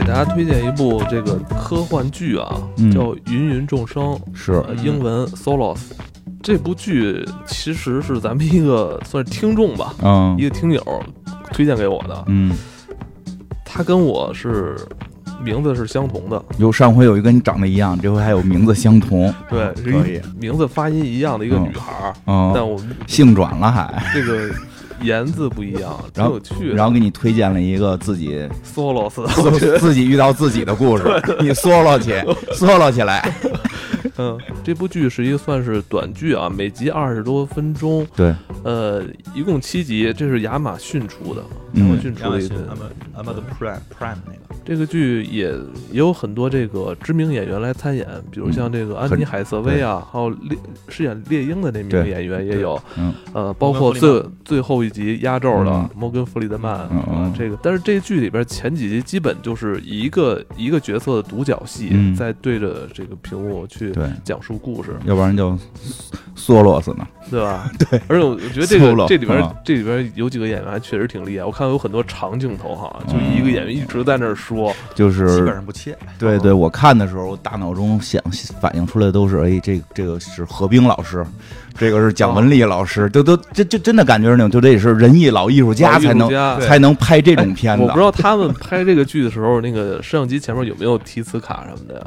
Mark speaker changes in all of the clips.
Speaker 1: 大家推荐一部这个科幻剧啊，
Speaker 2: 嗯
Speaker 1: 叫《芸芸众生》，
Speaker 2: 是
Speaker 1: 呃英文 Solos。这部剧其实是咱们一个算是听众吧，
Speaker 2: 嗯
Speaker 1: 一个听友推荐给我的。
Speaker 2: 嗯，
Speaker 1: 他跟我是名字是相同的，
Speaker 2: 有上回有一个跟你长得一样，这回还有名字相同，
Speaker 1: 对，是
Speaker 2: 可以
Speaker 1: 一名字发音一样的一个
Speaker 2: 嗯
Speaker 1: 女孩儿，但
Speaker 2: 嗯，
Speaker 1: 我们
Speaker 2: 性转了还，
Speaker 1: 这个言字不一样，挺
Speaker 2: 然后
Speaker 1: 有趣的。
Speaker 2: 然后给你推荐了一个自己
Speaker 1: Solos，
Speaker 2: 自己遇到自己的故事，你嗦 了起，嗦了起来，
Speaker 1: 嗯，这部剧是一个算是短剧啊，每集二十多分钟，
Speaker 2: 对，
Speaker 1: 呃，一共七集，这是亚马逊出的，亚马
Speaker 2: 嗯
Speaker 1: 逊
Speaker 3: 亚
Speaker 1: 出
Speaker 3: 马
Speaker 1: 的一
Speaker 3: 逊
Speaker 1: 个。
Speaker 3: Amazon Amazon Prime Prime 那个，
Speaker 1: 这个剧也也有很多这个知名演员来参演，比如像这个安妮
Speaker 2: 嗯很
Speaker 1: 海瑟薇啊，还有猎饰演猎鹰的那名
Speaker 2: 对
Speaker 1: 演员也有，
Speaker 2: 嗯
Speaker 1: 呃，包
Speaker 3: 摩
Speaker 1: 括
Speaker 3: 根弗里
Speaker 1: 最最后一集压轴的
Speaker 2: 嗯
Speaker 1: 摩根弗里德曼
Speaker 2: 嗯
Speaker 1: 啊
Speaker 2: 嗯，
Speaker 1: 这个，但是这剧里边前几集基本就是一个一个角色的独角戏，
Speaker 2: 嗯
Speaker 1: 在对着这个屏幕去
Speaker 2: 对，
Speaker 1: 讲述故事，
Speaker 2: 要不然就嗦啰嗦呢，
Speaker 1: 对 吧？对。而且我觉得这个
Speaker 2: Solo，
Speaker 1: 这里边
Speaker 2: 嗯
Speaker 1: 这里边有几个演员还确实挺厉害，我看有很多长镜头哈，就
Speaker 2: 嗯
Speaker 1: 一个演员一直在那儿说，
Speaker 2: 就
Speaker 3: 基
Speaker 2: 是
Speaker 3: 本上不切。嗯
Speaker 2: 对对，我看的时候，大脑中想反映出来都是，哎，这这个是何冰老师，这个是蒋雯丽老师，都都这这真的感觉是那种，就得是仁义老艺术
Speaker 1: 老
Speaker 2: 家
Speaker 1: 艺术
Speaker 2: 才能
Speaker 1: 家
Speaker 2: 才能拍这种片
Speaker 1: 我
Speaker 2: 子
Speaker 1: 不知。道他们拍这个剧的时候，那个摄像机前面有没有提词卡什么的呀？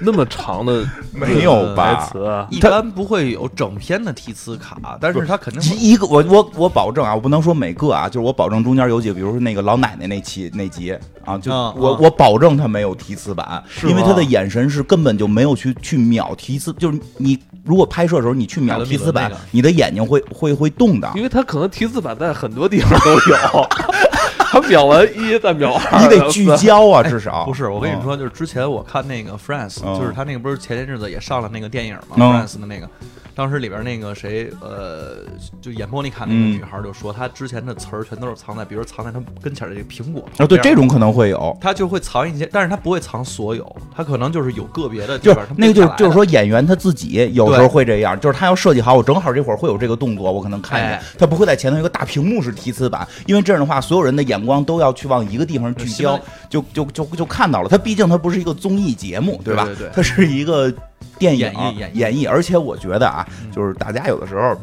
Speaker 1: 那么长的
Speaker 2: 没有吧
Speaker 1: 台词啊，
Speaker 3: 一般不会有整篇的提词卡，但是他肯定会
Speaker 2: 一一个我我我保证啊，我不能说每个啊，就是我保证中间有几个，比如说那个老奶奶那期那集啊，就
Speaker 3: 嗯
Speaker 2: 我
Speaker 3: 嗯
Speaker 2: 我保证他没有提词板，
Speaker 1: 是
Speaker 2: 因为
Speaker 1: 吗
Speaker 2: 他的眼神是根本就没有去去秒提词，就是你如果拍摄的时候你去
Speaker 3: 海
Speaker 2: 秒
Speaker 3: 伦
Speaker 2: 提词
Speaker 3: 米
Speaker 2: 板
Speaker 3: 伦那个，
Speaker 2: 你的眼睛会会会动的，
Speaker 1: 因为他可能提词板在很多地方都有， 他秒完一再秒二，
Speaker 2: 你得聚
Speaker 1: 再秒三
Speaker 2: 焦啊，至少
Speaker 3: 哎不是，我跟
Speaker 2: 嗯
Speaker 3: 你说，就是之前我看那个 Friends，、
Speaker 2: 嗯
Speaker 3: 就是他那个不是前些日子也上了那个电影嘛、
Speaker 2: 嗯
Speaker 3: f r i e n d s 的那个，当时里边那个谁，呃，就演莫妮卡那个
Speaker 2: 嗯
Speaker 3: 女孩就说，她之前的词儿全都是藏在，比如藏在她跟前的这个苹果
Speaker 2: 啊，对，这
Speaker 3: 样
Speaker 2: 种可能会有，
Speaker 3: 她就会藏一些，但是她不会藏所有，她可能就是有个别的地
Speaker 2: 就是
Speaker 3: 方，她
Speaker 2: 那个
Speaker 3: 背
Speaker 2: 就
Speaker 3: 下
Speaker 2: 是
Speaker 3: 来
Speaker 2: 就是
Speaker 3: 的
Speaker 2: 说演员他自己有时候
Speaker 3: 对
Speaker 2: 会这样，就是他要设计好，我正好这会儿会有这个动作，我可能看一下
Speaker 3: 哎，
Speaker 2: 他不会在前头有一个大屏幕是提词板，因为这样的话，所有人的眼光都要去往一个地方聚
Speaker 3: 新
Speaker 2: 焦
Speaker 3: 闻，
Speaker 2: 就就就就看到了。他毕竟他不是一个综艺节目，吧
Speaker 3: 对对对？
Speaker 2: 它是一个电影
Speaker 3: 演绎演绎
Speaker 2: 演绎，而且我觉得啊，
Speaker 3: 嗯
Speaker 2: 就是大家有的时候。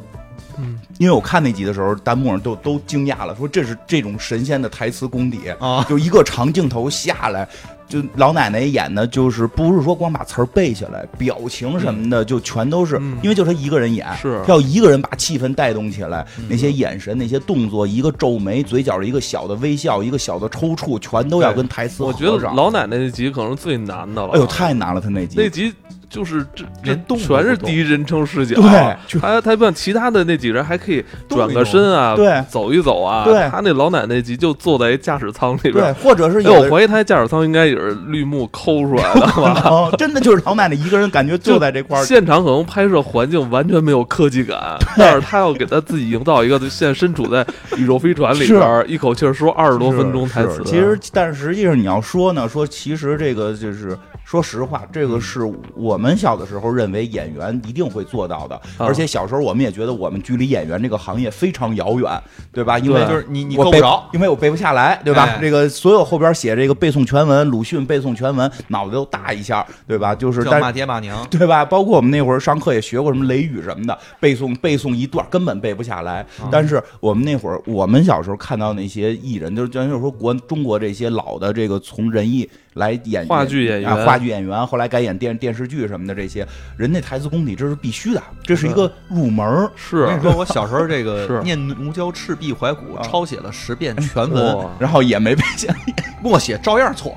Speaker 1: 嗯，
Speaker 2: 因为我看那集的时候，弹幕上都都惊讶了，说这是这种神仙的台词功底
Speaker 3: 啊
Speaker 2: 就一个长镜头下来，就老奶奶演的，就是不是说光把词儿背下来，表情什么的就全都是，
Speaker 1: 嗯
Speaker 2: 因为就她一个人演，
Speaker 1: 是嗯
Speaker 2: 她要一个人把气氛带动起来，
Speaker 3: 嗯
Speaker 2: 那些眼神、那些动作，一个皱眉，嘴角的一个小的微笑，一个小的抽搐，全都要跟台词
Speaker 1: 我觉得
Speaker 2: 合上
Speaker 1: 老奶奶那集可能是最难的了。啊
Speaker 2: 哎呦，太难了，她那
Speaker 1: 那
Speaker 2: 集，
Speaker 1: 集就是这这
Speaker 3: 连动都不
Speaker 1: 全是
Speaker 3: 动
Speaker 1: 第一人称视角，
Speaker 2: 对就
Speaker 1: 他他不像其他的那几个人还可以
Speaker 3: 动一
Speaker 1: 转个身啊，
Speaker 2: 动对
Speaker 1: 走一走啊，
Speaker 2: 对
Speaker 1: 他那老奶奶集就坐在驾驶舱里边
Speaker 2: 对，，或者是
Speaker 1: 哎，
Speaker 2: 有
Speaker 1: 我
Speaker 2: 的。
Speaker 1: 怀疑他驾驶舱应该也是绿幕抠出来的吧。
Speaker 2: 哦，真的就是老奶奶一个人，感觉
Speaker 1: 就
Speaker 2: 就在这块儿，
Speaker 1: 现场可能拍摄环境完全没有科技感，但是他要给他自己营造一个现在身处在宇宙飞船里边儿，一口气儿说二十多分钟台词啊
Speaker 2: 是。其实，但是实际上你要说呢，说其实这个就是说实话，这
Speaker 1: 嗯
Speaker 2: 个是我们小的时候认为演员一定会做到的，
Speaker 1: 啊
Speaker 2: 而且小时候我们也觉得我们距离演员这个行业非常遥远，对吧？因为
Speaker 1: 对
Speaker 3: 就是你你
Speaker 2: 我
Speaker 3: 够
Speaker 2: 背
Speaker 3: 不着，
Speaker 2: 因为我背不下来，对吧？
Speaker 3: 哎
Speaker 2: 这个所有后边写这个背诵全文，鲁迅背诵全文，脑袋都大一下，对吧？就是
Speaker 3: 叫
Speaker 2: 但
Speaker 3: 骂爹骂娘。
Speaker 2: 对吧？包括我们那会儿上课也学过什么《雷雨》什么的，背诵背诵一段根本背不下来。
Speaker 1: 嗯
Speaker 2: 但是我们那会儿，我们小时候看到那些艺人，就是就是说国中国这些老的这个从人艺来演
Speaker 1: 话剧演员
Speaker 2: 啊话剧演员，后来改演电电视剧什么的，这些人那台词功底这是必须的，这是一个入门儿。
Speaker 3: 我
Speaker 1: 是
Speaker 3: 跟你说，我小时候这
Speaker 1: 是
Speaker 3: 个念奴娇赤壁怀古
Speaker 2: 啊，
Speaker 3: 抄写了十遍全文，
Speaker 1: 哇
Speaker 2: 然后也没背下，
Speaker 3: 默写照样错，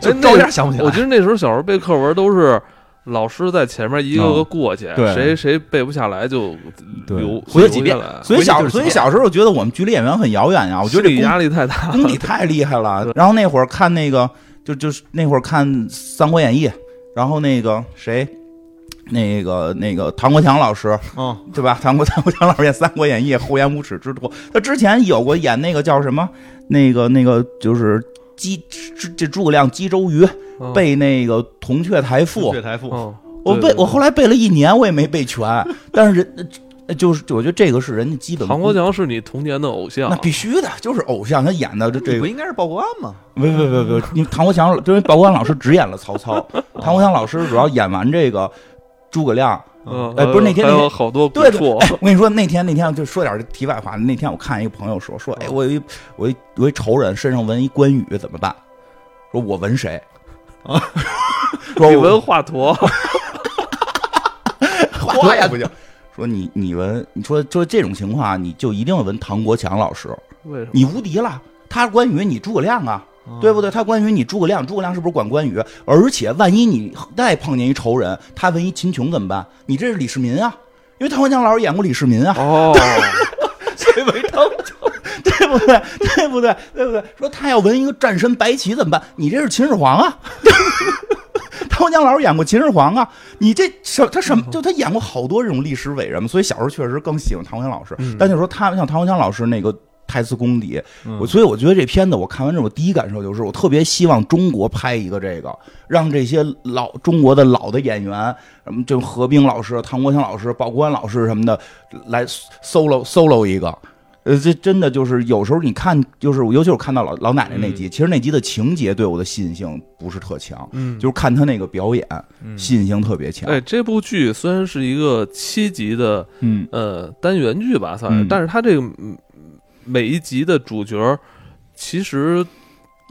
Speaker 3: 就
Speaker 1: 哎那
Speaker 3: 照样想不起来。
Speaker 1: 我记得那时候小时候背课文都是。老师在前面一个个
Speaker 2: 嗯
Speaker 1: 过去，
Speaker 2: 对
Speaker 1: 谁谁背不下来就
Speaker 2: 对
Speaker 1: 留
Speaker 2: 回
Speaker 1: 留
Speaker 2: 去几
Speaker 1: 下
Speaker 2: 遍
Speaker 1: 来
Speaker 2: 所以
Speaker 3: 回去就
Speaker 2: 小
Speaker 3: 是
Speaker 2: 所以
Speaker 3: 几遍
Speaker 2: 小时候觉得我们距离演员很遥远呀、啊我觉
Speaker 1: 心
Speaker 2: 得这
Speaker 1: 理压力太 大了。
Speaker 2: 功底太厉害了
Speaker 1: 对。
Speaker 2: 然后那会儿看那个，就就是那会儿看《三国演义》，然后那个谁，那个那个唐国强老师，
Speaker 3: 嗯，
Speaker 2: 对吧？ 唐国唐国强老师演《三国演义》，厚颜无耻之徒。他之前有过演那个叫什么？那个那个就是鸡这这诸葛亮鸡周瑜
Speaker 1: 嗯
Speaker 2: 被那个铜雀台赋，
Speaker 3: 台赋
Speaker 1: 嗯，
Speaker 2: 我
Speaker 1: 对
Speaker 2: 背
Speaker 1: 对
Speaker 2: 我后来背了一年，我也没背全，但是人呃就是我觉得这个是人家基本
Speaker 1: 唐国强是你童年的偶像
Speaker 2: 那，必须的，就是偶像，他演的这
Speaker 3: 你
Speaker 2: 这
Speaker 3: 不
Speaker 2: 个，
Speaker 3: 应该是报国安吗？
Speaker 2: 不不不不，因为唐国强，因为鲍国安老师只演了曹操，唐国强老师主要演完这个诸葛亮。
Speaker 1: 嗯，
Speaker 2: 哎不是那天
Speaker 1: 还
Speaker 2: 那
Speaker 1: 有
Speaker 2: 天
Speaker 1: 好多古
Speaker 2: 对对
Speaker 1: 处，
Speaker 2: 我跟你说，那天那天就说点题外话。那天我看一个朋友说说，哎，我有一我有一我有一仇人身上纹一关羽怎么办？说我纹谁？啊，说
Speaker 1: 你
Speaker 2: 我
Speaker 1: 文华佗，
Speaker 2: 花呀不行。说你你纹，你说说这种情况啊，你就一定要纹唐国强老师，
Speaker 1: 为什么？
Speaker 2: 你无敌了。他关羽，你诸葛亮啊，对不对？他关羽，你诸葛亮，诸葛亮是不是管关羽？而且万一你呃再碰见一仇人，他纹一秦琼怎么办？你这是李世民啊，因为唐国强老师演过李世民啊，
Speaker 1: 哦，
Speaker 2: 对为唐对不对？ 对不对？对不对？说他要纹一个战神白旗怎么办？你这是秦始皇啊！ 唐国强老师演过秦始皇啊，你这什他什么就他演过好多这种历史伟人嘛，所以小时候确实更喜欢唐国强老师。但就说他像唐国强老师那个台词功底，我所以我觉得这片子我看完之后，我第一感受就是，我特别希望中国拍一个这个，让这些老中国的老的演员，什么就何冰老师、唐国强老师、鲍国安老师什么的，来 solo solo 一个。呃，这真的就是有时候你看，就是尤其是我看到老老奶奶那
Speaker 1: 嗯
Speaker 2: 集，其实那集的情节对我的吸引性不是特强，
Speaker 3: 嗯
Speaker 2: 就是看她那个表演，
Speaker 3: 嗯
Speaker 2: 吸引性特别强。
Speaker 1: 哎，这部剧虽然是一个七集的
Speaker 2: 嗯，
Speaker 1: 呃单元剧吧，算是，
Speaker 2: 嗯
Speaker 1: 但是它这个嗯每一集的主角儿其实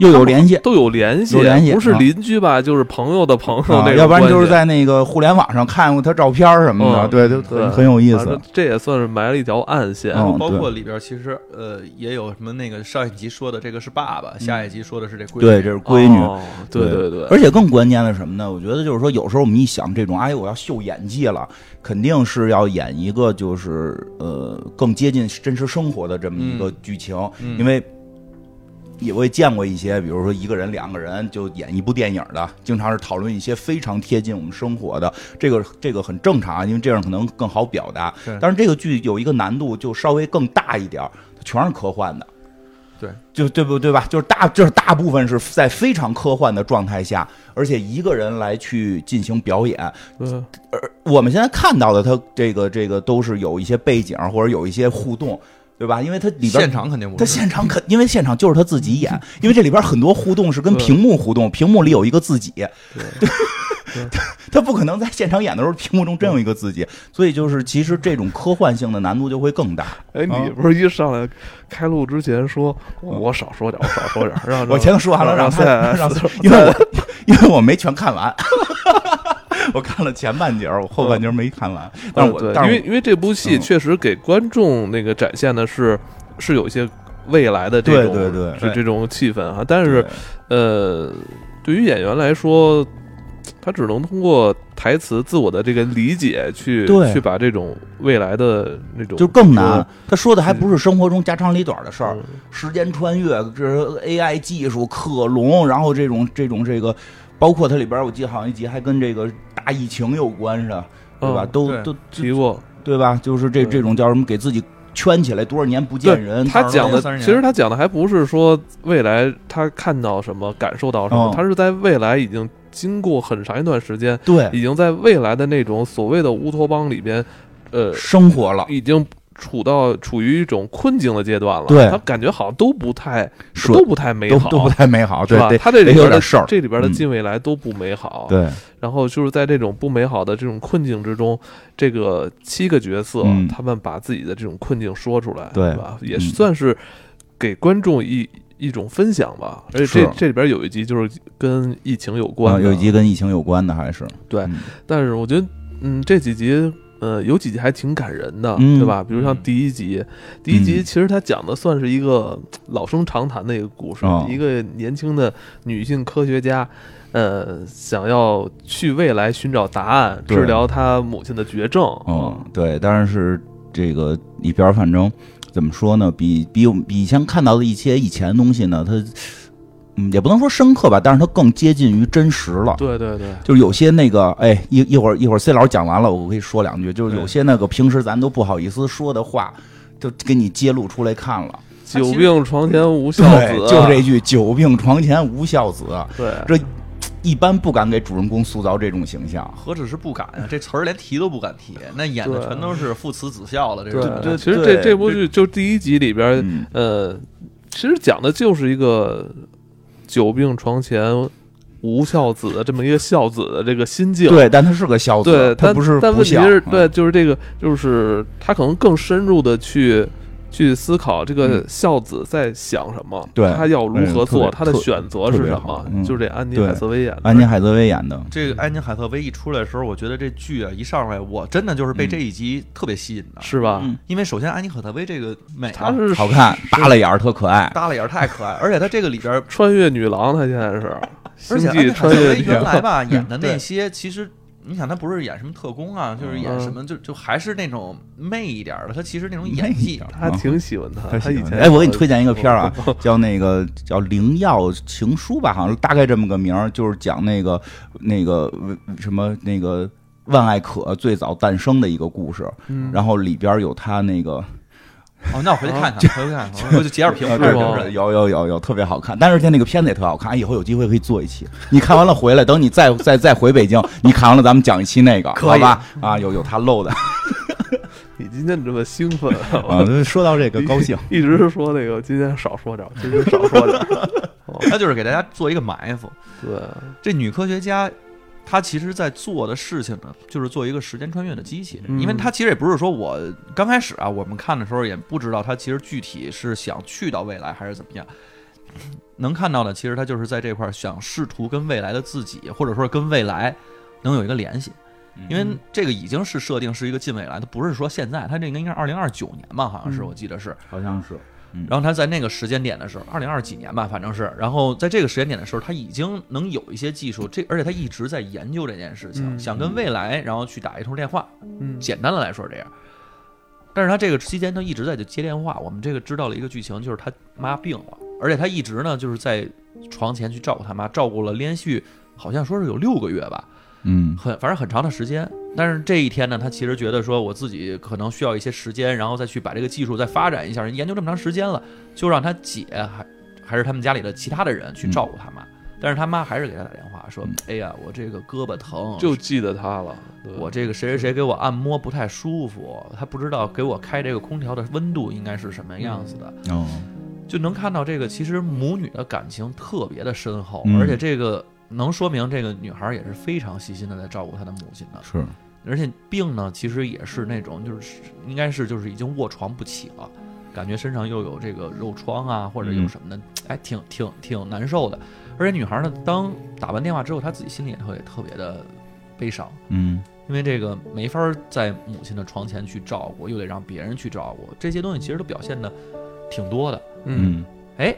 Speaker 2: 又有联系，
Speaker 1: 都有联系，
Speaker 2: 有联系
Speaker 1: 不是
Speaker 2: 啊
Speaker 1: 邻居吧，就是朋友的朋友那
Speaker 2: 啊
Speaker 1: 种
Speaker 2: 要不然就是
Speaker 1: 关系
Speaker 2: 在那个互联网上看过她照片什么的，
Speaker 1: 嗯
Speaker 2: 对，就
Speaker 1: 对
Speaker 2: 很很有意
Speaker 1: 反
Speaker 2: 思
Speaker 1: 正。这也算是埋了一条暗线。
Speaker 2: 嗯
Speaker 3: 包
Speaker 2: 对
Speaker 3: 括里边其实呃也有什么那个上一集说的这个是爸爸，下一集说的是这闺女，
Speaker 2: 对，这是闺女。
Speaker 1: 哦对对对，
Speaker 2: 而且更关键的是什么呢？我觉得就是说，有时候我们一想这种，哎，我要秀演技了，肯定是要演一个就是呃更接近真实生活的这么一个剧情，
Speaker 3: 嗯
Speaker 2: 因为。也我也见过一些，比如说一个人、两个人就演一部电影的，经常是讨论一些非常贴近我们生活的，这个这个很正常啊，因为这样可能更好表达
Speaker 3: 对。
Speaker 2: 但是这个剧有一个难度，就稍微更大一点儿，它全是科幻的。
Speaker 3: 对，
Speaker 2: 就对不对吧？就是大，就是大部分是在非常科幻的状态下，而且一个人来去进行表演。
Speaker 1: 嗯
Speaker 2: 我们现在看到的，它这个这个都是有一些背景或者有一些互动，对吧？因为它里边
Speaker 3: 现场肯定不
Speaker 2: 他
Speaker 3: 是。
Speaker 2: 现场肯，因为现场就是他 自己演，因为这里边很多互动是跟屏幕互动，屏幕里有一个自己， 他不可能在现场演的时候，屏幕中真有一个自己，所以就是其实这种科幻性的难度就会更大。
Speaker 1: 哎，你不是一上来开录之前说，我少说点儿，嗯我少说点儿， 让
Speaker 2: 我前头说完了，让他
Speaker 1: 让嗯 让
Speaker 2: 让他，因为我 因为我没全看完， 我看了前半截儿，我后半截儿没看完，但是我
Speaker 1: 嗯对，
Speaker 2: 但
Speaker 1: 因
Speaker 2: 是
Speaker 1: 为因为这部戏
Speaker 2: 嗯
Speaker 1: 确实给观众那个展现的是是有一些未来的这
Speaker 2: 对
Speaker 1: 种
Speaker 2: 对对
Speaker 1: 这这种气氛哈，但
Speaker 2: 我
Speaker 1: 是呃，对于演员来说，他只能通过台词自我的这个理解去
Speaker 2: 对
Speaker 1: 去把这种未来的那种
Speaker 2: 就更难。他说的
Speaker 1: 嗯
Speaker 2: 还不是生活中家长里短的事儿，时间穿越，这是 AI 技术、克隆，然后这种这种这个，包括它里边，我记得好像一集还跟这个大疫情有关是吧？对吧？
Speaker 1: 嗯
Speaker 2: 都
Speaker 3: 对
Speaker 2: 都
Speaker 1: 提过。
Speaker 2: 对吧？就是这
Speaker 1: 对
Speaker 2: 这种叫什么，给自己圈起来多少年不见人，
Speaker 1: 他讲的
Speaker 3: 到时候30年
Speaker 1: 其实他讲的还不是说未来他看到什么、感受到什么
Speaker 2: 嗯，
Speaker 1: 他是在未来已经经过很长一段时间，
Speaker 2: 对
Speaker 1: 已经在未来的那种所谓的乌托邦里边，呃，
Speaker 2: 生活了，
Speaker 1: 已经处到处于一种困境的阶段了。
Speaker 2: 对
Speaker 1: 他感觉好像都不太
Speaker 2: 顺
Speaker 1: 都不太美
Speaker 2: 都
Speaker 1: 好，
Speaker 2: 都不太美好，
Speaker 1: 是
Speaker 2: 对
Speaker 1: 吧？
Speaker 2: 对，
Speaker 1: 他这里
Speaker 2: 得有
Speaker 1: 边的
Speaker 2: 点事儿，
Speaker 1: 这里边的
Speaker 2: 嗯
Speaker 1: 近未来都不美好。
Speaker 2: 对
Speaker 1: 然后就是在这种不美好的这种困境之中，这个七个角色、
Speaker 2: 嗯
Speaker 1: 他们把自己的这种困境说出来，
Speaker 2: 对
Speaker 1: 吧？也
Speaker 2: 嗯
Speaker 1: 算是给观众一。一种分享吧，而且这
Speaker 2: 是
Speaker 1: 这里边有一集就是跟疫情有关
Speaker 2: 啊，
Speaker 1: 的，
Speaker 2: 有一集跟疫情有关的还是
Speaker 1: 对
Speaker 2: 嗯
Speaker 1: 但是我觉得，嗯，这几集，呃，有几集还挺感人的，
Speaker 2: 嗯
Speaker 1: 对吧？比如像
Speaker 3: 嗯
Speaker 1: 第一集，第一集
Speaker 2: 嗯
Speaker 1: 其实它讲的算是一个呃老生常谈的一个故事，
Speaker 2: 哦
Speaker 1: 一个年轻的女性科学家。呃，想要去未来寻找答案，
Speaker 2: 对
Speaker 1: 治疗她母亲的绝症。
Speaker 2: 嗯，对，但是这个里边儿反正怎么说呢，比比我们比以前看到的一些以前的东西呢，它嗯也不能说深刻吧，但是它更接近于真实了。
Speaker 1: 对对
Speaker 3: 啊
Speaker 1: 对，
Speaker 2: 就是有些那个，哎，一一会儿一会儿 C 老师讲完了，我可以说两句。就是有些那个平时咱都不好意思说的话，就给你揭露出来看了。
Speaker 1: 久
Speaker 3: 其实
Speaker 1: 病床前无孝
Speaker 2: 对，
Speaker 1: 子，啊
Speaker 2: 就这句“久病床前无孝子”，
Speaker 1: 对
Speaker 2: 这一般不敢给主人公塑造这种形象。
Speaker 3: 何止是不敢啊，这词儿连提都不敢提，那演的
Speaker 1: 对
Speaker 3: 全都是父慈子孝了，这
Speaker 1: 对啊
Speaker 3: 种。
Speaker 2: 对
Speaker 1: 其实这
Speaker 2: 对
Speaker 1: 这部剧就第一集里边，
Speaker 2: 嗯
Speaker 1: 呃，其实讲的就是一个久病床前无孝子的这么一个孝子的这个心境。
Speaker 2: 对，但他是个孝子，
Speaker 1: 对，
Speaker 2: 他
Speaker 1: 但
Speaker 2: 不是
Speaker 1: 但
Speaker 2: 不
Speaker 1: 问题
Speaker 2: 孝。
Speaker 1: 是，
Speaker 2: 嗯
Speaker 1: 对，就是这个，就是他可能更深入的去去思考这个孝子在想什么，
Speaker 2: 嗯对
Speaker 1: 他要如何做，
Speaker 2: 嗯特别
Speaker 1: 他的选择是什
Speaker 2: 特别好
Speaker 1: 么？
Speaker 2: 嗯
Speaker 1: 就是这安妮
Speaker 2: 对
Speaker 1: 海瑟薇演的，
Speaker 2: 安妮海瑟薇演的，
Speaker 3: 这个安妮海瑟薇一出来的时候，我觉得这剧啊一上来，我真的就是被这一集特别吸引的，
Speaker 1: 是吧？
Speaker 2: 嗯
Speaker 3: 因为首先安妮海瑟薇这个美、啊，
Speaker 1: 她是
Speaker 2: 好看，耷拉眼儿特可爱。
Speaker 3: 耷拉眼儿太可爱，而且她这个里边儿，
Speaker 1: 穿越女郎，她现在是，星
Speaker 3: 而且安
Speaker 1: 际
Speaker 3: 妮海
Speaker 1: 穿
Speaker 3: 瑟
Speaker 1: 越
Speaker 3: 薇
Speaker 1: 女
Speaker 3: 原
Speaker 1: 郎，
Speaker 3: 来吧演的那
Speaker 1: 对
Speaker 3: 些，其实你想她不是演什么特工啊，就是演什么就就还是那种媚一点儿的，她其实那种演技
Speaker 2: 媚一点儿
Speaker 1: 她挺喜欢他，她以前
Speaker 2: 哎，我给你推荐一个片儿啊，叫那个叫《灵药情书》吧，好像是大概这么个名儿，就是讲那个那个呃什么那个万艾可最早诞生的一个故事，
Speaker 1: 嗯
Speaker 2: 然后里边儿有他那个
Speaker 3: 哦，那我回去看看，回去看看，我就截点评
Speaker 2: 呃
Speaker 1: 是
Speaker 2: 对
Speaker 3: 论。
Speaker 1: 吗
Speaker 2: 对对有有有有特别好看，但是现在那个片子也特好看，哎以后有机会可以做一期。你看完了回来，等你再再再回北京，你看完了咱们讲一期那个，
Speaker 3: 可
Speaker 2: 好
Speaker 3: 以
Speaker 2: 吧？啊，有有他漏 的
Speaker 1: 你今天这么兴奋，
Speaker 2: 啊，说到这个高兴。
Speaker 1: 一直是说那个今天少说点儿，今天少说点儿。哦
Speaker 3: 她就是给大家做一个埋伏。
Speaker 1: 对，
Speaker 3: 这女科学家，她其实在做的事情呢，就是做一个时间穿越的机器。
Speaker 1: 嗯
Speaker 3: 因为她其实也不是说我刚开始啊，我们看的时候也不知道她其实具体是想去到未来还是怎么样。能看到的，其实她就是在这块儿想试图跟未来的自己，或者说跟未来能有一个联系。
Speaker 1: 嗯
Speaker 3: 因为这个已经是设定是一个近未来，它不是说现在，它这个应该是二零二九年吧，好像是
Speaker 1: 嗯
Speaker 3: 我记得是。
Speaker 2: 好像是，
Speaker 3: 然后他在那个时间点的时候，二零二几年吧，反正是。然后在这个时间点的时候，他已经能有一些技术，这而且他一直在研究这件事情，
Speaker 1: 嗯
Speaker 3: 想跟未来然后去打一通电话。
Speaker 1: 嗯，
Speaker 3: 简单的来说是这样，但是他这个期间他一直在就接电话。我们这个知道了一个剧情，就是他妈病了，而且他一直呢就是在床前去照顾他妈，照顾了连续好像说是有六个月吧，
Speaker 2: 嗯
Speaker 3: 很反正很长的时间。但是这一天呢，他其实觉得说我自己可能需要一些时间，然后再去把这个技术再发展一下。人研究这么长时间了，就让他姐还还是他们家里的其他的人去照顾他妈。但是他妈还是给他打电话说：“哎呀，我这个胳膊疼，
Speaker 1: 就记得她了。对
Speaker 3: 我这个谁谁谁给我按摩不太舒服，他不知道给我开这个空调的温度应该是什么样子的。
Speaker 2: 哦，
Speaker 3: 就能看到这个其实母女的感情特别的深厚，
Speaker 2: 嗯
Speaker 3: 而且这个能说明这个女孩也是非常细心的在照顾她的母亲的。
Speaker 2: 是，
Speaker 3: 而且病呢，其实也是那种就是应该是就是已经卧床不起了，感觉身上又有这个肉疮啊，或者有什么的，哎，挺挺挺难受的。而且女孩呢，当打完电话之后，她自己心里也会特别的悲伤，
Speaker 2: 嗯
Speaker 3: 因为这个没法儿在母亲的床前去照顾，又得让别人去照顾，这些东西其实都表现的挺多的。
Speaker 1: 嗯
Speaker 3: 哎，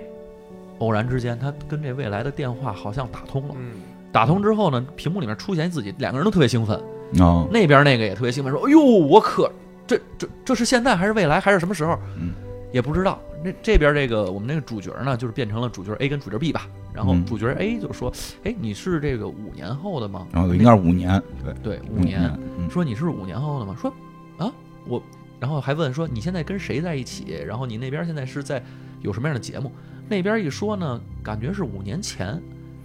Speaker 3: 偶然之间，他跟这未来的电话好像打通了。
Speaker 1: 嗯
Speaker 3: 打通之后呢，屏幕里面出现自己，两个人都特别兴奋。
Speaker 2: 哦，
Speaker 3: 那边那个也特别兴奋，说：“哎呦，我可这这这是现在还是未来还是什么时候？
Speaker 2: 嗯
Speaker 3: 也不知道。”那这边这个我们那个主角呢，就是变成了主角 A 跟主角 B 吧。然后
Speaker 2: 嗯
Speaker 3: 主角 A 就说：“哎，你是这个五年后的吗？”
Speaker 2: 然后应该是五年，对，
Speaker 3: 对
Speaker 2: 五
Speaker 3: 五年。，
Speaker 2: 嗯
Speaker 3: 说你是五年后的吗？说啊，我，然后还问说你现在跟谁在一起？然后你那边现在是在有什么样的节目？那边一说呢，感觉是五年前，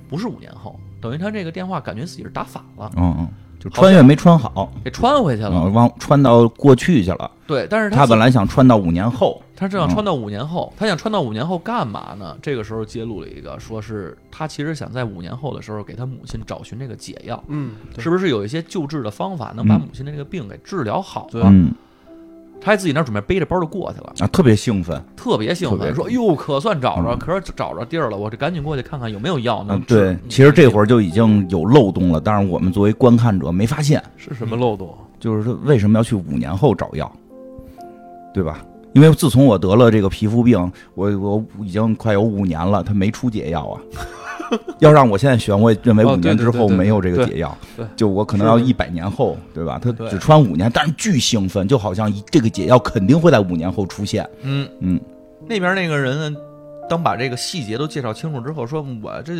Speaker 3: 不是五年后，等于他这个电话感觉自己是打反了，
Speaker 2: 嗯嗯，就穿越没穿好，
Speaker 3: 给穿回去了。
Speaker 2: 啊，忘穿到过去去了。
Speaker 3: 对，但是
Speaker 2: 他
Speaker 3: 他
Speaker 2: 本
Speaker 3: 来
Speaker 2: 来想穿到五年后，
Speaker 3: 他正想
Speaker 2: 嗯
Speaker 3: 穿到五年后，他想穿到五年后干嘛呢？这个时候揭露了一个，说是他其实想在五年后的时候给他母亲找寻这个解药，
Speaker 1: 嗯，
Speaker 3: 是不是有一些救治的方法能把
Speaker 2: 嗯
Speaker 3: 母亲的这个病给治疗好
Speaker 1: 对
Speaker 3: 了？
Speaker 2: 嗯
Speaker 3: 他还自己那儿准备背着包就过去了。
Speaker 2: 啊，特别兴奋，
Speaker 3: 特别兴
Speaker 2: 特别
Speaker 3: 奋，说：“哟，可算找着，
Speaker 2: 嗯
Speaker 3: 可是找着地儿了，我这赶紧过去看看有没有药能
Speaker 2: 嗯，
Speaker 3: 治。
Speaker 2: 对
Speaker 3: 嗯，
Speaker 2: 其实这会儿就已经有漏洞了，但是我们作为观看者没发现，
Speaker 1: 是什么漏洞？
Speaker 2: 就是说为什么要去五年后找药，对吧？因为自从我得了这个皮肤病，我我已经快有五年了，他没出解药啊。要让我现在选，我也认为
Speaker 1: 哦
Speaker 2: 五年之后
Speaker 1: 对对对对
Speaker 2: 没有这个
Speaker 1: 对
Speaker 2: 解药
Speaker 1: 对，
Speaker 2: 就我可能要一百年后，对吧？他
Speaker 3: 对
Speaker 2: 只穿五年，但是巨兴奋，就好像一这个解药肯定会在五年后出现。
Speaker 3: 嗯
Speaker 2: 嗯，
Speaker 3: 那边那个人呢，当把这个细节都介绍清楚之后，说我这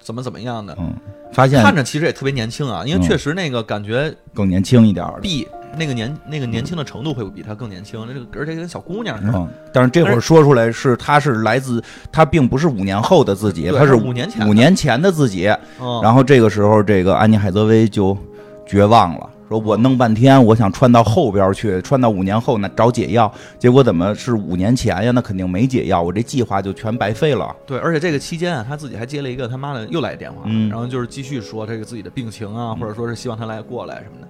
Speaker 3: 怎么怎么样的，
Speaker 2: 嗯，发现
Speaker 3: 看着其实也特别年轻啊，因为
Speaker 2: 嗯
Speaker 3: 确实那个感觉
Speaker 2: 更年轻一点儿了。
Speaker 3: B 那个年那个年轻的程度会比他更年轻，那个而且跟小姑娘似的，
Speaker 2: 嗯，但是这会儿说出来是他是来自他并不是五年后的自己，
Speaker 3: 对
Speaker 2: 他是
Speaker 3: 五年前的
Speaker 2: 五年前的自己。
Speaker 3: 嗯，
Speaker 2: 然后这个时候，这个安妮海瑟薇就绝望了，说我弄半天，我想穿到后边去，穿到五年后那找解药，结果怎么是五年前呀？那肯定没解药，我这计划就全白费了。
Speaker 3: 对，而且这个期间啊，他自己还接了一个他妈的又来电话，
Speaker 2: 嗯
Speaker 3: 然后就是继续说这个自己的病情啊，或者说是希望他来过来什么的。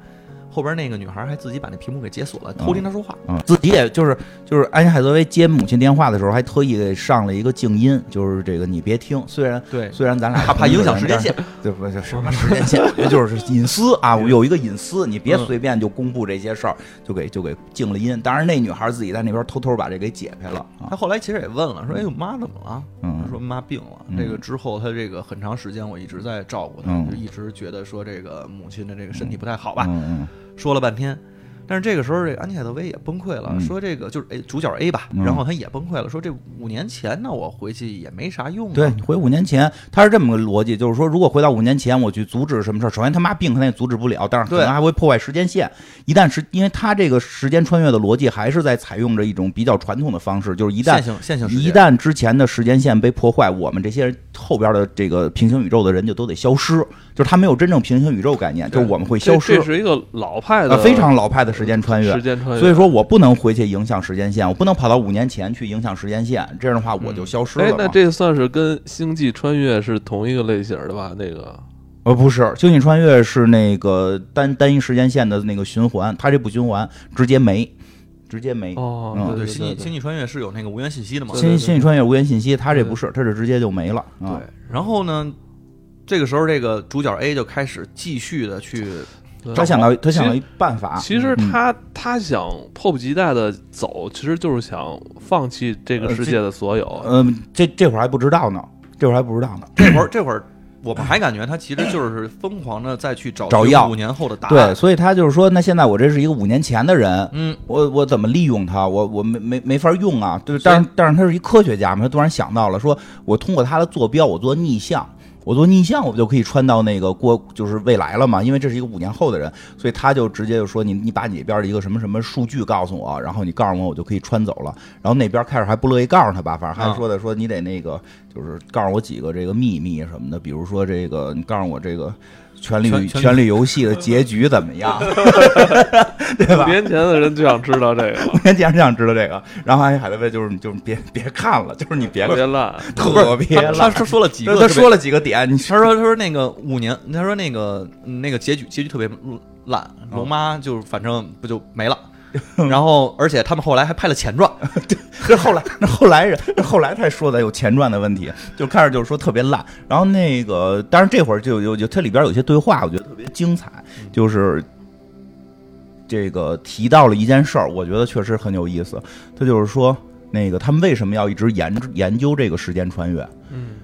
Speaker 3: 后边那个女孩还自己把那屏幕给解锁了，偷听他说话。
Speaker 2: 嗯，自己也就是就是安妮海瑟薇接母亲电话的时候，还特意给上了一个静音，就是这个你别听，虽然。
Speaker 3: 对，
Speaker 2: 虽然咱俩
Speaker 3: 怕怕影响时间线，
Speaker 2: 对不是什么时间线，我觉得就是 隐私啊，我有一个隐私，你别
Speaker 3: 嗯
Speaker 2: 随便就公布这些事儿，就给就给静了音。当然，那女孩自己在那边偷偷把这给解开了啊
Speaker 3: 他。后来其实也问了，说：“哎呦妈怎么了？”
Speaker 2: 嗯
Speaker 3: 他说：“妈病了。
Speaker 2: 嗯
Speaker 3: 这个之后，他这个很长时间我一直在照顾他，
Speaker 2: 嗯
Speaker 3: 就一直觉得说这个母亲的这个身体不太好吧。
Speaker 2: 嗯
Speaker 3: 说了半天。但是这个时候，这个安妮海瑟薇也崩溃了，
Speaker 2: 嗯
Speaker 3: 说这个就是哎主角 A 吧，
Speaker 2: 嗯
Speaker 3: 然后他也崩溃了，说这五年前呢，我回去也没啥用、啊。
Speaker 2: 对，你回五年前，他是这么个逻辑，就是说，如果回到五年前，我去阻止什么事儿，首先他妈病肯定也阻止不了，但是可
Speaker 3: 对
Speaker 2: 能还会破坏时间线。一旦时，因为他这个时间穿越的逻辑还是在采用着一种比较传统的方式，就是一旦
Speaker 3: 线性线性时间
Speaker 2: 一旦之前的时间线被破坏，我们这些后边的这个平行宇宙的人就都得消失，就是他没有真正平行宇宙概念，就是我们会消
Speaker 1: 这
Speaker 2: 失
Speaker 1: 这，是一个老派
Speaker 2: 呃，
Speaker 1: 的，
Speaker 2: 非常老派的时间穿越
Speaker 1: 时。间穿越。
Speaker 2: 所以说，我不能回去影响时间线，我不能跑到五年前去影响时间线，这样的话我就消失了
Speaker 1: 哎
Speaker 2: 嘛。，
Speaker 1: 那这算是跟《星际穿越》是同一个类型的吧？那个
Speaker 2: 呃，不是，《星际穿越》是那个单单一时间线的那个循环，它这不循环，直接没，直接没。
Speaker 1: 哦
Speaker 2: 嗯，
Speaker 3: 对，
Speaker 1: 对
Speaker 3: 星际星
Speaker 1: 际
Speaker 3: 际穿越是有那个无源信息的嘛？
Speaker 1: 对
Speaker 2: 星
Speaker 1: 对
Speaker 2: 际
Speaker 1: 对
Speaker 2: 星际穿越无源信息，它这不是，它是直接就没了。啊、
Speaker 3: 对，然后呢，这个时候这个主角 A 就开始继续的去，
Speaker 2: 他想到他想到
Speaker 1: 其
Speaker 2: 一办法，
Speaker 1: 其实
Speaker 2: 嗯
Speaker 1: 他他想迫不及待的走，其实就是想放弃这
Speaker 2: 呃
Speaker 1: 个世界的所有。
Speaker 2: 嗯，这这会儿还不知道呢，这会儿还不知道呢。
Speaker 3: 这会儿这会儿我们还感觉他其实就是疯狂的再去找
Speaker 2: 找
Speaker 3: 寻
Speaker 2: 药
Speaker 3: 五年后的答
Speaker 2: 对，
Speaker 3: 案。
Speaker 2: 所以他就是说，那现在我这是一个五年前的人，
Speaker 3: 嗯，
Speaker 2: 我我怎么利用他？我我没没没法用啊。对，
Speaker 3: 所以
Speaker 2: 但是但是他是一科学家嘛，他突然想到了，说我通过他的坐标，我做逆向，我做逆向，我不就可以穿到那个过就是未来了嘛？因为这是一个五年后的人，所以他就直接就说你你把你这边的一个什么什么数据告诉我，然后你告诉我，我就可以穿走了。然后那边开始还不乐意告诉他吧，反正
Speaker 3: 啊
Speaker 2: 还说的说你得那个就是告诉我几个这个秘密什么的，比如说这个你告诉我这个。权力
Speaker 3: 权权力
Speaker 2: 权力游戏的结局怎么 样？ 对吧
Speaker 1: 五？年前的人就想知道这个 了，
Speaker 2: 人家就想知道这个，然后安妮海瑟薇就是你就是别别看了，就是你别
Speaker 1: 特别烂。
Speaker 2: 特别
Speaker 3: 他他
Speaker 2: 烂。
Speaker 3: 他说了几个
Speaker 2: 他
Speaker 3: 特
Speaker 2: 他
Speaker 3: 别，
Speaker 2: 说了几个点，你
Speaker 3: 他说他说那个五年，他说那个嗯那个结局结局特别烂，龙妈就反正不就没 了。然后，而且他们后来还拍了前传，
Speaker 2: 这后来那后来人那后来才说的有前传的问题，就开始就是说特别烂。然后那个，当然这会儿就有就它里边有些对话，我觉得特别精彩，
Speaker 1: 嗯
Speaker 2: 就是这个提到了一件事儿，我觉得确实很有意思。他就是说，那个他们为什么要一直研研究这个时间穿越？
Speaker 1: 嗯，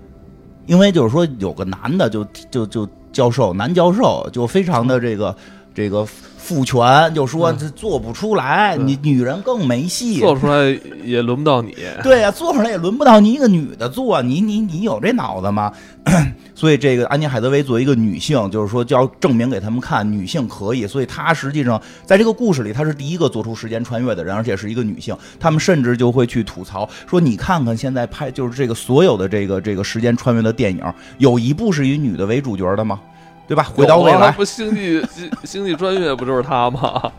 Speaker 2: 因为就是说有个男的就就就教授男教授就非常的这个这个父权，就说
Speaker 1: 嗯
Speaker 2: 这做不出来，
Speaker 1: 对
Speaker 2: 你女人更没戏。
Speaker 1: 做出来也轮不到你。
Speaker 2: 对呀、做出来也轮不到你一个女的做，你你你有这脑子吗？ 所以这个安妮海瑟薇作为一个女性，就是说就要证明给他们看女性可以，所以她实际上在这个故事里，她是第一个做出时间穿越的人，而且是一个女性。他们甚至就会去吐槽说：“你看看现在拍就是这个所有的这个这个时间穿越的电影，有一部是以女的为主角的吗？对吧？回到未
Speaker 1: 有啊
Speaker 2: 来，
Speaker 1: 不星际星星际穿越不就是他吗？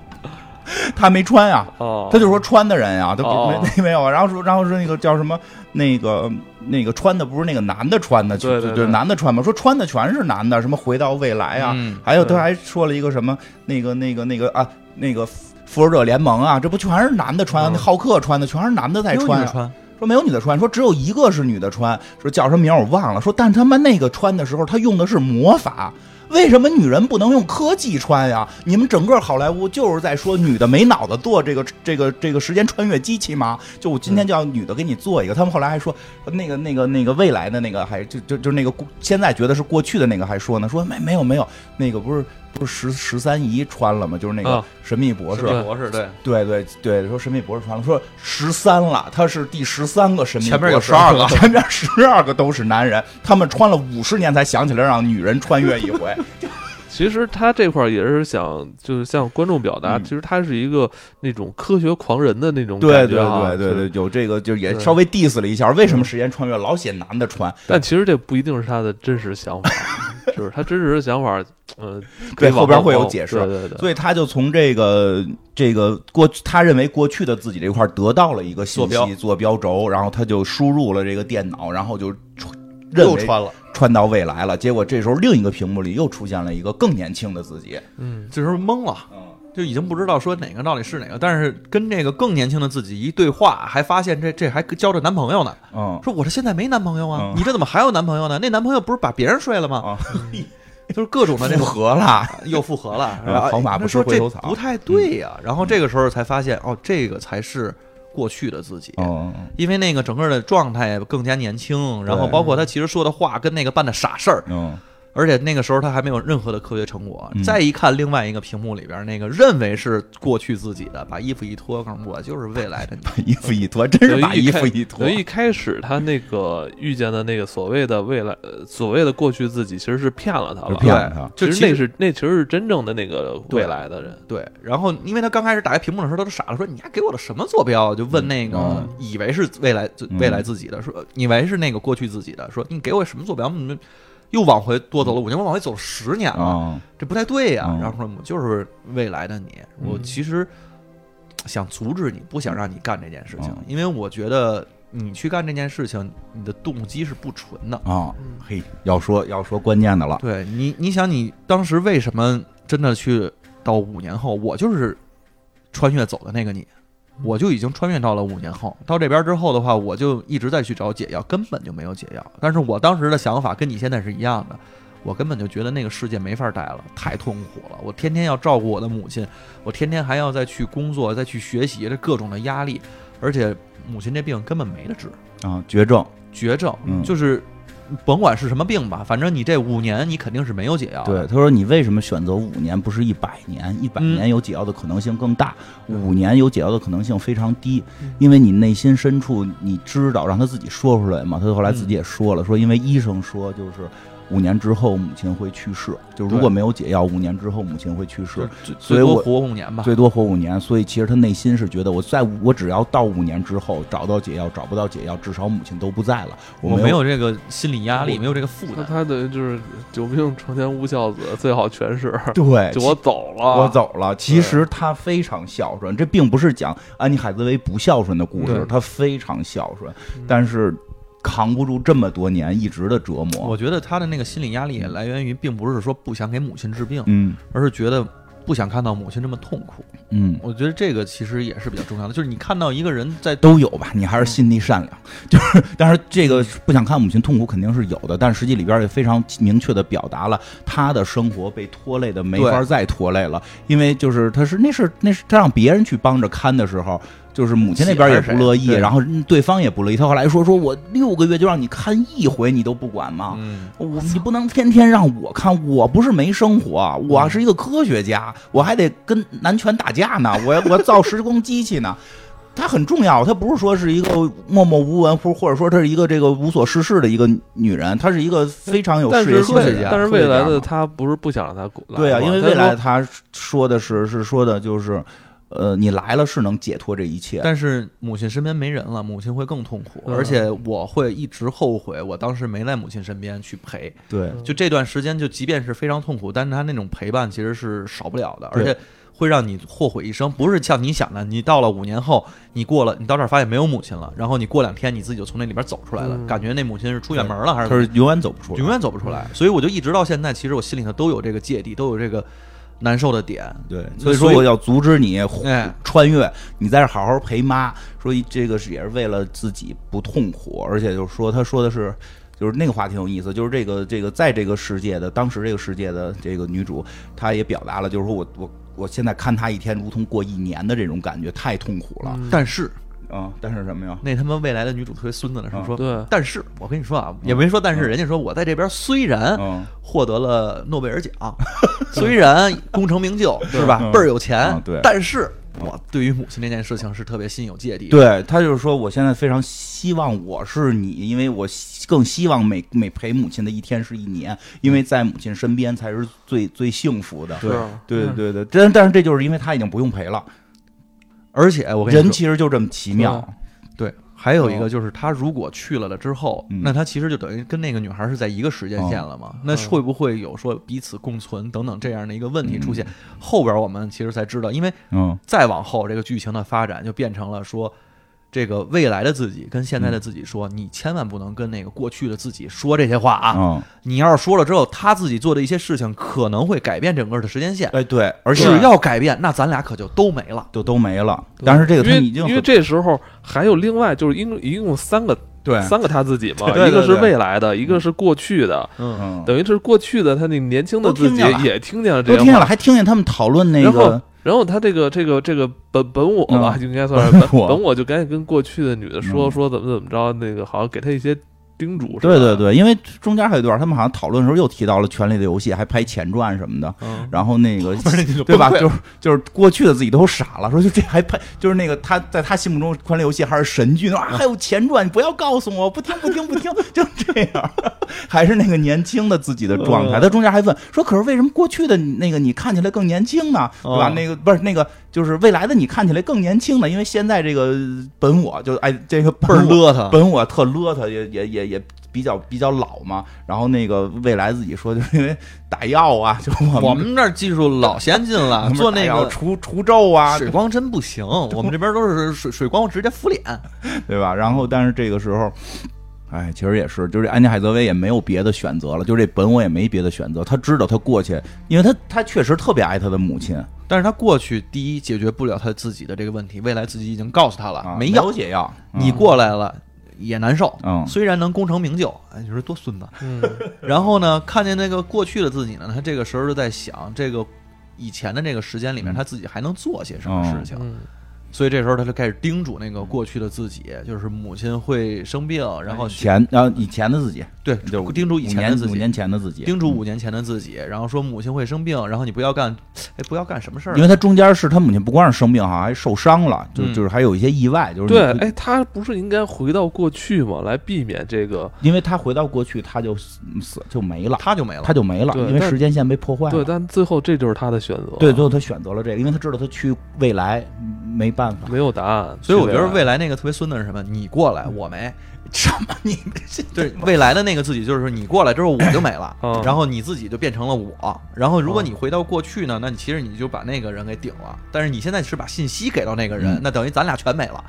Speaker 2: 她没穿啊呀、
Speaker 1: 哦，
Speaker 2: 他就说穿的人呀，他
Speaker 1: 哦
Speaker 2: 没 没没有啊，然后说然后说那个叫什么那个那个穿的不是那个男的穿的，
Speaker 1: 对
Speaker 2: 就就
Speaker 1: 对对
Speaker 2: 男的穿嘛，说穿的全是男的，什么回到未来啊，
Speaker 3: 嗯
Speaker 2: 还有
Speaker 1: 对
Speaker 2: 他还说了一个什么那个那个那个啊那个复仇者联盟啊，这不全是男的穿，
Speaker 1: 嗯
Speaker 2: 那浩克穿的全是男的在
Speaker 3: 没有
Speaker 2: 穿
Speaker 3: 女
Speaker 2: 啊
Speaker 3: 的，穿，
Speaker 2: 说没有女的穿，说只有一个是女的穿，说叫什么名儿我忘了，说但他妈那个穿的时候，他用的是魔法。为什么女人不能用科技穿呀？你们整个好莱坞就是在说女的没脑子做这个这个这个时间穿越机器吗？就我今天就要女的给你做一个。他们后来还说那个那个那个未来的那个还就就就那个过现在觉得是过去的那个还说呢，说没没有没有那个不是不是十十三姨穿了吗？就是那个
Speaker 1: 啊
Speaker 2: 神秘博士，
Speaker 1: 神秘
Speaker 3: 博士对，
Speaker 2: 对对对，说神秘博士传了，说十三了，他是第十三个神秘博士，
Speaker 3: 前面有12个
Speaker 2: 前面 十二个都是男人，他们穿了五十年才想起来让女人穿越一回，
Speaker 1: 其实他这块儿也是想，就是向观众表达，
Speaker 2: 嗯
Speaker 1: 其实他是一个那种科学狂人的那种
Speaker 2: 对
Speaker 1: 感
Speaker 2: 对
Speaker 1: 觉啊
Speaker 2: 对对对，有这个就也
Speaker 1: 对嗯
Speaker 2: 稍微 diss 了一下，为什么时间穿越老写男的穿？
Speaker 1: 但其实这不一定是他的真实想法， 就是他真实的想法，嗯、可以
Speaker 2: 对
Speaker 1: 往
Speaker 2: 后边会有解释
Speaker 1: 对对对，
Speaker 2: 所以他就从这个这个过去，他认为过去的自己这块儿得到了一个信
Speaker 3: 坐
Speaker 2: 息坐标轴，然后他就输入了这个电脑，然后就穿认
Speaker 3: 又
Speaker 2: 为
Speaker 3: 穿了。
Speaker 2: 穿到未来了。结果这时候另一个屏幕里又出现了一个更年轻的自己，
Speaker 1: 嗯，
Speaker 3: 这时候懵了，
Speaker 2: 嗯，
Speaker 3: 就已经不知道说哪个到底是哪个。但是跟这个更年轻的自己一对话，还发现这这还交着男朋友呢。
Speaker 2: 嗯，
Speaker 3: 说我这现在没男朋友啊，
Speaker 2: 嗯
Speaker 3: 你这怎么还有男朋友呢？那男朋友不是把别人睡了吗？
Speaker 2: 啊，
Speaker 3: 就是各种的那
Speaker 2: 复
Speaker 3: 种
Speaker 2: 合了，
Speaker 3: 又 复合了，
Speaker 2: 嗯
Speaker 3: 然后
Speaker 2: 好马
Speaker 3: 哎
Speaker 2: 不
Speaker 3: 那
Speaker 2: 吃
Speaker 3: 说
Speaker 2: 回
Speaker 3: 这
Speaker 2: 头草嗯
Speaker 3: 不太对呀、然后这个时候才发现，哦，这个才是过去的自己。
Speaker 2: 哦，
Speaker 3: 因为那个整个的状态更加年轻，然后包括他其实说的话跟那个办的傻事儿，
Speaker 2: 嗯，
Speaker 3: 而且那个时候他还没有任何的科学成果。
Speaker 2: 嗯
Speaker 3: 再一看另外一个屏幕里边那个认为是过去自己的，把衣服一脱，告诉我就是未 来的你。
Speaker 2: 一服一脱，真是把
Speaker 1: 等于
Speaker 2: 衣
Speaker 1: 开
Speaker 2: 服一脱
Speaker 1: 等，于一开始他那个遇见的那个所谓的未来，呃所谓的过去自己，其实是骗了他
Speaker 2: 就
Speaker 1: 吧？
Speaker 2: 骗了他
Speaker 1: 其
Speaker 3: 就
Speaker 1: 实那是那其实是真正的那个
Speaker 3: 对
Speaker 1: 未来的人，
Speaker 3: 对，然后因为他刚开始打开屏幕的时候，他都傻了，说你还给我的什么坐标啊？就问那个、
Speaker 2: 嗯
Speaker 3: 以为是未来自
Speaker 2: 嗯
Speaker 3: 未来自己的，说以为是那个过去自己的，说你给我什么坐标？你们又往回多走了五年，我往回走了十年了，
Speaker 2: 啊，
Speaker 3: 这不太对呀、
Speaker 2: 嗯
Speaker 3: 然后说我就是未来的你，我
Speaker 1: 嗯
Speaker 3: 其实想阻止你，不想让你干这件事情
Speaker 2: 嗯，
Speaker 3: 因为我觉得你去干这件事情，你的动机是不纯的。
Speaker 2: 啊
Speaker 1: 嗯，
Speaker 2: 嘿，要说要说关键的了，
Speaker 3: 对你，你想你当时为什么真的去到五年后？我就是穿越走的那个你，我就已经穿越到了五年后。到这边之后的话，我就一直在去找解药，根本就没有解药。但是我当时的想法跟你现在是一样的。我根本就觉得那个世界没法待了，太痛苦了。我天天要照顾我的母亲，我天天还要再去工作，再去学习，这各种的压力，而且母亲这病根本没得治。
Speaker 2: 啊，绝症，
Speaker 3: 绝症，
Speaker 2: 嗯
Speaker 3: 就是甭管是什么病吧，反正你这五年你肯定是没有解药的。
Speaker 2: 对，他说你为什么选择五年不是一百年？一百
Speaker 3: 嗯
Speaker 2: 年有解药的可能性更大，五年有解药的可能性非常低
Speaker 1: 嗯，
Speaker 2: 因为你内心深处你知道，让他自己说出来嘛。他后来
Speaker 3: 嗯
Speaker 2: 自己也说了，说因为医生说就是五年之后母亲会去世，就如
Speaker 3: 对
Speaker 2: 果没有解药，五年之后母亲会去世
Speaker 3: 就，最
Speaker 2: 所以
Speaker 3: 最多
Speaker 2: 我
Speaker 3: 活五年吧。
Speaker 2: 最多活五年。所以其实他内心是觉得，我在我只要到五年之后找到解药，找不到解药，至少母亲都不在了，
Speaker 3: 我
Speaker 2: 没
Speaker 3: 没有这个心理压力，
Speaker 1: 我
Speaker 3: 没有这个负
Speaker 1: 那
Speaker 3: 担。
Speaker 1: 他的就是久病床前无孝子，最好全是。
Speaker 2: 对
Speaker 1: 就我走了，
Speaker 2: 哎我走了。其实他非常孝顺，这并不是讲安妮海瑟薇不孝顺的故事
Speaker 1: 对，
Speaker 2: 他非常孝顺，
Speaker 1: 嗯
Speaker 2: 但是扛不住这么多年一直的折
Speaker 3: 我
Speaker 2: 磨。
Speaker 3: 觉得他的那个心理压力也来源于，并不是说不想给母亲治病，
Speaker 2: 嗯
Speaker 3: 而是觉得不想看到母亲这么痛苦。
Speaker 2: 嗯，
Speaker 3: 我觉得这个其实也是比较重要的，就是你看到一个人在
Speaker 2: 都有吧，你还是心地善良。就是，但是这个不想看母亲痛苦肯定是有的，但实际里边也非常明确的表达了他的生活被拖累的没法
Speaker 3: 对
Speaker 2: 再拖累了，因为就是他是那是那是他让别人去帮着看的时候。就是母亲那边也不乐意，
Speaker 3: 对
Speaker 2: 然后对方也不乐意。他后来说：“说我六个月就让你看一回，你都不管吗？
Speaker 3: 嗯，
Speaker 2: 我你不能天天让我看，我不是没生活，我
Speaker 3: 嗯
Speaker 2: 是一个科学家，我还得跟男权打架呢，我我造时空机器呢。她很重要，她不是说是一个默默无闻，或或者说她是一个这个无所事事的一个女人，她是一个非常有
Speaker 1: 但
Speaker 2: 事业
Speaker 1: 是
Speaker 2: 心的
Speaker 1: 未
Speaker 2: 人。
Speaker 1: 但是未来的
Speaker 2: 科学家嘛
Speaker 1: 他不是不想让他过来
Speaker 2: 对啊，
Speaker 1: 吗
Speaker 2: 因为
Speaker 1: 他
Speaker 2: 未来
Speaker 1: 说
Speaker 2: 她说的是是说的就是，呃，你来了是能解脱这一切，
Speaker 3: 但是母亲身边没人了，母亲会更痛苦，
Speaker 1: 嗯
Speaker 2: 啊
Speaker 3: 而且我会一直后悔，我当时没在母亲身边去陪。
Speaker 2: 对
Speaker 1: 嗯
Speaker 3: 就这段时间，就即便是非常痛苦，但是他那种陪伴其实是少不了的，
Speaker 2: 对
Speaker 3: 而且会让你后悔一生。不是像你想的，你到了五年后，你过了，你到这儿发现没有母亲了，然后你过两天你自己就从那里边走出来了，
Speaker 1: 嗯
Speaker 3: 感觉那母亲是出远门了还是
Speaker 2: 她是嗯永远走不出来
Speaker 3: 永。远走不出来。所以我就一直到现在，其实我心里头都有这个芥蒂，都有这个难受的点。
Speaker 2: 对，所
Speaker 3: 所
Speaker 2: 以说
Speaker 3: 以
Speaker 2: 我要阻止你
Speaker 3: 哎
Speaker 2: 穿越，你在这好好陪妈。说这个是也是为了自己不痛苦，而且就是说他说的是，就是那个话挺有意思，就是这个这个在这个世界的当时这个世界的这个女主，她也表达了，就是说我我我现在看她一天如同过一年的这种感觉，太痛苦了啊、
Speaker 3: 但是
Speaker 2: 但是什么呀？
Speaker 3: 那他妈未来的女主特别孙子的时候
Speaker 2: 嗯
Speaker 3: 说，
Speaker 1: 对
Speaker 3: 但是我跟你说啊，也没说，但是人家说我在这边虽然
Speaker 2: 嗯
Speaker 3: 获得 了诺贝尔奖，虽然功成名就，是吧
Speaker 2: 嗯？
Speaker 3: 倍儿有
Speaker 2: 嗯
Speaker 3: 钱
Speaker 2: 对，
Speaker 3: 但是我对于母亲这件事情是特别心有芥蒂。，
Speaker 2: 对他就是说，我现在非常希望我是你，因为我希更希望每每陪母亲的一天是一年，因为在母亲身边才是最最幸福的。
Speaker 1: 是
Speaker 2: 对嗯对对，但但是这就是因为他已经不用陪了，
Speaker 3: 而且我跟你
Speaker 2: 人
Speaker 3: 说，
Speaker 2: 其实就这么奇妙。
Speaker 3: 对，还有一个就是他如果去了了之后，
Speaker 2: 嗯哦
Speaker 3: 那他其实就等于跟那个女孩是在一个时间线了嘛？那是会不会有说彼此共存等等这样的一个问题出现？后边我们其实才知道，因为
Speaker 2: 嗯
Speaker 3: 再往后这个剧情的发展就变成了说。这个未来的自己跟现在的自己说，你千万不能跟那个过去的自己说这些话啊！
Speaker 2: 嗯，
Speaker 3: 你要是说了之后，他自己做的一些事情可能会改变整个的时间线，
Speaker 2: 哎对，而且
Speaker 3: 只要改变，那咱俩可就都没了。
Speaker 2: 就都没了。但是这个
Speaker 1: 因
Speaker 2: 他
Speaker 1: 为
Speaker 2: 已经
Speaker 1: 因为
Speaker 2: 很
Speaker 1: 这时候还有另外就是一共一共三个
Speaker 2: 对，
Speaker 1: 三个他自己嘛，
Speaker 2: 对对
Speaker 1: 一个是
Speaker 2: 对
Speaker 1: 未来的，一个是过去的，
Speaker 3: 嗯，
Speaker 2: 嗯，
Speaker 1: 等于是过去的他那年轻的
Speaker 2: 都听
Speaker 1: 自己
Speaker 2: 见了
Speaker 1: 也听见了这
Speaker 2: 都
Speaker 1: 些
Speaker 2: 听见
Speaker 1: 话
Speaker 2: 了，，还听见他们讨论那
Speaker 1: 然后
Speaker 2: 个，
Speaker 1: 然后他这个这个这个本本我吧，
Speaker 2: 嗯
Speaker 1: 应该 算是本
Speaker 2: 本我
Speaker 1: 本我就赶紧跟过去的女的说
Speaker 2: 嗯
Speaker 1: 说怎么怎么着，那个好像给他一些叮嘱。
Speaker 2: 对对，对，因为中间还有一段，他们好像讨论的时候又提到了《权力的游戏》，还拍前传什么的。
Speaker 1: 嗯，
Speaker 2: 然后那 个
Speaker 3: 是你就
Speaker 2: 对吧？
Speaker 3: 崩溃
Speaker 2: 就是就是过去的自己都傻了，说就这还拍，就是那个他在他心目中《欢乐游戏》还是神剧呢
Speaker 3: 嗯
Speaker 2: 啊，还有前传，不要告诉我，不听不听不听， 就这样，还是那个年轻的自己的状态。
Speaker 3: 嗯
Speaker 2: 他中间还问说，可是为什么过去的你那个你看起来更年轻呢？对吧？
Speaker 3: 嗯
Speaker 2: 那个不是那个就是未来的你看起来更年轻呢，因为现在这个本我就哎这个
Speaker 3: 倍儿
Speaker 2: 本我
Speaker 3: 邋遢。
Speaker 2: 本我特邋遢，也也也也比较比较老嘛。然后那个未来自己说，就是因为打药啊，就
Speaker 3: 我们这儿技术老先进了，啊 做那
Speaker 2: 要
Speaker 3: 个
Speaker 2: 除除皱啊，
Speaker 3: 水光针 不行，我们这边都是水水光直接敷脸。
Speaker 2: 对吧？然后，但是这个时候，哎，其实也是，就是安妮海瑟薇也没有别的选择了，就这本我也没别的选择。他知道他过去，因为他他确实特别爱他的母亲，啊
Speaker 3: 但是他过去第一解决不了他自己的这个问题，未来自己已经告诉他了
Speaker 2: 啊、，
Speaker 3: 没药
Speaker 2: 有，解药，
Speaker 3: 你
Speaker 2: 嗯
Speaker 3: 过来了也难受。
Speaker 2: 嗯
Speaker 3: 虽然能功成名就，哎，你说多孙子。
Speaker 1: 嗯，
Speaker 3: 然后呢，看见那个过去的自己呢，他这个时候就在想，这个以前的那个时间里面，
Speaker 2: 嗯
Speaker 3: 他自己还能做些什么事情？
Speaker 1: 嗯
Speaker 3: 所以这时候他就开始叮嘱那个过去的自己，就是母亲会生病，然后
Speaker 2: 以前然后啊以前的自己，
Speaker 3: 对
Speaker 2: 就是五
Speaker 3: 叮嘱以前的自
Speaker 2: 五年五
Speaker 3: 己，
Speaker 2: 年前的自己，
Speaker 3: 叮嘱五年前的自己，然后说母亲会生病，然后你不要干，哎，不要干什么事儿
Speaker 2: 因，为他中间是他母亲不光是生病哈，还受伤了，就、
Speaker 3: 嗯
Speaker 2: 就是还有一些意外，就是
Speaker 1: 对，
Speaker 2: 你
Speaker 1: 哎，他不是应该回到过去吗？来避免这个。
Speaker 2: 因为他回到过去，他就死就没了，
Speaker 3: 他就没了。
Speaker 2: 他就没了，
Speaker 1: 对
Speaker 2: 因为
Speaker 1: 但
Speaker 2: 时间线被破坏了。
Speaker 1: 对，但最后这就是他的选择。
Speaker 2: 对，最后他选择了这个，因为他知道他去未来没办法。
Speaker 1: 没有答案。
Speaker 3: 所以我觉得
Speaker 1: 去
Speaker 3: 未来那个特别孙子是什么？你过来，我没。
Speaker 2: 什么？你们这
Speaker 3: 对，未来的那个自己就是你过来之后我就没了
Speaker 1: 嗯，
Speaker 3: 然后你自己就变成了我。然后如果你回到过去呢，那你其实你就把那个人给顶了，但是你现在是把信息给到那个人
Speaker 2: 嗯，
Speaker 3: 那等于咱俩全没了。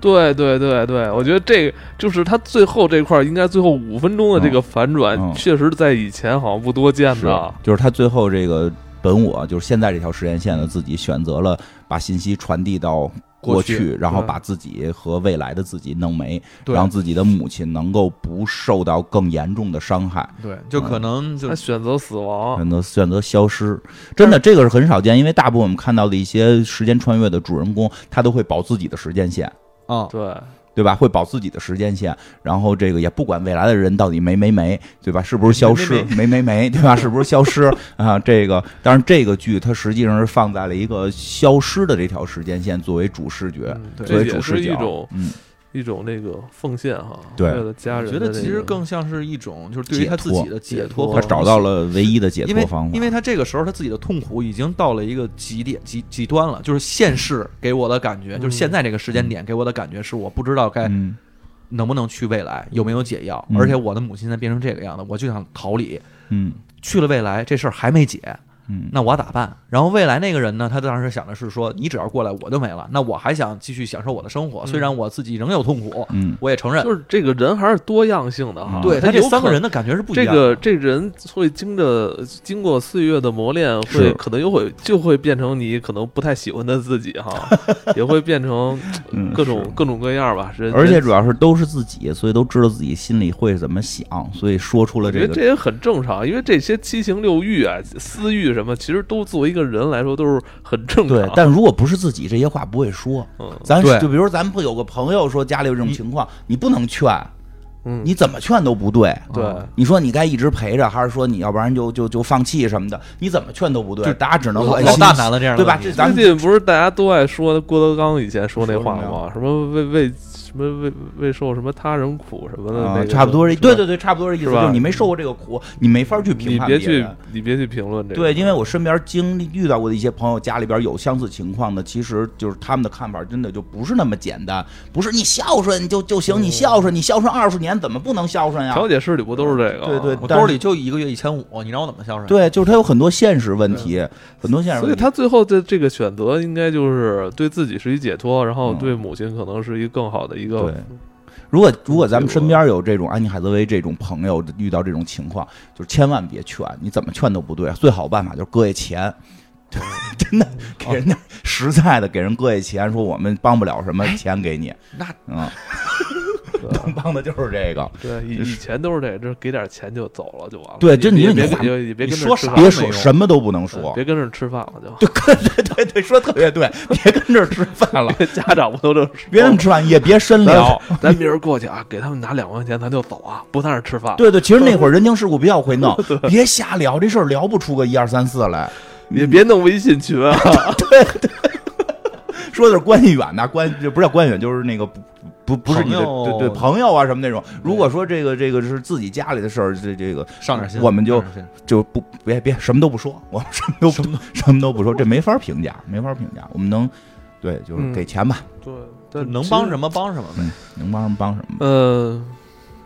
Speaker 1: 对对对对，我觉得这个就是他最后这块儿，应该最后五分钟的这个反转，
Speaker 2: 嗯嗯
Speaker 1: 确实在以前好像不多见
Speaker 2: 是
Speaker 1: 的。
Speaker 2: 就是他最后这个本我，就是现在这条时间线的自己，选择了把信息传递到过
Speaker 3: 过
Speaker 2: 去，嗯
Speaker 3: 去
Speaker 2: 然后
Speaker 1: 对
Speaker 2: 把自己和未来的自己弄没，
Speaker 3: 对
Speaker 2: 让自己的母亲能够不受到更严重的伤害。
Speaker 3: 对，就可能就
Speaker 1: 他选择死亡，
Speaker 2: 选择选择消失，真的这哦个是很少见，因为大部分我们看到的一些时间穿越的主人公，他都会保自己的时间线，
Speaker 3: 啊，
Speaker 1: 对，
Speaker 2: 对吧？会保自己的时间线，然后这个也不管未来的人到底没没没，对吧？是不是消失？没没没， 对吧？是不是消失啊？这个，当然这个剧它实际上是放在了一个消失的这条时间线作为主视觉，
Speaker 1: 嗯
Speaker 2: 作
Speaker 3: 对
Speaker 1: 这
Speaker 2: 为
Speaker 1: 也
Speaker 2: 主视
Speaker 1: 是一
Speaker 2: 角。
Speaker 1: 种
Speaker 2: 嗯，
Speaker 1: 一种那个奉献哈，
Speaker 2: 对
Speaker 1: 为了家
Speaker 3: 我
Speaker 1: 人的这
Speaker 3: 觉
Speaker 1: 个。
Speaker 3: 得其实更像是一种就是对于
Speaker 2: 解
Speaker 3: 他自
Speaker 2: 脱
Speaker 3: 己的解
Speaker 1: 解
Speaker 3: 脱
Speaker 1: 脱
Speaker 3: 和
Speaker 2: 他找到了唯一的解
Speaker 3: 因
Speaker 2: 脱
Speaker 3: 为
Speaker 2: 方法，
Speaker 3: 因为他这个时候他自己的痛苦已经到了一个极点极极端了，就是现世给我的感觉，就是现在这个时间点给我的感觉是我不知道该
Speaker 2: 嗯
Speaker 3: 能不能去未来，有没有解药，
Speaker 2: 嗯
Speaker 3: 而且我的母亲现在变成这个样子，我就想逃离，
Speaker 2: 嗯
Speaker 3: 去了未来这事儿还没解，
Speaker 2: 嗯
Speaker 3: 那我咋办？然后未来那个人呢，他当时想的是说，你只要过来我就没了，那我还想继续享受我的生活，虽然我自己仍有痛苦，
Speaker 2: 嗯
Speaker 3: 我也承认，
Speaker 1: 嗯就是这个人还是多样性的哈。
Speaker 2: 嗯
Speaker 3: 对
Speaker 1: 他
Speaker 3: 他这
Speaker 1: 有
Speaker 3: 三个
Speaker 1: 可
Speaker 3: 人的感觉是不一
Speaker 1: 这
Speaker 3: 样的。
Speaker 1: 个这人会经着经过岁月的磨练，会
Speaker 2: 是
Speaker 1: 可能又会就会变成你可能不太喜欢的自己 哈，也会变成
Speaker 2: 嗯
Speaker 1: 各种各种各样吧。人
Speaker 2: 而且
Speaker 1: 人
Speaker 2: 主要是都是自己，所以都知道自己心里会怎么想，所以说出了
Speaker 1: 我
Speaker 2: 这
Speaker 1: 觉得
Speaker 2: 个
Speaker 1: 这也很正常，因为这些七情六欲啊、私欲什么，其实都作为一个人来说都是很正常。
Speaker 2: 对，但如果不是自己，这些话不会说。
Speaker 1: 嗯
Speaker 2: 咱
Speaker 3: 对
Speaker 2: 就比如咱不有个朋友说家里有这种情况，你不能劝，
Speaker 1: 嗯，
Speaker 2: 你怎么劝都不对。
Speaker 1: 对
Speaker 3: 啊
Speaker 2: 你说你该一直陪着，还是说你要不然就就就放弃什么的？你怎么劝都不对，
Speaker 3: 就
Speaker 2: 大家只能
Speaker 3: 老
Speaker 2: 哎
Speaker 3: 老大
Speaker 2: 行
Speaker 3: 难了这样的
Speaker 2: 对吧？
Speaker 3: 问题
Speaker 2: 这咱们
Speaker 1: 最近不是大家都爱说郭德纲以前说那话
Speaker 2: 说
Speaker 1: 吗？什么为为什么为为受什么他人苦什么的，那
Speaker 2: 啊
Speaker 1: 个
Speaker 2: 差不多
Speaker 1: 是
Speaker 2: 是，
Speaker 1: 吧
Speaker 2: 对对对，差不多是意思，
Speaker 1: 是吧
Speaker 2: 就是你没受过这个苦，你没法去评
Speaker 1: 你
Speaker 2: 判
Speaker 1: 别
Speaker 2: 别
Speaker 1: 去
Speaker 2: 人。，
Speaker 1: 你别去评论这个。
Speaker 2: 对，因为我身边经历遇到过的一些朋友，家里边有相似情况的，其实就是他们的看法真的就不是那么简单，不是你孝顺就就行，你孝顺，你孝顺二十年怎么不能孝顺呀？
Speaker 1: 调解室里不都是这个？
Speaker 2: 啊
Speaker 1: 啊
Speaker 2: 对对
Speaker 3: 我
Speaker 2: 但是
Speaker 3: 兜里就一个月一千五，你让我怎么孝顺？，
Speaker 2: 对，就是他有很多现实问题，很多现实
Speaker 1: 所以
Speaker 2: 问题。
Speaker 1: 他最后的这个选择，应该就是对自己是一解脱，然后对母亲可能是一个更好的一个
Speaker 2: 嗯对。如果如果咱们身边有这种安妮海瑟薇这种朋友遇到这种情况，就是千万别劝，你怎么劝都不对。最好办法就是搁一钱， 真的给人家实在的给人搁一钱，说我们帮不了什么，钱给你。
Speaker 3: 那
Speaker 2: 嗯，
Speaker 1: 对
Speaker 2: 能帮的就是这个。
Speaker 1: 对，以以前都是这，这给点钱就走了就完了。
Speaker 2: 对
Speaker 1: 也
Speaker 2: 这你
Speaker 1: 也
Speaker 2: 说
Speaker 1: 别
Speaker 2: 你
Speaker 1: 跟
Speaker 2: 话
Speaker 1: 也也别
Speaker 3: 你
Speaker 1: 跟这
Speaker 3: 说
Speaker 1: 吃
Speaker 3: 啥
Speaker 1: 饭
Speaker 2: 别
Speaker 1: 了
Speaker 2: 说
Speaker 3: 没有
Speaker 2: 什么都不能
Speaker 1: 嗯
Speaker 2: 说，
Speaker 1: 别跟这吃饭了就。
Speaker 2: 对，跟对对对，说特别对，别跟这儿吃饭了，
Speaker 1: 家长不都这么说？
Speaker 2: 别这么吃饭，也别深聊。
Speaker 1: 咱咱明儿过去啊，给他们拿两块钱，咱就走啊，不在那儿吃饭。，
Speaker 2: 对对，其实那会儿人情世故比较会弄，别瞎聊，这事儿聊不出个一二三四来。
Speaker 1: 也别弄微信群啊。
Speaker 2: 说的是关系远的，关就不是叫关系远，就是那个不不不是你的
Speaker 3: 朋友
Speaker 2: 对对朋友啊什么那种。如果说这个这个是自己家里的事儿，这这个
Speaker 3: 上点心，嗯
Speaker 2: 我们就
Speaker 3: 上点心
Speaker 2: 就不别别什么都不说，我们什么都不什么都不说，这没法评价，没法评价。我们能对就是
Speaker 1: 嗯
Speaker 2: 给钱吧，
Speaker 1: 对，
Speaker 3: 就
Speaker 1: 但
Speaker 3: 能帮
Speaker 1: 么？
Speaker 3: 什么帮什么 呗。
Speaker 2: 嗯，能帮什么帮什么。
Speaker 1: 呃，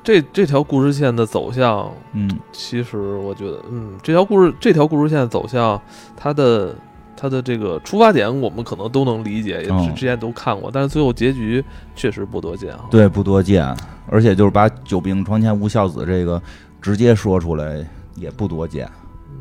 Speaker 1: 这这条故事线的走向，
Speaker 2: 嗯，
Speaker 1: 其实我觉得，嗯，这条故事这条故事线的走向，它的它的这个出发点，我们可能都能理解，也
Speaker 2: 哦
Speaker 1: 之之前都看过，但是最后结局确实不多见啊。
Speaker 2: 对，不多见，而且就是把“久病床前无孝子”这个直接说出来也不多见，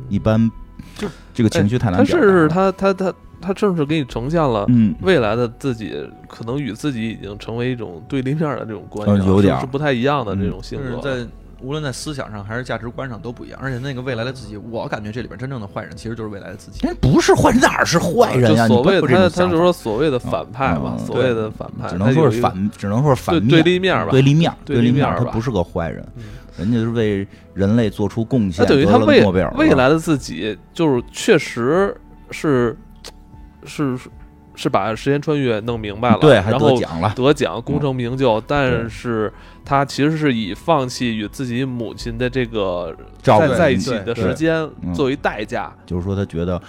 Speaker 2: 一般
Speaker 3: 嗯就
Speaker 2: 这个情绪太
Speaker 1: 它
Speaker 2: 难表
Speaker 1: 甚
Speaker 2: 达
Speaker 1: 至
Speaker 2: 了。
Speaker 1: 它它它它正是给你呈现了。
Speaker 2: 嗯，
Speaker 1: 未来的自己可能与自己已经成为一种对立面的这种关系啊、
Speaker 2: 嗯有点儿
Speaker 1: 是不太一样的
Speaker 2: 嗯
Speaker 1: 这种性
Speaker 3: 就是
Speaker 1: 格。啊
Speaker 3: 在无论在思想上还是价值观上都不一样，而且那个未来的自己，我感觉这里边真正的坏人其实就是未来的自己。
Speaker 2: 人不是坏人，哪儿是坏人
Speaker 1: 就
Speaker 2: 呀？你
Speaker 1: 所
Speaker 2: 不要
Speaker 1: 谓
Speaker 2: 有
Speaker 1: 的
Speaker 2: 这种
Speaker 1: 他，他
Speaker 2: 想
Speaker 1: 就
Speaker 2: 法
Speaker 1: 是说所谓的反派嘛，
Speaker 2: 嗯嗯
Speaker 1: 所谓的反派，
Speaker 2: 只能
Speaker 1: 他
Speaker 2: 说
Speaker 1: 有
Speaker 2: 是
Speaker 1: 一个。
Speaker 2: 反，只能说是反
Speaker 1: 对
Speaker 2: 面
Speaker 1: 对立面吧
Speaker 2: 对立面，
Speaker 1: 对
Speaker 2: 立
Speaker 1: 立面
Speaker 2: 他
Speaker 1: 吧
Speaker 2: 不是个坏人
Speaker 1: 嗯，
Speaker 2: 人家是为人类做出贡
Speaker 1: 那
Speaker 2: 献，
Speaker 1: 等于
Speaker 2: 得
Speaker 1: 他
Speaker 2: 了
Speaker 1: 未
Speaker 2: 诺贝尔了嗯
Speaker 1: 未来的自己，就是确实是是是把时间穿越弄明白了，
Speaker 2: 嗯对，还
Speaker 1: 然
Speaker 2: 得嗯
Speaker 1: 后
Speaker 2: 奖了，
Speaker 1: 得奖，功成名就。但是他其实是以放弃与自己母亲的这个
Speaker 2: 照
Speaker 1: 在
Speaker 2: 顾
Speaker 1: 在一
Speaker 2: 人
Speaker 1: 起
Speaker 2: 家
Speaker 1: 的
Speaker 2: 对
Speaker 1: 时间
Speaker 2: 嗯
Speaker 1: 作为代价。
Speaker 2: 就是说他觉得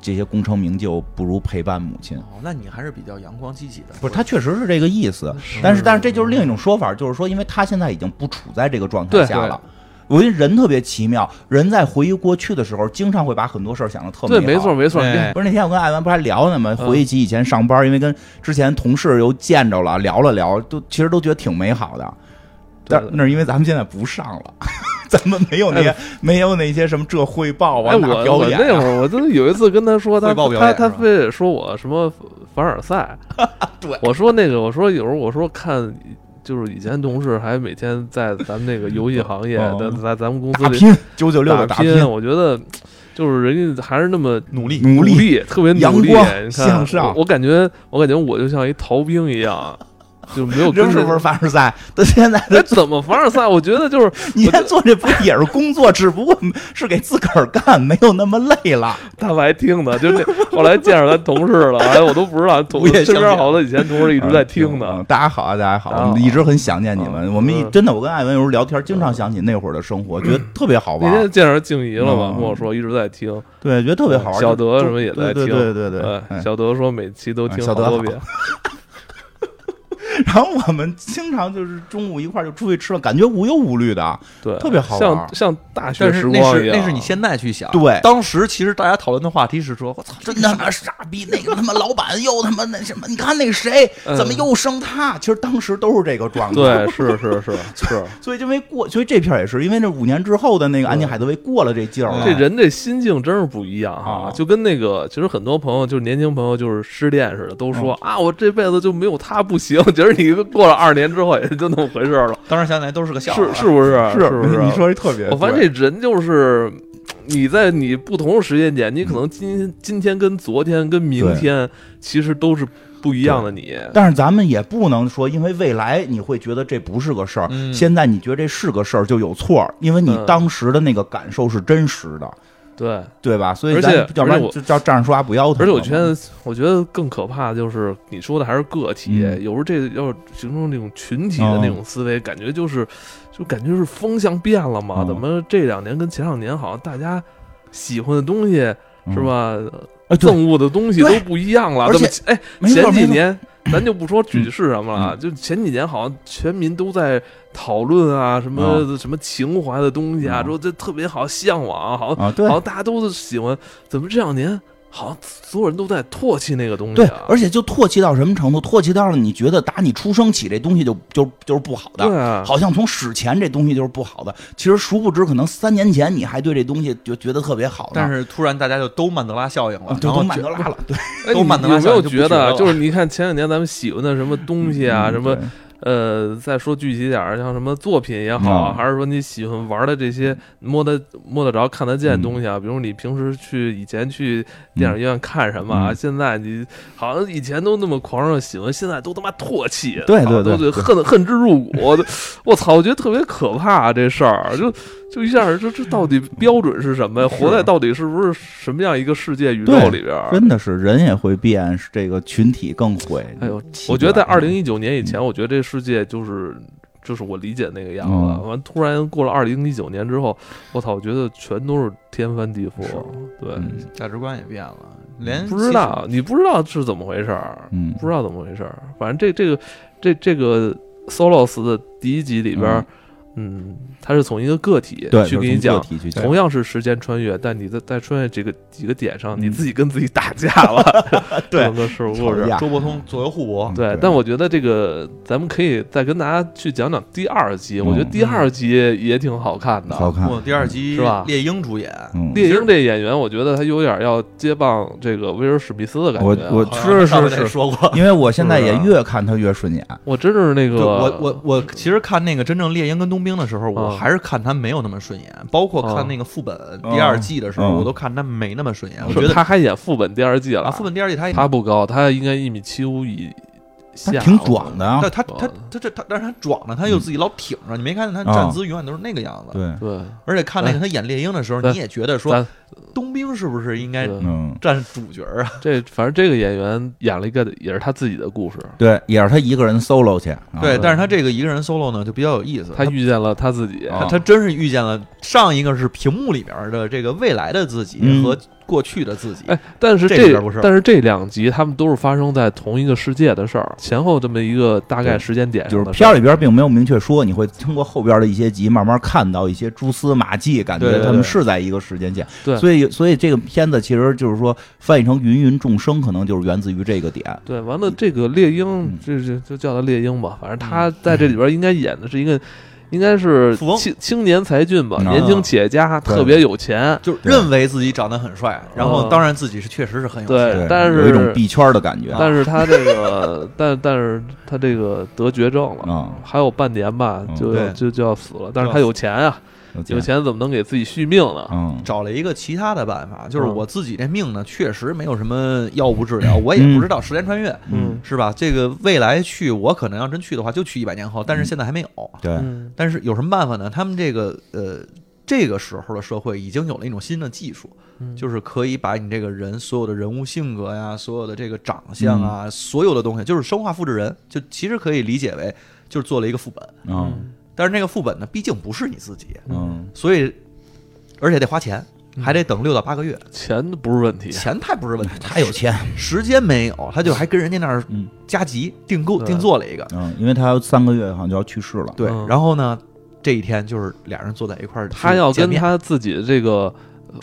Speaker 2: 这些功成名就不如陪伴母亲。
Speaker 3: 哦，那你还是比较阳光积极的。
Speaker 2: 不是，他确实是这个意思，但是但是这就是另一种说法，就是说，因为他现在已经不处在这个状态
Speaker 1: 对
Speaker 2: 下了。我觉得人特别奇妙，人在回忆过去的时候，经常会把很多事儿想的特
Speaker 1: 对，
Speaker 2: 美
Speaker 1: 没
Speaker 2: 好
Speaker 1: 错没错，你
Speaker 3: 哎
Speaker 2: 不是那天我跟艾文不还聊呢吗？
Speaker 1: 嗯
Speaker 2: 回忆起以前上班，因为跟之前同事又见着了，聊了聊，都其实都觉得挺美好的。但
Speaker 1: 对
Speaker 2: 那是因为咱们现在不上了， 咱们没有那些、没有那些什么这汇报啊，
Speaker 1: 哎，
Speaker 2: 那
Speaker 1: 我
Speaker 2: 表
Speaker 1: 我
Speaker 2: 演
Speaker 1: 那
Speaker 2: 啊、
Speaker 1: 会儿，我真的有一次跟他 说，他
Speaker 3: 汇报表
Speaker 1: 他
Speaker 3: 演
Speaker 1: 他
Speaker 3: 是吧
Speaker 1: 非得说我什么凡尔赛，
Speaker 2: 对
Speaker 1: 我说那个，我说有时候我说看，就是以前同事还每天在咱们那个 游戏行业
Speaker 2: 哦
Speaker 1: 的，在咱们公司
Speaker 2: 打
Speaker 1: 里
Speaker 2: 拼九九六的
Speaker 1: 打
Speaker 2: 拼，
Speaker 1: 拼，我觉得就是人家还是那么
Speaker 3: 努力
Speaker 2: 努力
Speaker 1: 力，特别
Speaker 2: 阳
Speaker 1: 努力，
Speaker 2: 光
Speaker 1: 你看
Speaker 2: 向上
Speaker 1: 我我感觉我感觉我就像一逃兵一样，就没 有
Speaker 2: 这
Speaker 1: 跟
Speaker 2: 是不是
Speaker 1: 着。
Speaker 2: 凡尔赛？他现在
Speaker 1: 哎，怎么凡尔赛？我觉得就是
Speaker 2: 你现在做这不也是工作，只不过是给自个儿干，没有那么累了。
Speaker 1: 他们还听呢，就那后来见着咱同事了，哎，我都不知道同
Speaker 2: 无业
Speaker 1: 身
Speaker 2: 相
Speaker 1: 边
Speaker 2: 见
Speaker 1: 好多以前同事一直在听
Speaker 2: 嗯
Speaker 1: 呢。
Speaker 2: 大家好啊，大家好，
Speaker 1: 大家好
Speaker 2: 我们一直很想念你们。
Speaker 1: 嗯
Speaker 2: 我们一
Speaker 1: 嗯
Speaker 2: 真的，我跟艾文有时候聊天，经常想起那会儿的生活，觉得特别好
Speaker 1: 那
Speaker 2: 玩。
Speaker 1: 天见着静怡了嘛，
Speaker 2: 嗯
Speaker 1: 跟我说一直在听，嗯
Speaker 2: 对，觉得特别好玩。
Speaker 1: 呃小德
Speaker 2: 就
Speaker 1: 什么也在
Speaker 2: 对
Speaker 1: 听
Speaker 2: 对对对对
Speaker 1: 哎。
Speaker 2: 哎
Speaker 1: 小德说每期都听好
Speaker 2: 哎小德
Speaker 1: 多 遍，
Speaker 2: 然后我们经常就是中午一块儿就出去吃了，感觉无忧无 虑的。
Speaker 1: 对，
Speaker 2: 特别好玩
Speaker 1: 像像大学
Speaker 3: 但是
Speaker 1: 时
Speaker 3: 那
Speaker 1: 光一
Speaker 3: 是
Speaker 1: 样。啊
Speaker 3: 那是你现在去想，
Speaker 2: 对
Speaker 3: 当时其实大家讨论的话题是说，我操，
Speaker 2: 真他妈傻逼！那个他妈老板又他妈那什么，你看那谁
Speaker 1: 嗯
Speaker 2: 怎么又升他？其实当时都是这个状态。
Speaker 1: 对，是是 是是，
Speaker 2: 所以因为过，所以这片儿也是因为那五年之后的那个安妮海瑟薇过了这劲儿了。
Speaker 1: 这人这心境真是不一样哈，
Speaker 2: 啊
Speaker 1: 就跟那个其实很多朋友就是年轻朋友就是失恋似的，
Speaker 2: 嗯
Speaker 1: 都说啊我这辈子就没有他不行， 其实你过了二十年之后也就那么回事儿了，
Speaker 3: 当时想起来都是个笑话。
Speaker 1: 是是不是？是不是？啊
Speaker 2: 你说这特别对，
Speaker 1: 我发现这人就是，你在你不同时间点，你可能今今天跟昨天跟明天，其实都是不一样的你。
Speaker 2: 但是咱们也不能说，因为未来你会觉得这不是个事儿，
Speaker 3: 嗯
Speaker 2: 现在你觉得这是个事儿就有错儿，因为你
Speaker 1: 嗯
Speaker 2: 当时的那个感受是真实的，
Speaker 1: 对，
Speaker 2: 对吧？所以
Speaker 1: 而
Speaker 2: 咱
Speaker 1: 且
Speaker 2: 要不
Speaker 1: 而且
Speaker 2: 然
Speaker 1: 我
Speaker 2: 就叫站着说话不腰疼。
Speaker 1: 而且我觉得，我觉得更可怕的就是你说的还是个体，
Speaker 2: 嗯
Speaker 1: 有时候这要形成那种群体的那种思维，感觉就是，就感觉是风向变了嘛？
Speaker 2: 嗯
Speaker 1: 怎么这两年跟前两年好像大家喜欢的东西、
Speaker 2: 嗯
Speaker 1: 是？吧，
Speaker 2: 哎，对
Speaker 1: 憎恶的东西都
Speaker 2: 对
Speaker 1: 不一样了。
Speaker 2: 而
Speaker 1: 怎么
Speaker 2: 且
Speaker 1: 哎，
Speaker 2: 没错
Speaker 1: 前几
Speaker 2: 没错嗯
Speaker 1: 年咱就不说具体是什么了，就前几年好像全民都在讨论啊，什么、什么情怀的东西啊，
Speaker 2: 嗯
Speaker 1: 说这特别好向往，好
Speaker 2: 啊，对
Speaker 1: 好，像大家都是喜欢，怎么这两年好像所有人都在唾弃那个东西、
Speaker 2: 对
Speaker 1: 啊？，
Speaker 2: 而且就唾弃到什么程度？唾弃到了你觉得打你出生起这东西就就就是不好的，
Speaker 1: 对啊，
Speaker 2: 好像从史前这东西就是不好的。其实殊不知，可能三年前你还对这东西就觉得特别好呢，
Speaker 3: 但是突然大家就都曼德拉效应了，
Speaker 2: 嗯就
Speaker 3: 然后
Speaker 2: 都曼
Speaker 3: 觉
Speaker 2: 德拉了，对
Speaker 1: 哎
Speaker 3: 都
Speaker 1: 你
Speaker 3: 曼德拉
Speaker 1: 有没有
Speaker 3: 效应就不
Speaker 1: 觉
Speaker 3: 觉得
Speaker 1: 得
Speaker 3: 了
Speaker 1: 就是你看前两年咱们喜欢的什么东西啊，什么
Speaker 2: 嗯对
Speaker 1: 呃，再说具体点儿，像什么作品也好，
Speaker 2: 嗯
Speaker 1: 还是说你喜欢玩的这些摸得摸得着、看得见的东西啊，比如你平时去以前去电影院看什么啊，
Speaker 2: 嗯嗯
Speaker 1: 现在你好像以前都那么狂热喜欢，现在都他妈唾弃，
Speaker 2: 对
Speaker 1: 操
Speaker 2: 对对
Speaker 1: 都
Speaker 2: 对
Speaker 1: 得恨恨之入骨。 我我操，我觉得特别可怕、啊这事儿，就就一下儿，这这到底标准是什么呀？活在到底是不是什么样一个世界宇宙
Speaker 2: 对
Speaker 1: 里边儿？
Speaker 2: 真的是人也会变，是这个群体更会。
Speaker 1: 哎呦
Speaker 2: 奇怪
Speaker 1: 我觉得在二零一九年以前，
Speaker 2: 嗯
Speaker 1: 我觉得这世界就是就是我理解那个样子。
Speaker 2: 嗯
Speaker 1: 完，突然过了二零一九年之后，我操，我觉得全都是天翻地覆
Speaker 3: 是。
Speaker 1: 对，
Speaker 2: 嗯
Speaker 3: 价值观也变了，连
Speaker 1: 不知道你不知道是怎么回事儿，
Speaker 2: 嗯，
Speaker 1: 不知道怎么回事儿。反正这这个这这个 Solos 的第一集里边儿，嗯，它是从一个个体
Speaker 2: 对，
Speaker 1: 去
Speaker 2: 就是
Speaker 1: 给你
Speaker 2: 从个
Speaker 1: 讲。
Speaker 2: 体去讲
Speaker 1: 同样是时间穿越，但你在在穿越这个几个点上，
Speaker 2: 嗯
Speaker 1: 你自己跟自己打架了，
Speaker 2: 对
Speaker 1: 整个事故
Speaker 2: 吵
Speaker 1: 是
Speaker 2: 架
Speaker 3: 周伯通左右互搏，
Speaker 1: 对
Speaker 2: 对，
Speaker 1: 但我觉得这个咱们可以再跟大家去讲讲第二集，我觉得第二集也挺好看的。
Speaker 2: 好看，
Speaker 3: 我第二集
Speaker 1: 是吧
Speaker 3: 猎鹰主演，
Speaker 2: 嗯，
Speaker 1: 猎鹰这演员，我觉得他有点要接棒这个威尔史密斯的感觉。啊
Speaker 2: 我我
Speaker 3: 好像
Speaker 2: 是
Speaker 3: 上回咱也
Speaker 2: 是是，
Speaker 3: 说过。
Speaker 2: 因为我现在
Speaker 1: 是
Speaker 2: 也
Speaker 1: 啊
Speaker 2: 越看他越顺眼。
Speaker 1: 我真是那个
Speaker 3: 对我我我其实看那个真正猎鹰跟冬兵的时候，我
Speaker 1: 嗯
Speaker 3: 还是看他没有那么顺眼，包括看那个副本第二季的时候，
Speaker 2: 嗯
Speaker 3: 我都看他没那么顺眼。我
Speaker 1: 说
Speaker 3: 觉得
Speaker 1: 他还演副本第二季了，
Speaker 3: 啊，副本第二季他也
Speaker 1: 嗯他不高，他应该一米七五以
Speaker 2: 他
Speaker 1: 下，
Speaker 2: 挺壮的啊
Speaker 3: 但，他他他这他，但是他壮了，他又自己老挺着，你没看见
Speaker 2: 嗯
Speaker 3: 他站姿永远都是那个样子。
Speaker 2: 对，
Speaker 1: 对，
Speaker 3: 而且看那个他演猎鹰的时候，
Speaker 1: 咱
Speaker 3: 你也觉得说
Speaker 1: 咱
Speaker 3: 冬兵是不是应该
Speaker 1: 对
Speaker 2: 嗯，
Speaker 3: 占主角啊？
Speaker 1: 这反正这个演员演了一个也是他自己的故事，
Speaker 2: 对，也是他一个人 solo 去。啊
Speaker 3: 对，但是他这个一个人 solo 呢，就比较有意思。
Speaker 1: 他遇见了他自己。
Speaker 2: 啊
Speaker 3: 他他真是遇见了上一个是屏幕里面的这个未来的自己
Speaker 2: 嗯
Speaker 3: 和过去的自己。
Speaker 1: 哎，但是
Speaker 3: 这
Speaker 1: 这
Speaker 3: 里边不是
Speaker 1: 但是这两集他们都是发生在同一个世界的事儿，前后这么一个大概时间点
Speaker 2: 就
Speaker 1: 上
Speaker 2: 是
Speaker 1: 的事
Speaker 2: 片
Speaker 1: 儿
Speaker 2: 儿里边并没有明确说，你会通过后边的一些集慢慢看到一些蛛丝马迹，感
Speaker 3: 对
Speaker 2: 觉
Speaker 3: 对
Speaker 2: 他们
Speaker 3: 对
Speaker 2: 是在一个时间线。
Speaker 1: 对
Speaker 2: 所以所以这个片子其实就是说翻译成“芸芸众生”，可能就是源自于这个点。
Speaker 1: 对，完了这个猎鹰，这这就叫他猎鹰吧，反正他在这里边应该演的是一个，应该是
Speaker 3: 富翁
Speaker 1: 青青年才俊吧，
Speaker 2: 嗯
Speaker 1: 年轻企业家，
Speaker 2: 对
Speaker 1: 特别有钱，
Speaker 3: 就是
Speaker 2: 对
Speaker 3: 认为自己长得很帅，然后当然自己是确实是很
Speaker 1: 嗯
Speaker 3: 有
Speaker 1: 对
Speaker 3: 钱，
Speaker 1: 但是
Speaker 2: 有一种币圈的感觉
Speaker 1: 但是他这个，但但是他这个得绝症了。
Speaker 2: 啊。
Speaker 1: 还有半年吧，
Speaker 2: 嗯
Speaker 1: 就
Speaker 3: 对
Speaker 1: 就就要死了。但是他有钱啊，有钱怎么能给自己续命呢？
Speaker 2: 嗯，
Speaker 3: 找了一个其他的办法，就是
Speaker 1: 嗯
Speaker 3: 我自己这命呢，确实没有什么药物 治疗，我也不知道时间穿越。
Speaker 1: 嗯
Speaker 3: 是吧？这个未来去，我可能要真去的话，就去一百年后，但是现在还没有。
Speaker 2: 对，
Speaker 1: 嗯
Speaker 3: 但是有什么办法呢？他们这个呃，这个时候的社会已经有了一种新的技术，
Speaker 1: 嗯
Speaker 3: 就是可以把你这个人所有的人物性格呀、所有的这个长相啊、
Speaker 1: 嗯
Speaker 3: 所有的东西，就是生化复制人，就其实可以理解为就是做了一个副本。
Speaker 2: 嗯
Speaker 3: 但是那个副本呢，毕竟不是你自己，
Speaker 2: 嗯，
Speaker 3: 所以而且得花钱，还得等六到八个月，
Speaker 1: 钱不是问题，
Speaker 3: 钱太不是问题了，
Speaker 2: 他有钱，
Speaker 3: 时间没有，他就还跟人家那儿
Speaker 2: 嗯
Speaker 3: 加急订购
Speaker 1: 对
Speaker 3: 定做了一个。
Speaker 2: 嗯，因为他三个月好像就要去世了。
Speaker 3: 对，
Speaker 1: 嗯
Speaker 3: 然后呢，这一天就是俩人坐在一块儿，
Speaker 1: 他要
Speaker 3: 见
Speaker 1: 跟
Speaker 3: 面
Speaker 1: 他自己的这个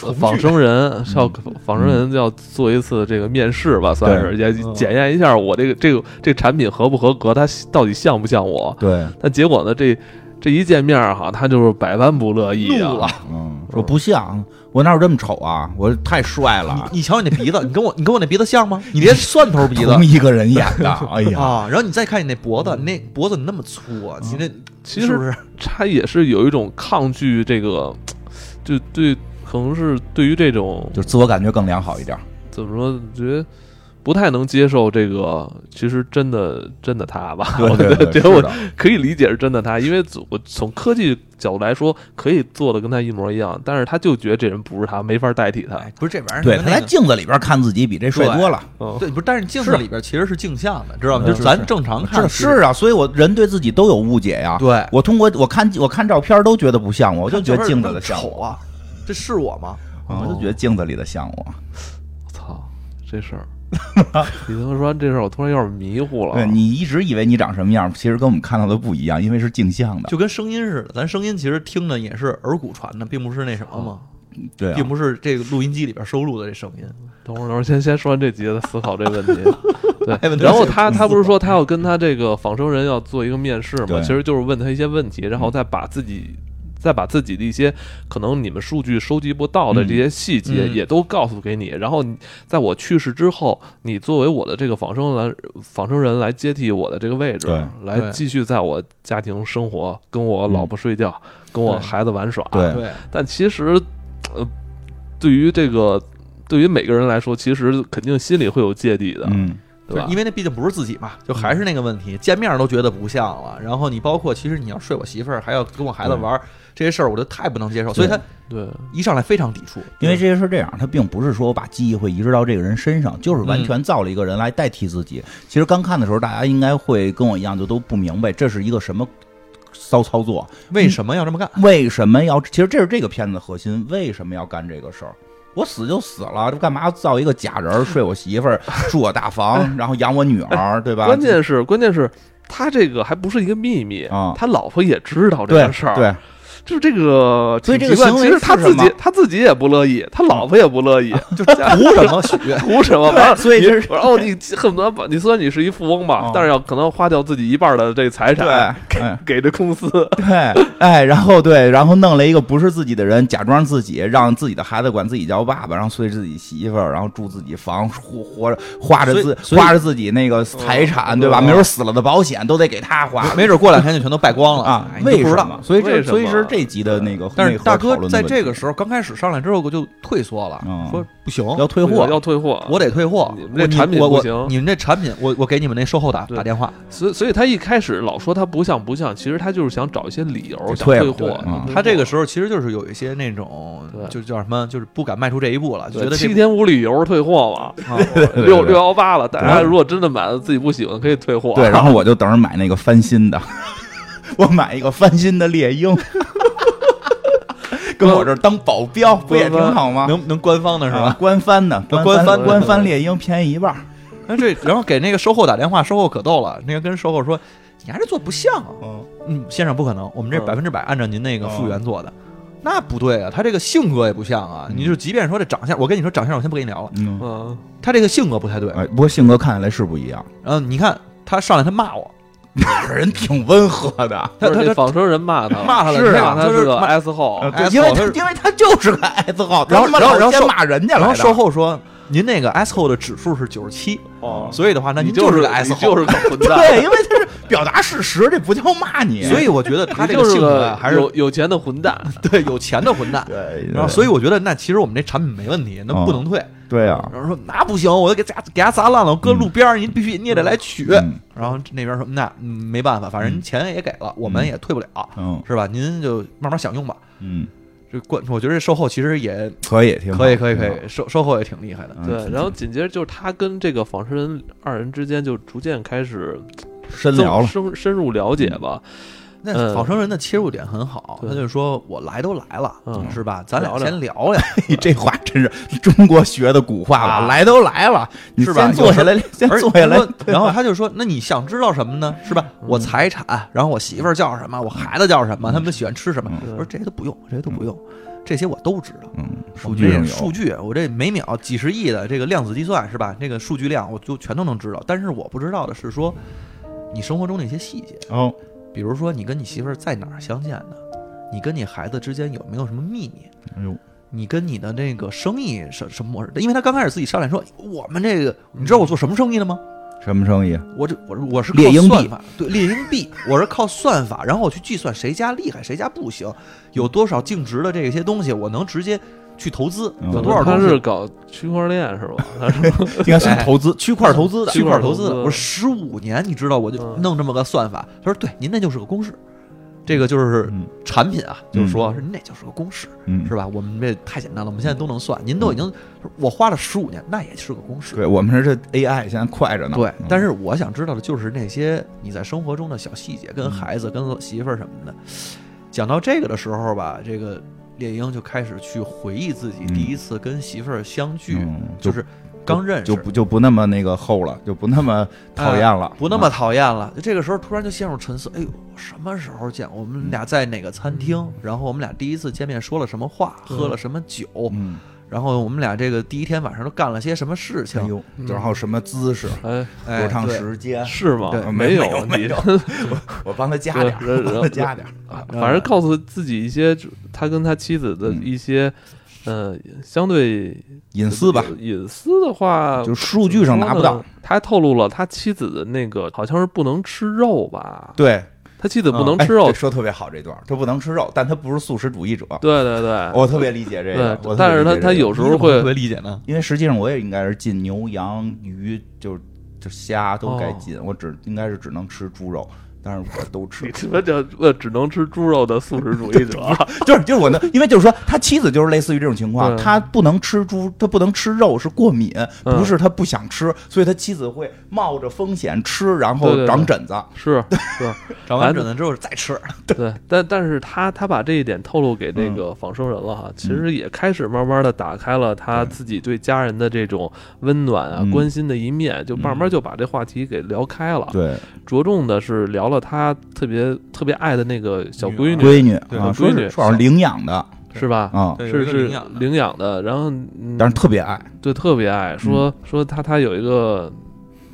Speaker 1: 呃
Speaker 3: 重聚
Speaker 1: 仿生人，要
Speaker 2: 嗯
Speaker 1: 仿生人要做一次这个面试吧，算是也
Speaker 3: 嗯
Speaker 1: 检验一下我这个这个这个产品合不合格，它到底像不像我。
Speaker 2: 对，
Speaker 1: 但结果呢，这这一见面哈，他就是百般不乐意
Speaker 3: 怒
Speaker 1: 啊
Speaker 3: 了，
Speaker 2: 嗯，说不像我哪有这么丑啊？我太帅了，
Speaker 3: 你你瞧你那鼻子，你跟我 你跟我那鼻子像吗？你连蒜头鼻子
Speaker 2: 同一个人演的，哎呀，
Speaker 3: 啊，然后你再看你那脖子，你那脖子那么粗啊，你那
Speaker 1: 其
Speaker 3: 是不
Speaker 1: 实
Speaker 3: 是
Speaker 1: 他也是有一种抗拒这个，就对，可能是对于这种
Speaker 2: 就是自我感觉更良好一点。
Speaker 1: 怎么说，觉得不太能接受这个，其实真的真的他吧，
Speaker 2: 对对
Speaker 1: 我觉
Speaker 2: 对，
Speaker 1: 得
Speaker 2: 是
Speaker 1: 我
Speaker 2: 的
Speaker 1: 可以理解是真的他，因为我从科技角度来说，可以做的跟他一模一样，但是他就觉得这人不是他，没法代替他。
Speaker 3: 哎，不是这玩意儿，
Speaker 2: 对，
Speaker 3: 那
Speaker 2: 他
Speaker 3: 个
Speaker 2: 在镜子里边看自己比这帅多了，
Speaker 1: 嗯，
Speaker 3: 对，不是，但是镜子
Speaker 2: 是
Speaker 3: 里边其实是镜像的，知道
Speaker 1: 嗯
Speaker 3: 吗？就是咱
Speaker 2: 是
Speaker 3: 正常看
Speaker 2: 是
Speaker 3: 其实
Speaker 2: 是啊，所以我人对自己都有误解呀。
Speaker 3: 对
Speaker 2: 我通过我看我看照片都觉得不像我，我就觉得镜子
Speaker 3: 的
Speaker 2: 的像
Speaker 3: 丑
Speaker 2: 我，
Speaker 3: 啊，这是我吗？
Speaker 2: 嗯我就觉得镜子里的像我。
Speaker 1: 操，这事儿， 你他妈说完这事儿，我突然有点迷糊了。啊
Speaker 2: 对你一直以为你长什么样，其实跟我们看到的不一样，因为是镜像的。
Speaker 3: 就跟声音似的，咱声音其实听的也是耳骨传的，并不是那什么嘛，
Speaker 2: 对啊
Speaker 3: 并，不是这个录音机里边收录的这声音。
Speaker 1: 等会儿，等会儿，先先说完这集，再思考这问 题。
Speaker 3: 哎
Speaker 1: 对，
Speaker 3: 问题
Speaker 1: 然后
Speaker 3: 是
Speaker 1: 他
Speaker 3: 不
Speaker 1: 他不是
Speaker 3: 思
Speaker 1: 说他要跟他这个仿生人要做一个面试嘛？
Speaker 2: 对
Speaker 1: 其实就是问他一些问题，
Speaker 3: 嗯
Speaker 1: 然后再把自己。再把自己的一些可能你们数据收集不到的这些细节
Speaker 3: 嗯
Speaker 1: 也都告诉给你，然后你在我去世之后，你作为我的这个仿生人，仿生人来接替我的这个位置
Speaker 2: 对，
Speaker 1: 来
Speaker 3: 对
Speaker 1: 继续在我家庭生活，跟我老婆睡觉，跟我
Speaker 3: 嗯对
Speaker 1: 孩子玩耍，
Speaker 2: 对啊
Speaker 3: 对，
Speaker 1: 但其实，呃，对于这个，对于每个人来说，其实肯定心里会有芥蒂的，
Speaker 2: 嗯，
Speaker 1: 对吧？
Speaker 3: 因为那毕竟不是自己嘛，就还是那个问题，见面都觉得不像了。然后你包括其实你要睡我媳妇儿，还要跟我孩
Speaker 2: 嗯
Speaker 3: 子玩儿这些事儿，我就太不能接受，所以他
Speaker 1: 对，
Speaker 3: 一上来非常抵触。
Speaker 2: 因为这些是这样，他并不是说我把记忆会移植到这个人身上，就是完全造了一个人来代替自己。其实刚看的时候，大家应该会跟我一样，就都不明白这是一个什么骚操作，
Speaker 3: 为什么要这么干？
Speaker 1: 嗯
Speaker 2: 为什么要？其实这是这个片子的核心，为什么要干这个事儿？我死就死了，这干嘛造一个假人儿睡我媳妇儿，住我 大房，然后养我女儿，对吧？
Speaker 1: 关键是关键是他这个还不是一个秘密
Speaker 2: 啊
Speaker 1: 他老婆也知道这
Speaker 2: 对
Speaker 1: 个事儿，，
Speaker 2: 对，
Speaker 1: 就是这个
Speaker 2: 所
Speaker 1: 挺
Speaker 2: 以
Speaker 1: 奇
Speaker 2: 这
Speaker 1: 怪，
Speaker 2: 个行为
Speaker 1: 其实他
Speaker 2: 是
Speaker 1: 自
Speaker 2: 什
Speaker 1: 己
Speaker 2: 么
Speaker 1: 他自己也不乐意，他老婆也不乐意，
Speaker 2: 嗯
Speaker 3: 就 图什么许愿？
Speaker 1: 图什么？完了，
Speaker 2: 所以
Speaker 1: 你
Speaker 2: 这是
Speaker 1: 然后你恨不得把你虽然你是一富翁吧
Speaker 2: 哦，
Speaker 1: 但是要可能花掉自己一半的这财
Speaker 2: 对，
Speaker 1: 产
Speaker 2: 哎
Speaker 1: 给这公司，
Speaker 2: 对，哎，然后对，然后弄了一个不是自己的人，假装自己，让自己的孩子管自己叫爸爸，然后随自己媳妇儿，然后住自己房，活活着花着自
Speaker 3: 所以所以
Speaker 2: 花着自己那个财产，
Speaker 1: 嗯
Speaker 2: 对吧？
Speaker 1: 嗯
Speaker 2: 没准死了的保险都得给他花
Speaker 3: 没准过两天就全都败光了
Speaker 2: 啊
Speaker 3: 哎，你
Speaker 2: 为
Speaker 3: 都不知
Speaker 2: 什
Speaker 3: 道
Speaker 2: 么？。所以
Speaker 1: 为
Speaker 2: 这
Speaker 1: 什么
Speaker 2: 所以是这集的那个，
Speaker 3: 但是
Speaker 2: 内核
Speaker 3: 大
Speaker 2: 讨论
Speaker 3: 哥
Speaker 2: 的
Speaker 3: 在
Speaker 2: 问题
Speaker 3: 这个时候刚开始上来之后，我就退缩了，
Speaker 2: 嗯
Speaker 3: 说不行，
Speaker 2: 要退货，
Speaker 1: 要退货，
Speaker 3: 我得退货。
Speaker 1: 啊你们
Speaker 3: 我
Speaker 1: 这产品
Speaker 3: 我
Speaker 1: 不
Speaker 3: 我
Speaker 1: 行
Speaker 3: 你们这产品，我我给你们那售后打
Speaker 1: 对嗯
Speaker 3: 打电话。
Speaker 1: 所以所以他一开始老说他不像不像，其实他就是想找一些理由
Speaker 2: 就
Speaker 1: 想
Speaker 2: 退了
Speaker 1: 货
Speaker 2: 对嗯。
Speaker 3: 他这个时
Speaker 1: 候
Speaker 3: 候其实就是有一些那种
Speaker 1: 对，
Speaker 3: 就叫什么，就是不敢迈出这一步了，就觉得这
Speaker 1: 七天无理由退货嘛，
Speaker 3: 啊
Speaker 2: 对
Speaker 1: 六六幺八了，大家如果真的买了自己不喜欢，可以退货。
Speaker 2: 对，然后我就等着买那个翻新的， 我买一个翻新的猎鹰， 跟我这儿当保镖，不也挺好吗？
Speaker 3: 能能官方的是
Speaker 2: 啊
Speaker 3: 吧？
Speaker 2: 官翻的，
Speaker 3: 官
Speaker 2: 官
Speaker 3: 翻的
Speaker 2: 官翻猎鹰便宜一半儿。
Speaker 3: 那这然后给那个售后打电话，售后可逗了，那个跟售后说。你还是做不像啊，
Speaker 2: 嗯，
Speaker 3: 嗯，先生不可能，我们这
Speaker 1: 嗯
Speaker 3: 百分之百按照您那个复原做的，那不对啊，他这个性格也不像啊，
Speaker 2: 嗯
Speaker 3: 你就即便说这长相，我跟你说长相，我先不跟你聊了，
Speaker 2: 嗯，
Speaker 1: 嗯，
Speaker 3: 他这个性格不太对，
Speaker 2: 哎，不过性格看起来是不一样，
Speaker 3: 然后你看他上来他骂我，
Speaker 2: 人挺温和的，
Speaker 3: 他
Speaker 1: 不是
Speaker 3: 他
Speaker 1: 这
Speaker 3: 他
Speaker 1: 仿生人骂他了，
Speaker 3: 骂他了
Speaker 1: 是
Speaker 3: 是
Speaker 1: 啊，
Speaker 3: 啊
Speaker 1: 他
Speaker 3: 他是
Speaker 1: 个
Speaker 3: 骂
Speaker 1: S 后，
Speaker 2: 呃
Speaker 3: 哎
Speaker 2: 对因为
Speaker 3: 好
Speaker 2: 他
Speaker 3: 像是
Speaker 2: 因为他就是个 S 号，
Speaker 3: 然后
Speaker 2: 他他妈
Speaker 3: 然
Speaker 2: 老
Speaker 3: 后
Speaker 2: 是
Speaker 3: 然
Speaker 2: 先
Speaker 3: 后
Speaker 2: 骂人家
Speaker 3: 然
Speaker 2: 来
Speaker 3: 后售
Speaker 2: 的。
Speaker 3: 后说您那个 S 后的指数是九十七，
Speaker 1: 哦
Speaker 3: 所以的话，那
Speaker 1: 你
Speaker 3: 您
Speaker 1: 就是
Speaker 3: 是个
Speaker 1: 个
Speaker 3: S
Speaker 1: 你
Speaker 3: 后，
Speaker 1: 就是个混蛋。
Speaker 2: 对，因为他是表达事实，这不叫骂你。啊
Speaker 3: 所以我觉得他
Speaker 1: 你
Speaker 3: 这
Speaker 1: 就
Speaker 3: 个
Speaker 1: 是
Speaker 3: 性格啊
Speaker 1: 个
Speaker 3: 还是
Speaker 1: 有有钱的混蛋，
Speaker 3: 对有钱的混蛋。
Speaker 2: 对，
Speaker 3: 然后，所以我觉得那其实我们这产品没问题，那
Speaker 2: 嗯
Speaker 3: 不能退。
Speaker 2: 对啊，
Speaker 3: 然后说那不行，我就给砸给他砸烂了，我搁路边儿，您必须你也得来取。
Speaker 2: 嗯
Speaker 3: 然后那边说那嗯没办法，反正您钱也给了，我们也退不了，
Speaker 2: 嗯
Speaker 3: 是吧？您就慢慢享用吧。
Speaker 2: 嗯，
Speaker 3: 这关，我觉得这售后其实也
Speaker 2: 可以，挺好嗯
Speaker 3: 可以，可以，可。
Speaker 2: 挺
Speaker 3: 以，售售后也挺厉害的。
Speaker 2: 好嗯
Speaker 1: 对，然后紧接着就是他跟这个仿生人二人之间就逐渐开始
Speaker 2: 深聊了，
Speaker 1: 深深入了解吧，
Speaker 3: 那
Speaker 2: 呃
Speaker 1: 嗯
Speaker 3: 仿生人的切入点很好，
Speaker 1: 对
Speaker 3: 他就说我来都来了，
Speaker 1: 嗯
Speaker 3: 是吧？咱俩
Speaker 1: 聊聊
Speaker 3: 先聊 聊，
Speaker 2: 哎这话真是中国学的古话
Speaker 3: 啊
Speaker 2: 了，来都来了，你
Speaker 3: 是吧
Speaker 2: 先坐下来，先
Speaker 3: 而
Speaker 2: 坐下来嗯
Speaker 3: 然后，然后他就说：“那你想知道什么呢？是吧？我财产，然后我媳妇儿叫什么，我孩子叫什么，他们喜欢吃什么？”
Speaker 1: 嗯
Speaker 3: 我说：“这些都不用，这些都不用，这些我都知道。
Speaker 2: 嗯，
Speaker 3: 我
Speaker 2: 数
Speaker 3: 们
Speaker 2: 据
Speaker 3: 这
Speaker 2: 上有
Speaker 3: 数据，我这每秒几十亿的这个量子计算是吧？这个数据量我就全都能知道。但是我不知道的是说，你生活中的一些细节，
Speaker 2: 哦，
Speaker 3: 比如说你跟你媳妇儿在哪儿相见的，你跟你孩子之间有没有什么秘密？”
Speaker 2: 哎呦，
Speaker 3: 你跟你的这个生意什什么模式？因为他刚开始自己商量说，我们这个，你知道我做什么生意的吗？
Speaker 2: 什么生意？
Speaker 3: 我这我是我是
Speaker 2: 猎
Speaker 3: 靠
Speaker 2: 鹰
Speaker 3: 算
Speaker 2: 币
Speaker 3: 法，对猎鹰币，我是靠算法，然后我去计算谁家厉害，谁家不行，有多少净值的这些东西，我能直接去投资，
Speaker 2: 嗯
Speaker 3: 有多少
Speaker 1: 他
Speaker 3: 东
Speaker 1: 是
Speaker 3: 西？
Speaker 1: 搞区块链是吧？他是
Speaker 2: 应该算投资，
Speaker 3: 区块投资的，
Speaker 1: 区块
Speaker 3: 投
Speaker 1: 投资
Speaker 3: 资的。我十五年，你知道，我就
Speaker 1: 嗯
Speaker 3: 弄这么个算法。他说：“对，您那就是个公式，这个就是
Speaker 2: 嗯
Speaker 3: 产品啊，就是说，
Speaker 2: 嗯
Speaker 3: 是您那就是个公式，
Speaker 2: 嗯
Speaker 3: 是吧？我们这太简单了，我们现在都能算。您都已经，我花了十五年，那也是个公式。
Speaker 2: 对我们是这 AI 现在快着呢，
Speaker 3: 对
Speaker 2: 嗯，
Speaker 3: 但是我想知道的就是那些你在生活中的小细节，跟
Speaker 2: 嗯
Speaker 3: 孩子、跟媳妇儿什么的。讲到这个的时候吧，这个猎鹰就开始去回忆自己
Speaker 2: 嗯
Speaker 3: 第一次跟媳妇儿相聚，
Speaker 2: 嗯
Speaker 3: 就是刚认识，
Speaker 2: 就不就不那么那个厚了，就不那么
Speaker 1: 呃
Speaker 2: 讨厌了，
Speaker 3: 不那么
Speaker 2: 啊
Speaker 3: 讨厌了。这个时候突然就陷入沉思，哎呦，什么时候见？我们
Speaker 2: 嗯
Speaker 3: 俩在哪个餐厅？然后我们俩第一次见面说了什么话，
Speaker 1: 对
Speaker 3: 喝了什么酒？
Speaker 2: 嗯，
Speaker 3: 然后我们俩这个第一天晚上都干了些什么事
Speaker 2: 哎
Speaker 3: 情？
Speaker 2: 呦，然后什么姿势，
Speaker 1: 哎，
Speaker 3: 哎，
Speaker 2: 多长
Speaker 3: 对
Speaker 2: 时间？
Speaker 1: 是吗
Speaker 3: 对？
Speaker 2: 没
Speaker 1: 有，
Speaker 2: 没
Speaker 1: 你
Speaker 2: 有，我帮他加
Speaker 1: 对
Speaker 2: 点儿，
Speaker 1: 人
Speaker 2: 帮
Speaker 1: 人
Speaker 2: 他加点儿，
Speaker 1: 啊 反正告诉自己一些他跟他妻子的
Speaker 2: 嗯
Speaker 1: 一些，呃，相对嗯
Speaker 2: 隐私吧，
Speaker 1: 隐私的话，
Speaker 2: 就数据上拿不
Speaker 1: 怎么
Speaker 2: 到
Speaker 1: 说。呢。他还透露了他妻子的那个好像是不能吃肉吧？
Speaker 2: 对，
Speaker 1: 他妻子不能
Speaker 2: 哎
Speaker 1: 吃肉
Speaker 2: 这，说特别好这段儿，他不能吃肉，但他不是素食主义者，
Speaker 1: 对对对，
Speaker 2: 我特别理哦解这个。
Speaker 1: 对
Speaker 2: 我特别理解
Speaker 1: 但是他
Speaker 2: 这个
Speaker 1: 他有时候
Speaker 3: 你怎么
Speaker 1: 会
Speaker 3: 特别理解呢。
Speaker 2: 因为实际上我也应该是禁牛羊鱼，就是就虾都
Speaker 1: 哦
Speaker 2: 该禁，我只应该是只能吃猪肉，但是我都吃
Speaker 1: 你，他妈叫呃只能吃猪肉的素食主义 者，
Speaker 2: 就是就是我呢，因为就是说他妻子就是类似于这种情况，
Speaker 1: 对
Speaker 2: 他不能吃猪，他不能吃肉是过敏，
Speaker 1: 嗯
Speaker 2: 不是他不想吃，所以他妻子会冒着风险吃，然
Speaker 1: 对
Speaker 2: 后
Speaker 1: 对对
Speaker 2: 长疹子，
Speaker 1: 是是，
Speaker 3: 长
Speaker 1: 完
Speaker 3: 完疹子之后再吃，
Speaker 1: 对，但但是他他把这一点透露给那
Speaker 2: 嗯
Speaker 1: 个仿生人了哈，其实也开始慢慢的打开了他自己对家人的这种温暖啊、
Speaker 2: 嗯
Speaker 1: 关心的一面，就慢慢就把这话题给聊开了，
Speaker 2: 对，
Speaker 1: 着重的是聊了他特别特别爱的那个小闺女，
Speaker 2: 闺女
Speaker 3: 对
Speaker 2: 啊，
Speaker 1: 闺
Speaker 2: 说是
Speaker 1: 女
Speaker 2: 说好像领养的
Speaker 1: 是吧？
Speaker 2: 啊，
Speaker 3: 对有
Speaker 1: 是
Speaker 3: 一个
Speaker 1: 是
Speaker 3: 领养的
Speaker 1: 领养的，然后嗯，
Speaker 2: 但是特别爱，
Speaker 1: 对特别
Speaker 2: 嗯
Speaker 1: 爱，说说他他有一个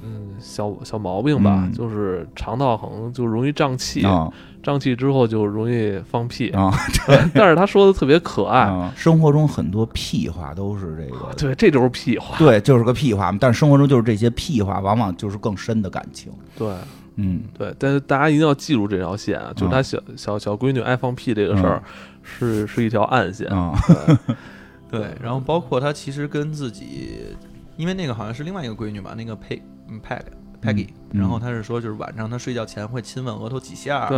Speaker 1: 嗯小小毛病吧，
Speaker 2: 嗯
Speaker 1: 就是肠道可能就容易胀气，
Speaker 2: 啊
Speaker 1: 胀气之后就容易放屁，
Speaker 2: 啊
Speaker 1: 但是他说的特别可爱，
Speaker 2: 啊！ 生活中很多屁话都是这个。
Speaker 1: 对，这就是屁话，
Speaker 2: 对，就是个屁话嘛。但是生活中就是这些屁话，往往就是更深的感情。
Speaker 1: 对
Speaker 2: 嗯，
Speaker 1: 对，但是大家一定要记住这条线啊，就是他小、小小闺女爱放屁这个事儿，是是一条暗线，
Speaker 2: 啊，
Speaker 3: 对，然后包括他其实跟自己，因为那个好像是另外一个闺女吧，那个佩嗯 Peg Peggy，、
Speaker 2: 嗯
Speaker 3: 然后他是说就是晚上他睡觉前会亲吻额头几下，
Speaker 1: 对，，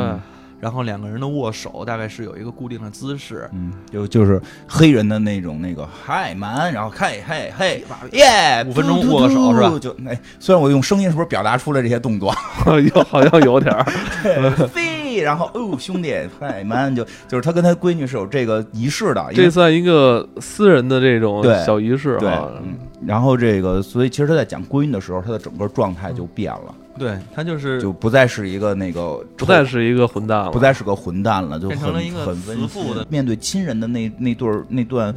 Speaker 3: 然后两个人的握手大概是有一个固定的姿势，
Speaker 2: 嗯，就就是黑人的那种那个嗨蛮，然后嘿嘿嘿耶，
Speaker 3: 五分钟握个手
Speaker 2: 嘟嘟哎嘟
Speaker 3: 是吧
Speaker 2: 就哎，虽然我用声音是不是表达出了这些动作？
Speaker 1: 有好像有点儿，
Speaker 2: 飞，然后哦兄弟嗨蛮，就就是他跟他闺女是有这个仪式的，因为
Speaker 1: 这算一个私人的这种
Speaker 2: 对
Speaker 1: 小仪式
Speaker 2: 对
Speaker 1: 啊，，
Speaker 2: 嗯，然后这个，所以其实他在讲闺女的时候，他的整个状态就变了，
Speaker 3: 对他就是
Speaker 2: 就不再是一个那个
Speaker 1: 不再是一个混蛋了，
Speaker 2: 不再是个混蛋了，就
Speaker 3: 变成
Speaker 2: 很
Speaker 3: 了一个
Speaker 2: 很温
Speaker 3: 慈父
Speaker 2: 馨
Speaker 3: 的
Speaker 2: 面对亲人的那那对儿那段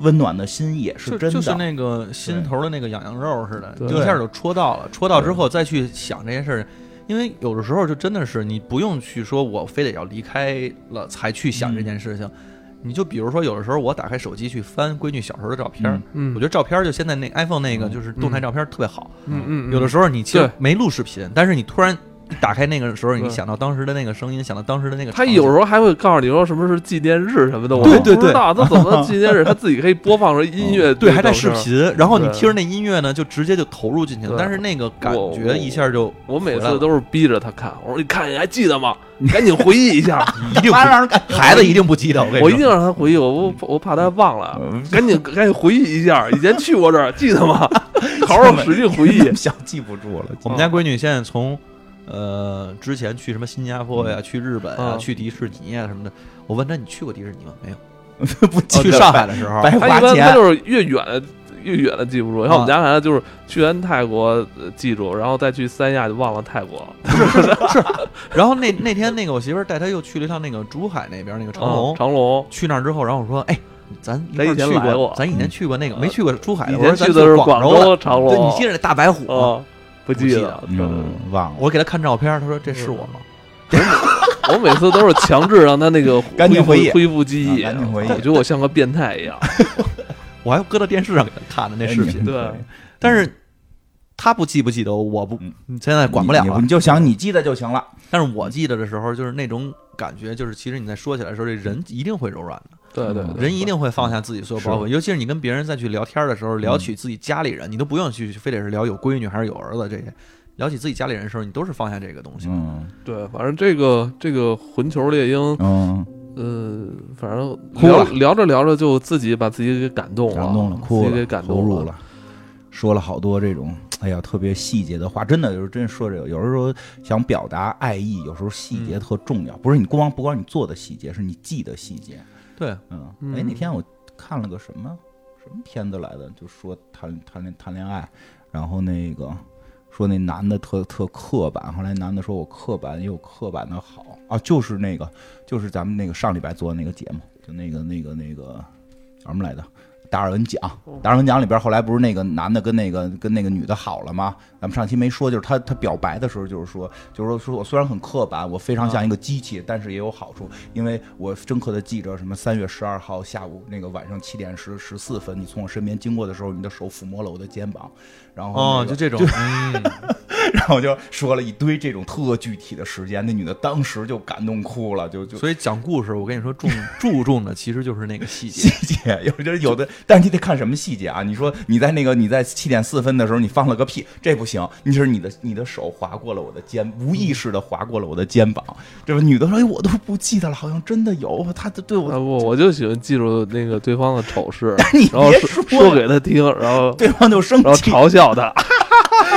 Speaker 2: 温暖的心也是
Speaker 3: 就
Speaker 2: 真的，
Speaker 3: 就是那个心头的那个痒痒肉似的，
Speaker 1: 对
Speaker 3: 一下就戳到了，戳到之后再去想这些事儿。因为有的时候就真的是你不用去说，我非得要离开了才去想这
Speaker 1: 嗯
Speaker 3: 件事情。你就比如说，有的时候我打开手机去翻闺女小时候的照片儿，
Speaker 2: 嗯
Speaker 1: 嗯，
Speaker 3: 我觉得照片儿就现在那 iPhone 那个
Speaker 2: 嗯
Speaker 3: 就是动态照片儿特别好。
Speaker 1: 嗯嗯，
Speaker 3: 有的
Speaker 1: 时
Speaker 3: 时候你其实
Speaker 1: 对
Speaker 3: 没录视频，但是你突然一打开那个时候，
Speaker 1: 对
Speaker 3: 你想到当时的那个声音，想到当时的那个
Speaker 1: 候
Speaker 3: 场
Speaker 1: 他
Speaker 3: 景，
Speaker 1: 有时候还会告诉你说什么是纪念日什么的，我
Speaker 2: 对
Speaker 1: 都
Speaker 2: 对
Speaker 1: 不知
Speaker 2: 对
Speaker 1: 道哦他怎么纪念日，他自己可以播放着音乐，
Speaker 3: 对还带视。频，然后你
Speaker 1: 对
Speaker 3: 听着那音乐呢，就直接就投入进去了
Speaker 1: 对。
Speaker 3: 但是那个感
Speaker 1: 我我
Speaker 3: 觉一下就
Speaker 1: 我每
Speaker 3: 回来
Speaker 1: 次
Speaker 3: 了
Speaker 1: 都是逼着他看，我说你看你还记得吗？你赶紧回忆一 下，
Speaker 3: 一定
Speaker 2: 妈
Speaker 3: 不
Speaker 2: 让人感觉
Speaker 3: 孩子一定不记得，我跟
Speaker 1: 我
Speaker 3: 你
Speaker 1: 一定
Speaker 3: 说。
Speaker 1: 让他回忆，我不我怕他忘了
Speaker 2: 嗯，
Speaker 1: 赶紧赶紧回忆一下，以前去过这儿，记得 吗？好好使劲回忆。
Speaker 2: 想记不住了。
Speaker 3: 我们家闺女现在从呃之前去什么新加坡呀、去日本
Speaker 1: 啊
Speaker 3: 呀、去迪士尼呀什么的，我问她你去过迪士尼吗？没有。
Speaker 2: 不记
Speaker 3: 去
Speaker 2: 得
Speaker 3: 上海的时候，
Speaker 2: 白
Speaker 1: 他
Speaker 2: 花
Speaker 1: 一般他
Speaker 2: 钱，
Speaker 1: 就是越远的越远的记不住，
Speaker 2: 啊
Speaker 1: 像我们家孩子就是去完泰国呃记住，然后再去三亚就忘了泰国了。
Speaker 3: 然后那那天那个我媳妇儿带她又去了一趟那个珠海那边那个长
Speaker 1: 嗯
Speaker 3: 隆，
Speaker 1: 长隆，
Speaker 3: 去那儿之后，然后我说，哎，咱一
Speaker 1: 咱
Speaker 3: 块儿
Speaker 1: 以前
Speaker 3: 去
Speaker 1: 来过
Speaker 3: 过，咱以前去过那个，
Speaker 1: 嗯
Speaker 3: 没去过珠海的，
Speaker 1: 以
Speaker 3: 我说
Speaker 1: 前
Speaker 3: 咱
Speaker 1: 去的是
Speaker 3: 广的
Speaker 1: 州长隆，
Speaker 3: 对，你记着那大白虎吗，
Speaker 1: 啊？不记
Speaker 3: 不记
Speaker 1: 得
Speaker 3: 得。
Speaker 1: 嗯
Speaker 2: 嗯，忘了。
Speaker 3: 我给她看照片，她说这是我吗？
Speaker 1: 我每次都是强制让他那个
Speaker 2: 赶紧回忆
Speaker 1: 恢复记忆，
Speaker 2: 啊赶紧回忆
Speaker 1: 我觉得我像个变态一样。
Speaker 3: 我还搁到电视上给她看
Speaker 2: 哎
Speaker 3: 的那视频，啊
Speaker 1: 对
Speaker 3: 但是她不记不记得我，我不
Speaker 2: 嗯
Speaker 3: 现在管不了啊
Speaker 2: 你
Speaker 3: 了
Speaker 2: 你。就想你记得就行了。
Speaker 3: 但是我记得的时候，就是那种感觉，就是其实你在说起来的时候，这人一定会柔软的。
Speaker 1: 对
Speaker 2: 嗯
Speaker 1: 对对
Speaker 3: 人一定会放下自己所有包袱，
Speaker 2: 是
Speaker 3: 尤其是你跟别人再去聊天的时候，聊起自己家里人，你都不用去非得是聊有闺女还是有儿子这些，聊起自己家里人的时候，你都是放下这个东西。
Speaker 2: 嗯
Speaker 1: 对，反正这个这个混球猎鹰，
Speaker 2: 嗯，
Speaker 1: 呃，反正
Speaker 2: 哭
Speaker 1: 聊
Speaker 2: 了
Speaker 1: 聊着聊着就自己把自己给感动了，
Speaker 2: 感动了，哭
Speaker 1: 自己给
Speaker 2: 了，
Speaker 1: 感
Speaker 2: 投
Speaker 1: 动
Speaker 2: 入。了。说了好多这种，哎呀，特别细节的话，真的就是真说这个，有时候想表达爱意，有时候细
Speaker 3: 嗯
Speaker 2: 节特重要，不是你光不光是你做的细节，是你记的细节。
Speaker 3: 对，
Speaker 2: 嗯，
Speaker 1: 嗯
Speaker 2: 哎，那天我看了个什么什么片子来的，就说谈谈恋谈恋爱，然后那个说那男的特特刻板，后来男的说我刻板也有刻板的好啊，就是那个就是咱们那个上礼拜做的那个节目，就那个那个那个叫什么来的？达尔文奖，
Speaker 3: 哦
Speaker 2: 达尔文奖里边后来不是那个男的跟那个跟那个女的好了吗？咱们上期没说，就是他他表白的时候就是说，就是说说我虽然很刻板，我非常像一个机
Speaker 3: 嗯
Speaker 2: 器，但是也有好处，因为我深刻的记着什么三月十二号下午那个晚上七点十十四分，你从我身边经过的时候，你的手抚摸了我的肩膀，然后、
Speaker 3: 哦，
Speaker 2: 那个
Speaker 3: 就 这种，嗯，
Speaker 2: 然后就说了一堆这种特具体的时间，那女的当时就感动哭了，就就
Speaker 3: 所以讲故事，我跟你说，重注重的其实就是那个细节
Speaker 2: 细。节，有就是有的，但是你得看什么细节啊？你说你在那个你在七点四分的时候你放了个屁，这不行，你是你的你的手划过了我的肩，无意识的划过了我的肩膀，这不女的说哎我都不记得了，好像真的有，她就对我
Speaker 1: 啊不，我就喜欢记住那个对方的丑 事，
Speaker 2: 你别
Speaker 1: 然后
Speaker 2: 说
Speaker 1: 说说给他听，然后
Speaker 2: 对方就生
Speaker 1: 然后
Speaker 2: 气，
Speaker 1: 嘲笑他。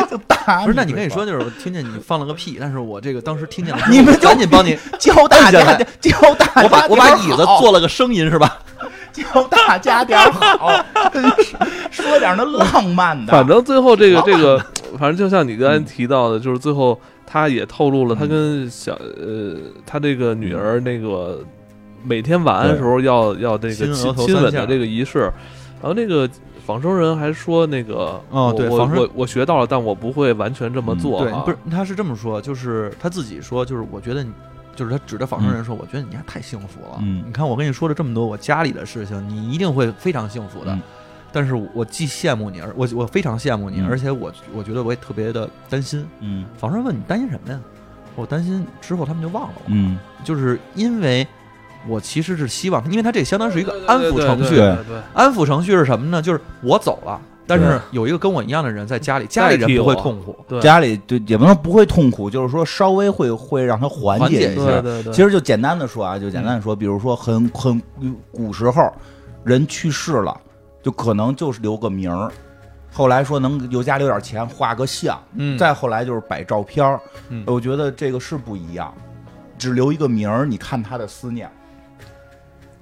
Speaker 2: 就打
Speaker 3: 不是，那你跟你说，就是我听见你放了个屁，但是我这个当时听见了，
Speaker 2: 你哦们就
Speaker 3: 赶紧帮你，
Speaker 2: 教大
Speaker 3: 摁下
Speaker 2: 家
Speaker 3: 来
Speaker 2: 教大家
Speaker 3: 我把我把
Speaker 2: 点
Speaker 3: 椅子
Speaker 2: 好
Speaker 3: 做了个声音是吧？
Speaker 2: 教大家点儿好，说点儿那浪漫的，
Speaker 1: 反正最后 这个这个，反正就像你刚
Speaker 3: 嗯
Speaker 1: 才提到的，就是最后他也透露了他跟小呃他这个女儿那个每天晚安的时候要要那个
Speaker 3: 亲
Speaker 1: 亲
Speaker 3: 嗯额头
Speaker 1: 亲
Speaker 3: 三
Speaker 1: 吻
Speaker 3: 下
Speaker 1: 的这个仪式，然后那个。仿生人还说那个，
Speaker 3: 哦对
Speaker 1: 我
Speaker 3: 仿生
Speaker 1: 我我学到了，但我不会完全这么
Speaker 2: 嗯
Speaker 1: 做、
Speaker 3: 对
Speaker 1: 啊，
Speaker 3: 不是，他是这么说，就是他自己说，就是我觉得你，就是他指着仿生人说，我觉得你还太幸福了。
Speaker 2: 嗯
Speaker 3: 你看我跟你说了这么多我家里的事情，你一定会非常幸福的。
Speaker 2: 嗯
Speaker 3: 但是我既羡慕你，而我我非常羡慕你，
Speaker 2: 嗯
Speaker 3: 而且我我觉得我也特别的担心。
Speaker 2: 嗯
Speaker 3: 仿生人问你担心什么呀？我担心之后他们就忘了我，
Speaker 2: 嗯，
Speaker 3: 就是因为我其实是希望，因为他这相当是一个安抚程
Speaker 1: 对
Speaker 3: 序
Speaker 1: 对，对对对
Speaker 3: 安抚程序是什么呢？就是我走了，但是
Speaker 2: 对
Speaker 3: 有一个跟我一样的人在家里，家里人
Speaker 1: 代替
Speaker 3: 不会
Speaker 1: 我
Speaker 3: 痛苦。
Speaker 1: 对
Speaker 2: 家里对也不能不会痛苦，就是说稍微会会让他缓解
Speaker 3: 缓解一
Speaker 2: 一
Speaker 3: 下
Speaker 1: 对
Speaker 2: 下。
Speaker 1: 对对，
Speaker 2: 其实就简单的说啊，就简单的说，比如说很很古时候，人去世了，就可能就是留个名儿。后来说能有家里有点钱，画个像，
Speaker 3: 嗯
Speaker 2: 再后来就是摆照片儿
Speaker 3: 嗯
Speaker 2: 我觉得这个是不一样，只留一个名儿，你看他的思念。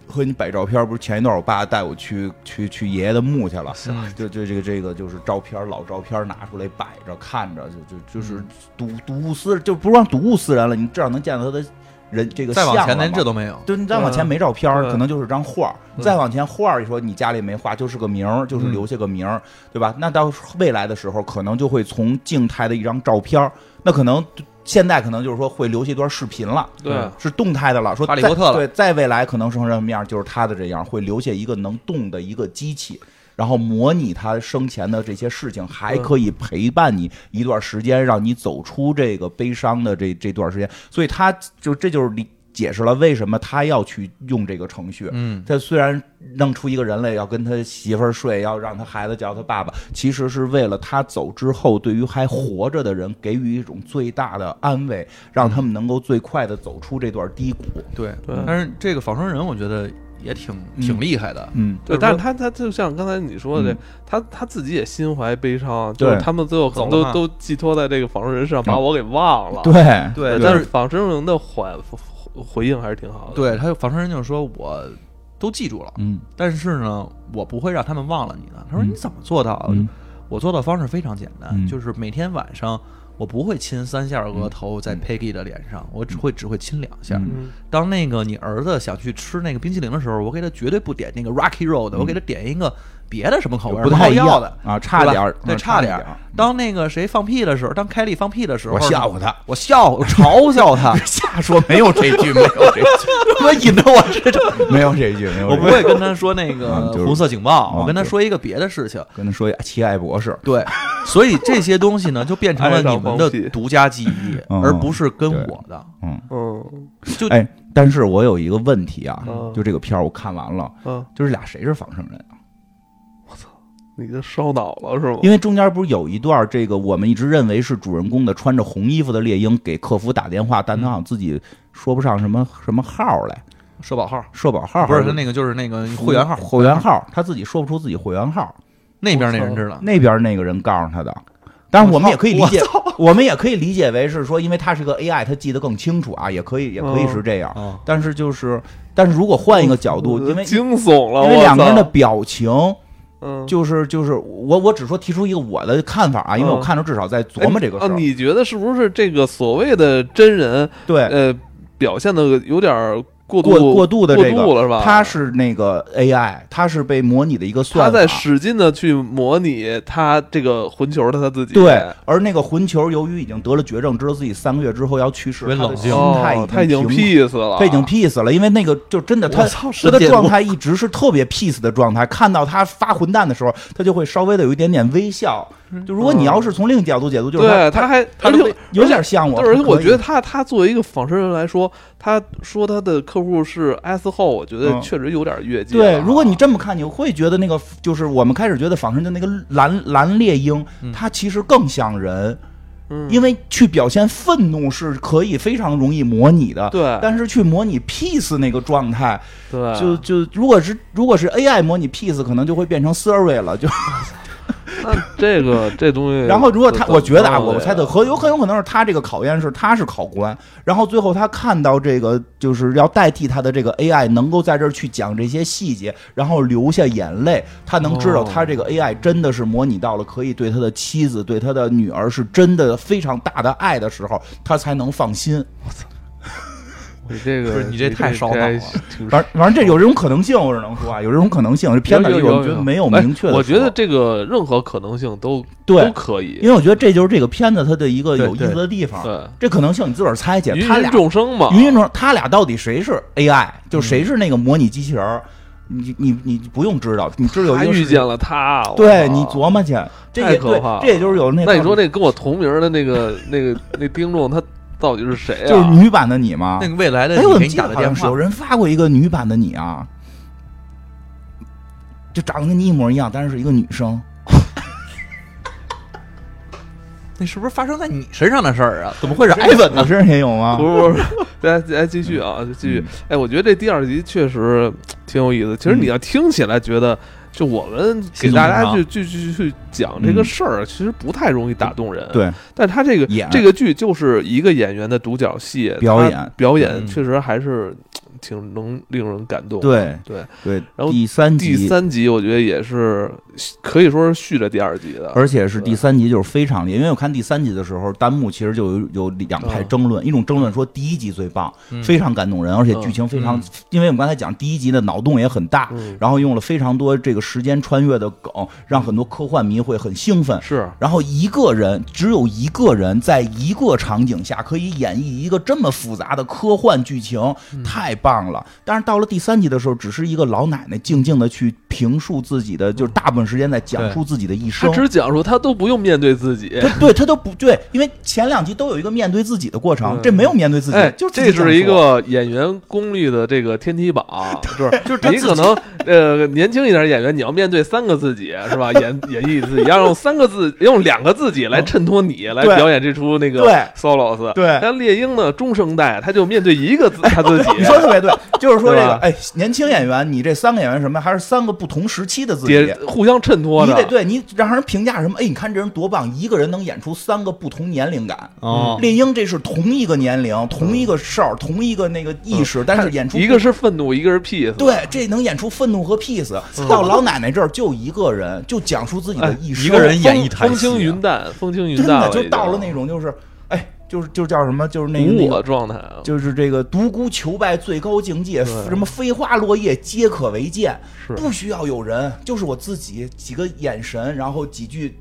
Speaker 2: 和你摆照片儿，不是前一段我爸带我去去去爷爷的墓去了，
Speaker 3: 嗯
Speaker 2: 就就这个这个就是照片儿老照片儿拿出来摆着看着，就就就是
Speaker 3: 嗯
Speaker 2: 睹睹物思，就不光睹物思人了，你至少能见到他的人这个
Speaker 3: 嗯再往
Speaker 2: 像
Speaker 3: 前
Speaker 2: 了
Speaker 3: 连
Speaker 2: 嘛
Speaker 3: 这都没有。
Speaker 2: 对，你再往前没照片儿，
Speaker 1: 嗯对
Speaker 2: 可能就是张画儿。
Speaker 1: 对
Speaker 2: 再往前画儿一说，你家里没画，就是个名儿，就是
Speaker 3: 嗯
Speaker 2: 留下个名儿，对吧？那到未来的时候，可能就会从静态的一张照片儿，那可能现在可能就是说会留下一段视频了，
Speaker 1: 对啊
Speaker 2: 是动态的了。说
Speaker 3: 哈利
Speaker 2: 再
Speaker 3: 波特了
Speaker 2: 对，再未来可能成什么样，就是他的这样，会留下一个能动的一个机器。然后模拟他生前的这些事情，还
Speaker 3: 嗯
Speaker 1: 对
Speaker 2: 可以陪伴你一段时间，让你走出这个悲伤的这这段时间。所以他就这就是理解释了为什么他要去用这个程序。
Speaker 3: 嗯，
Speaker 2: 他虽然弄出一个人类要跟他媳妇儿睡，要让他孩子叫他爸爸，其实是为了他走之后，对于还活着的人给予一种最大的安慰，让他们能够最快的走出这段低谷。
Speaker 3: 对嗯
Speaker 1: 对
Speaker 3: 但是这个仿生人，我觉得也挺挺厉害的。
Speaker 2: 嗯，
Speaker 1: 对，
Speaker 3: 就是说
Speaker 1: 但是他他就像刚才你说的
Speaker 2: 嗯，
Speaker 1: 他他自己也心怀悲伤，就是
Speaker 2: 对
Speaker 1: 他们最后可能
Speaker 3: 走
Speaker 1: 都
Speaker 3: 了啊
Speaker 1: 都寄托在这个仿生人身上，把我给忘了。
Speaker 2: 对
Speaker 3: 对
Speaker 1: 呃但
Speaker 3: 但
Speaker 1: 是
Speaker 3: 是
Speaker 1: 仿生人的缓回回应还是挺好的。
Speaker 3: 对，他仿生人就说我都记住了，
Speaker 2: 嗯
Speaker 3: 但是呢，我不会让他们忘了你的。他说
Speaker 2: 嗯
Speaker 3: 你怎么做到的？
Speaker 2: 嗯
Speaker 3: 我做到方式非常简单，
Speaker 2: 嗯
Speaker 3: 就是每天晚上我不会亲三下额头在 Peggy 的脸上，我只会只会亲两下。
Speaker 2: 嗯
Speaker 1: 嗯，
Speaker 3: 当那个你儿子想去吃那个冰淇淋的时候，我给他绝对不点那个 Rocky Road，的我给他点一个别的什么口味，
Speaker 2: 嗯不太一样
Speaker 3: 要的
Speaker 2: 啊差点儿
Speaker 3: 对吧对，
Speaker 2: 嗯
Speaker 3: 差
Speaker 2: 差
Speaker 3: 点
Speaker 2: 点
Speaker 3: 儿
Speaker 2: 儿。
Speaker 3: 当那个谁放屁的时候，当凯莉放屁的时候，
Speaker 2: 我吓唬他，
Speaker 3: 我笑，我嘲笑他，
Speaker 2: 瞎说，没有 这句，没有这句，
Speaker 3: 我引着我这这，
Speaker 2: 没有这句，没有这句。
Speaker 3: 我不会跟他说那个
Speaker 2: 嗯就是
Speaker 3: 红色警报，
Speaker 2: 嗯
Speaker 3: 我跟他
Speaker 2: 对
Speaker 3: 说一个别的事情。
Speaker 2: 跟他说奇爱博士，
Speaker 3: 对，所以这些东西呢，就变成了
Speaker 1: 爱上
Speaker 3: 你们
Speaker 1: 放
Speaker 3: 的
Speaker 1: 屁
Speaker 3: 独家记忆，
Speaker 2: 嗯
Speaker 3: 而不是跟我的。
Speaker 2: 嗯，
Speaker 1: 嗯，
Speaker 3: 就
Speaker 2: 哎，但是我有一个问题啊，
Speaker 1: 嗯
Speaker 2: 就这个片儿我看完了，
Speaker 1: 嗯，
Speaker 2: 就是俩谁是仿生人啊？
Speaker 1: 你这烧脑了是吗？
Speaker 2: 因为中间不是有一段这个我们一直认为是主人公的穿着红衣服的猎鹰给客服打电话，
Speaker 3: 嗯
Speaker 2: 但他好像自己说不上什么什么号来，
Speaker 3: 社保号
Speaker 2: 社保号嗯
Speaker 3: 不是
Speaker 2: 还
Speaker 3: 他那个就是那个会员号
Speaker 2: 会员号，他自己说不出自己会员号，
Speaker 3: 那边那人知
Speaker 1: 啊
Speaker 3: 道，
Speaker 2: 那边那个人告诉他的。但是我们也可以理解，我们也可以理解为是说，因为他是个 AI，他记得更清楚啊，也可以，也可
Speaker 1: 嗯
Speaker 2: 以是这样。
Speaker 3: 啊，
Speaker 2: 但是就是，但是如果换一个角度，因为
Speaker 1: 嗯惊悚了，
Speaker 2: 因为
Speaker 1: 我
Speaker 2: 两个人的
Speaker 1: 操
Speaker 2: 表情，
Speaker 1: 嗯
Speaker 2: 就是就是我我只说提出一个我的看法啊，因为我
Speaker 1: 嗯
Speaker 2: 看着至少在琢磨这个事
Speaker 1: 啊，
Speaker 2: 儿。
Speaker 1: 你觉得是不是这个所谓的真人
Speaker 2: 对，
Speaker 1: 呃表现的有点儿过度
Speaker 2: 哎过过度的这
Speaker 1: 过度
Speaker 2: 个，
Speaker 1: 了是吧？
Speaker 2: 他是那个 AI，他是被模拟的一个
Speaker 1: 他
Speaker 2: 算法。
Speaker 1: 在使劲的去模拟他这个混球的他自己，
Speaker 2: 对，而那个混球由于已经得了绝症，知道自己三个月之后要去世，
Speaker 3: 特别
Speaker 2: 他的
Speaker 3: 冷
Speaker 2: 心
Speaker 3: 静
Speaker 2: 态
Speaker 1: 哦，他已经
Speaker 2: 平
Speaker 1: peace 了，
Speaker 2: 他已经 peace 了，因为那个就真的他
Speaker 3: 我操
Speaker 2: 他
Speaker 3: 神
Speaker 2: 的
Speaker 3: 界
Speaker 2: 状态一直是特别 peace 的状态。看到他发混蛋的时候，他就会稍微的有一点点微笑。就如果你要是从另一个角度解读，就是
Speaker 1: 嗯对，
Speaker 2: 他
Speaker 1: 他还
Speaker 2: 他
Speaker 1: 而
Speaker 2: 就
Speaker 1: 且
Speaker 2: 会有点像我，
Speaker 1: 对，而且我
Speaker 2: 可以
Speaker 1: 觉得他他作为一个仿生人来说，他说他的客户是 S 后，我觉得
Speaker 2: 嗯
Speaker 1: 确实有点越界了啊。
Speaker 2: 对，如果你这么看，你会觉得那个就是我们开始觉得仿生的那个蓝蓝猎鹰，
Speaker 3: 嗯
Speaker 2: 它其实更像人，
Speaker 1: 嗯
Speaker 2: 因为去表现愤怒是可以非常容易模拟的。
Speaker 1: 对
Speaker 2: 但是去模拟 peace 那个状态，
Speaker 1: 对
Speaker 2: 就就如果是如果是 AI 模拟 peace，可能就会变成 Siri 了，就
Speaker 1: 那这个这东西，
Speaker 2: 然后，如果他，
Speaker 1: 怎么
Speaker 2: 我觉得啊，
Speaker 1: 弄的
Speaker 2: 我
Speaker 1: 呀
Speaker 2: 猜测很有很有可能是他这个考验是他是考官，然后最后他看到这个就是要代替他的这个 AI 能够在这儿去讲这些细节，然后流下眼泪，他能知道
Speaker 1: 哦
Speaker 2: 他这个 AI 真的是模拟到了可以对他的妻子、对他的女儿是真的非常大的爱的时候，他才能放心。
Speaker 1: 你这个
Speaker 3: 不是你这太烧脑了
Speaker 1: 挺
Speaker 2: 反正反正这有这种可能性，我只能说啊，有这种可能性。这片子里我觉得没有明确的说，
Speaker 1: 哎我觉得这个任何可能性都都
Speaker 2: 对，
Speaker 1: 可以，
Speaker 2: 因为我觉得这就是这个片子它的一个有意
Speaker 3: 对对
Speaker 2: 思的地方。
Speaker 1: 对，
Speaker 2: 这可能性你自个儿猜去，
Speaker 1: 芸
Speaker 2: 他
Speaker 1: 芸
Speaker 2: 俩
Speaker 1: 众生嘛，
Speaker 2: 云云说他俩到底谁是 AI，就谁是那个模拟机器人儿？你你你不用知道，你知道有
Speaker 1: 他
Speaker 2: 一个
Speaker 1: 遇
Speaker 2: 是
Speaker 1: 嗯见，了他，我
Speaker 2: 对
Speaker 1: 操
Speaker 2: 你琢磨去，这
Speaker 1: 太
Speaker 2: 也
Speaker 1: 可
Speaker 2: 对
Speaker 1: 怕了，
Speaker 2: 这也就是有那
Speaker 1: 那你说
Speaker 2: 那
Speaker 1: 那跟我同名的那个那个那听众，他到底是谁啊？
Speaker 2: 就是女版的你吗
Speaker 3: 那？个未来的
Speaker 2: 哎，我怎
Speaker 3: 你给
Speaker 2: 么
Speaker 3: 你
Speaker 2: 记
Speaker 3: 打
Speaker 2: 得
Speaker 3: 的
Speaker 2: 好
Speaker 3: 电
Speaker 2: 像是
Speaker 3: 话
Speaker 2: 有，人发过一个女版的你啊？就长得跟你一模一样，但是是一个女生。
Speaker 3: 那是不是发生在你身上的事儿啊？怎么会是艾文
Speaker 2: 我
Speaker 3: 呢？
Speaker 2: 身上也有吗
Speaker 1: 不？是不是，大家大家继续啊，
Speaker 2: 嗯
Speaker 1: 继续。哎，我觉得这第二集确实挺有意思。其实你
Speaker 2: 嗯
Speaker 1: 要听起来觉得，就我们给
Speaker 3: 心动
Speaker 1: 大家
Speaker 3: 啊
Speaker 1: 去去去去讲这个事儿，其实不太容易打动人。，
Speaker 2: 嗯对，
Speaker 1: 但他这个
Speaker 2: 演
Speaker 1: 这个剧就是一个演员的独角戏，
Speaker 2: 表
Speaker 1: 他
Speaker 2: 演
Speaker 1: 表演
Speaker 3: 嗯
Speaker 1: 确实还是挺能令人感动。
Speaker 2: 对
Speaker 1: 对，
Speaker 2: 对。
Speaker 1: 然后
Speaker 2: 第三
Speaker 1: 第
Speaker 2: 集，
Speaker 1: 三集我觉得也是可以说是续着第二集的，
Speaker 2: 而且是第三集就是非常厉害，因为我看第三集的时候，弹幕其实就有有两派
Speaker 1: 嗯
Speaker 2: 争论，一种争论说第一集最棒，
Speaker 3: 嗯
Speaker 2: 非常感动人，而且剧情非常，
Speaker 3: 嗯
Speaker 2: 因为我们刚才讲第一集的脑洞也很大，
Speaker 1: 嗯
Speaker 2: 然后用了非常多这个时间穿越的梗，让很多科幻迷会很兴奋。
Speaker 1: 是
Speaker 2: 然后一个人，只有一个人，在一个场景下可以演绎一个这么复杂的科幻剧情，
Speaker 3: 嗯
Speaker 2: 太棒了。但是到了第三集的时候，只是一个老奶奶静静的去评述自己的，就是大部分时间在讲
Speaker 3: 对
Speaker 2: 述自己的一
Speaker 1: 他
Speaker 2: 生。
Speaker 1: 只讲述他都不用面对自己。
Speaker 2: 他对他都不对，因为前两集都有一个面对自己的过程
Speaker 1: 嗯，
Speaker 2: 这没有面对自己，
Speaker 1: 哎，
Speaker 2: 就自己
Speaker 1: 这是一
Speaker 2: 讲述
Speaker 1: 个演员功力的这个天梯榜， 就是
Speaker 3: 就是他
Speaker 1: 你
Speaker 3: 自
Speaker 1: 可
Speaker 3: 己
Speaker 1: 能呃年轻一点的演员，你要面对三个自己是吧？演演绎自己，要用三个字，用两个自己来衬托你，来
Speaker 2: 对
Speaker 1: 表演这出那个
Speaker 2: 对
Speaker 1: solos。
Speaker 2: 对哎
Speaker 1: 像猎鹰呢，中生代他就面对一个自他自己，
Speaker 2: 你说得特 别对，就是说这
Speaker 1: 对
Speaker 2: 个
Speaker 1: 吧，
Speaker 2: 哎，年轻演员，你这三个演员什么，还是三个不同时期的自己，
Speaker 1: 也互相衬托
Speaker 2: 你
Speaker 1: 的
Speaker 2: 得。对你让人评价什么？哎，你看这人多棒，一个人能演出三个不同年龄感。
Speaker 3: 哦，
Speaker 2: 猎鹰这是同一个年龄、同一个事儿、同一个那个意识，但是演出
Speaker 1: 嗯一个是愤怒，一个是 peace。
Speaker 2: 对，这能演出愤怒和 peace。到老奶奶这儿就一个人，就讲述自己的
Speaker 1: 嗯哎
Speaker 2: 一生，
Speaker 3: 一个人演一台
Speaker 1: 风
Speaker 3: 戏啊
Speaker 1: 轻云淡，风轻云
Speaker 2: 真
Speaker 1: 淡
Speaker 2: 的
Speaker 1: 了，
Speaker 2: 就到了
Speaker 1: 已
Speaker 2: 那
Speaker 1: 经
Speaker 2: 种就是，哎，就是就是叫什么，就是那个
Speaker 1: 无
Speaker 2: 那
Speaker 1: 我
Speaker 2: 个，
Speaker 1: 状态啊。
Speaker 2: 就是这个独孤求败最高境界，
Speaker 1: 对
Speaker 2: 什么飞花落叶皆可为剑，
Speaker 1: 是
Speaker 2: 不需要有人，就是我自己几个眼神，然后几句。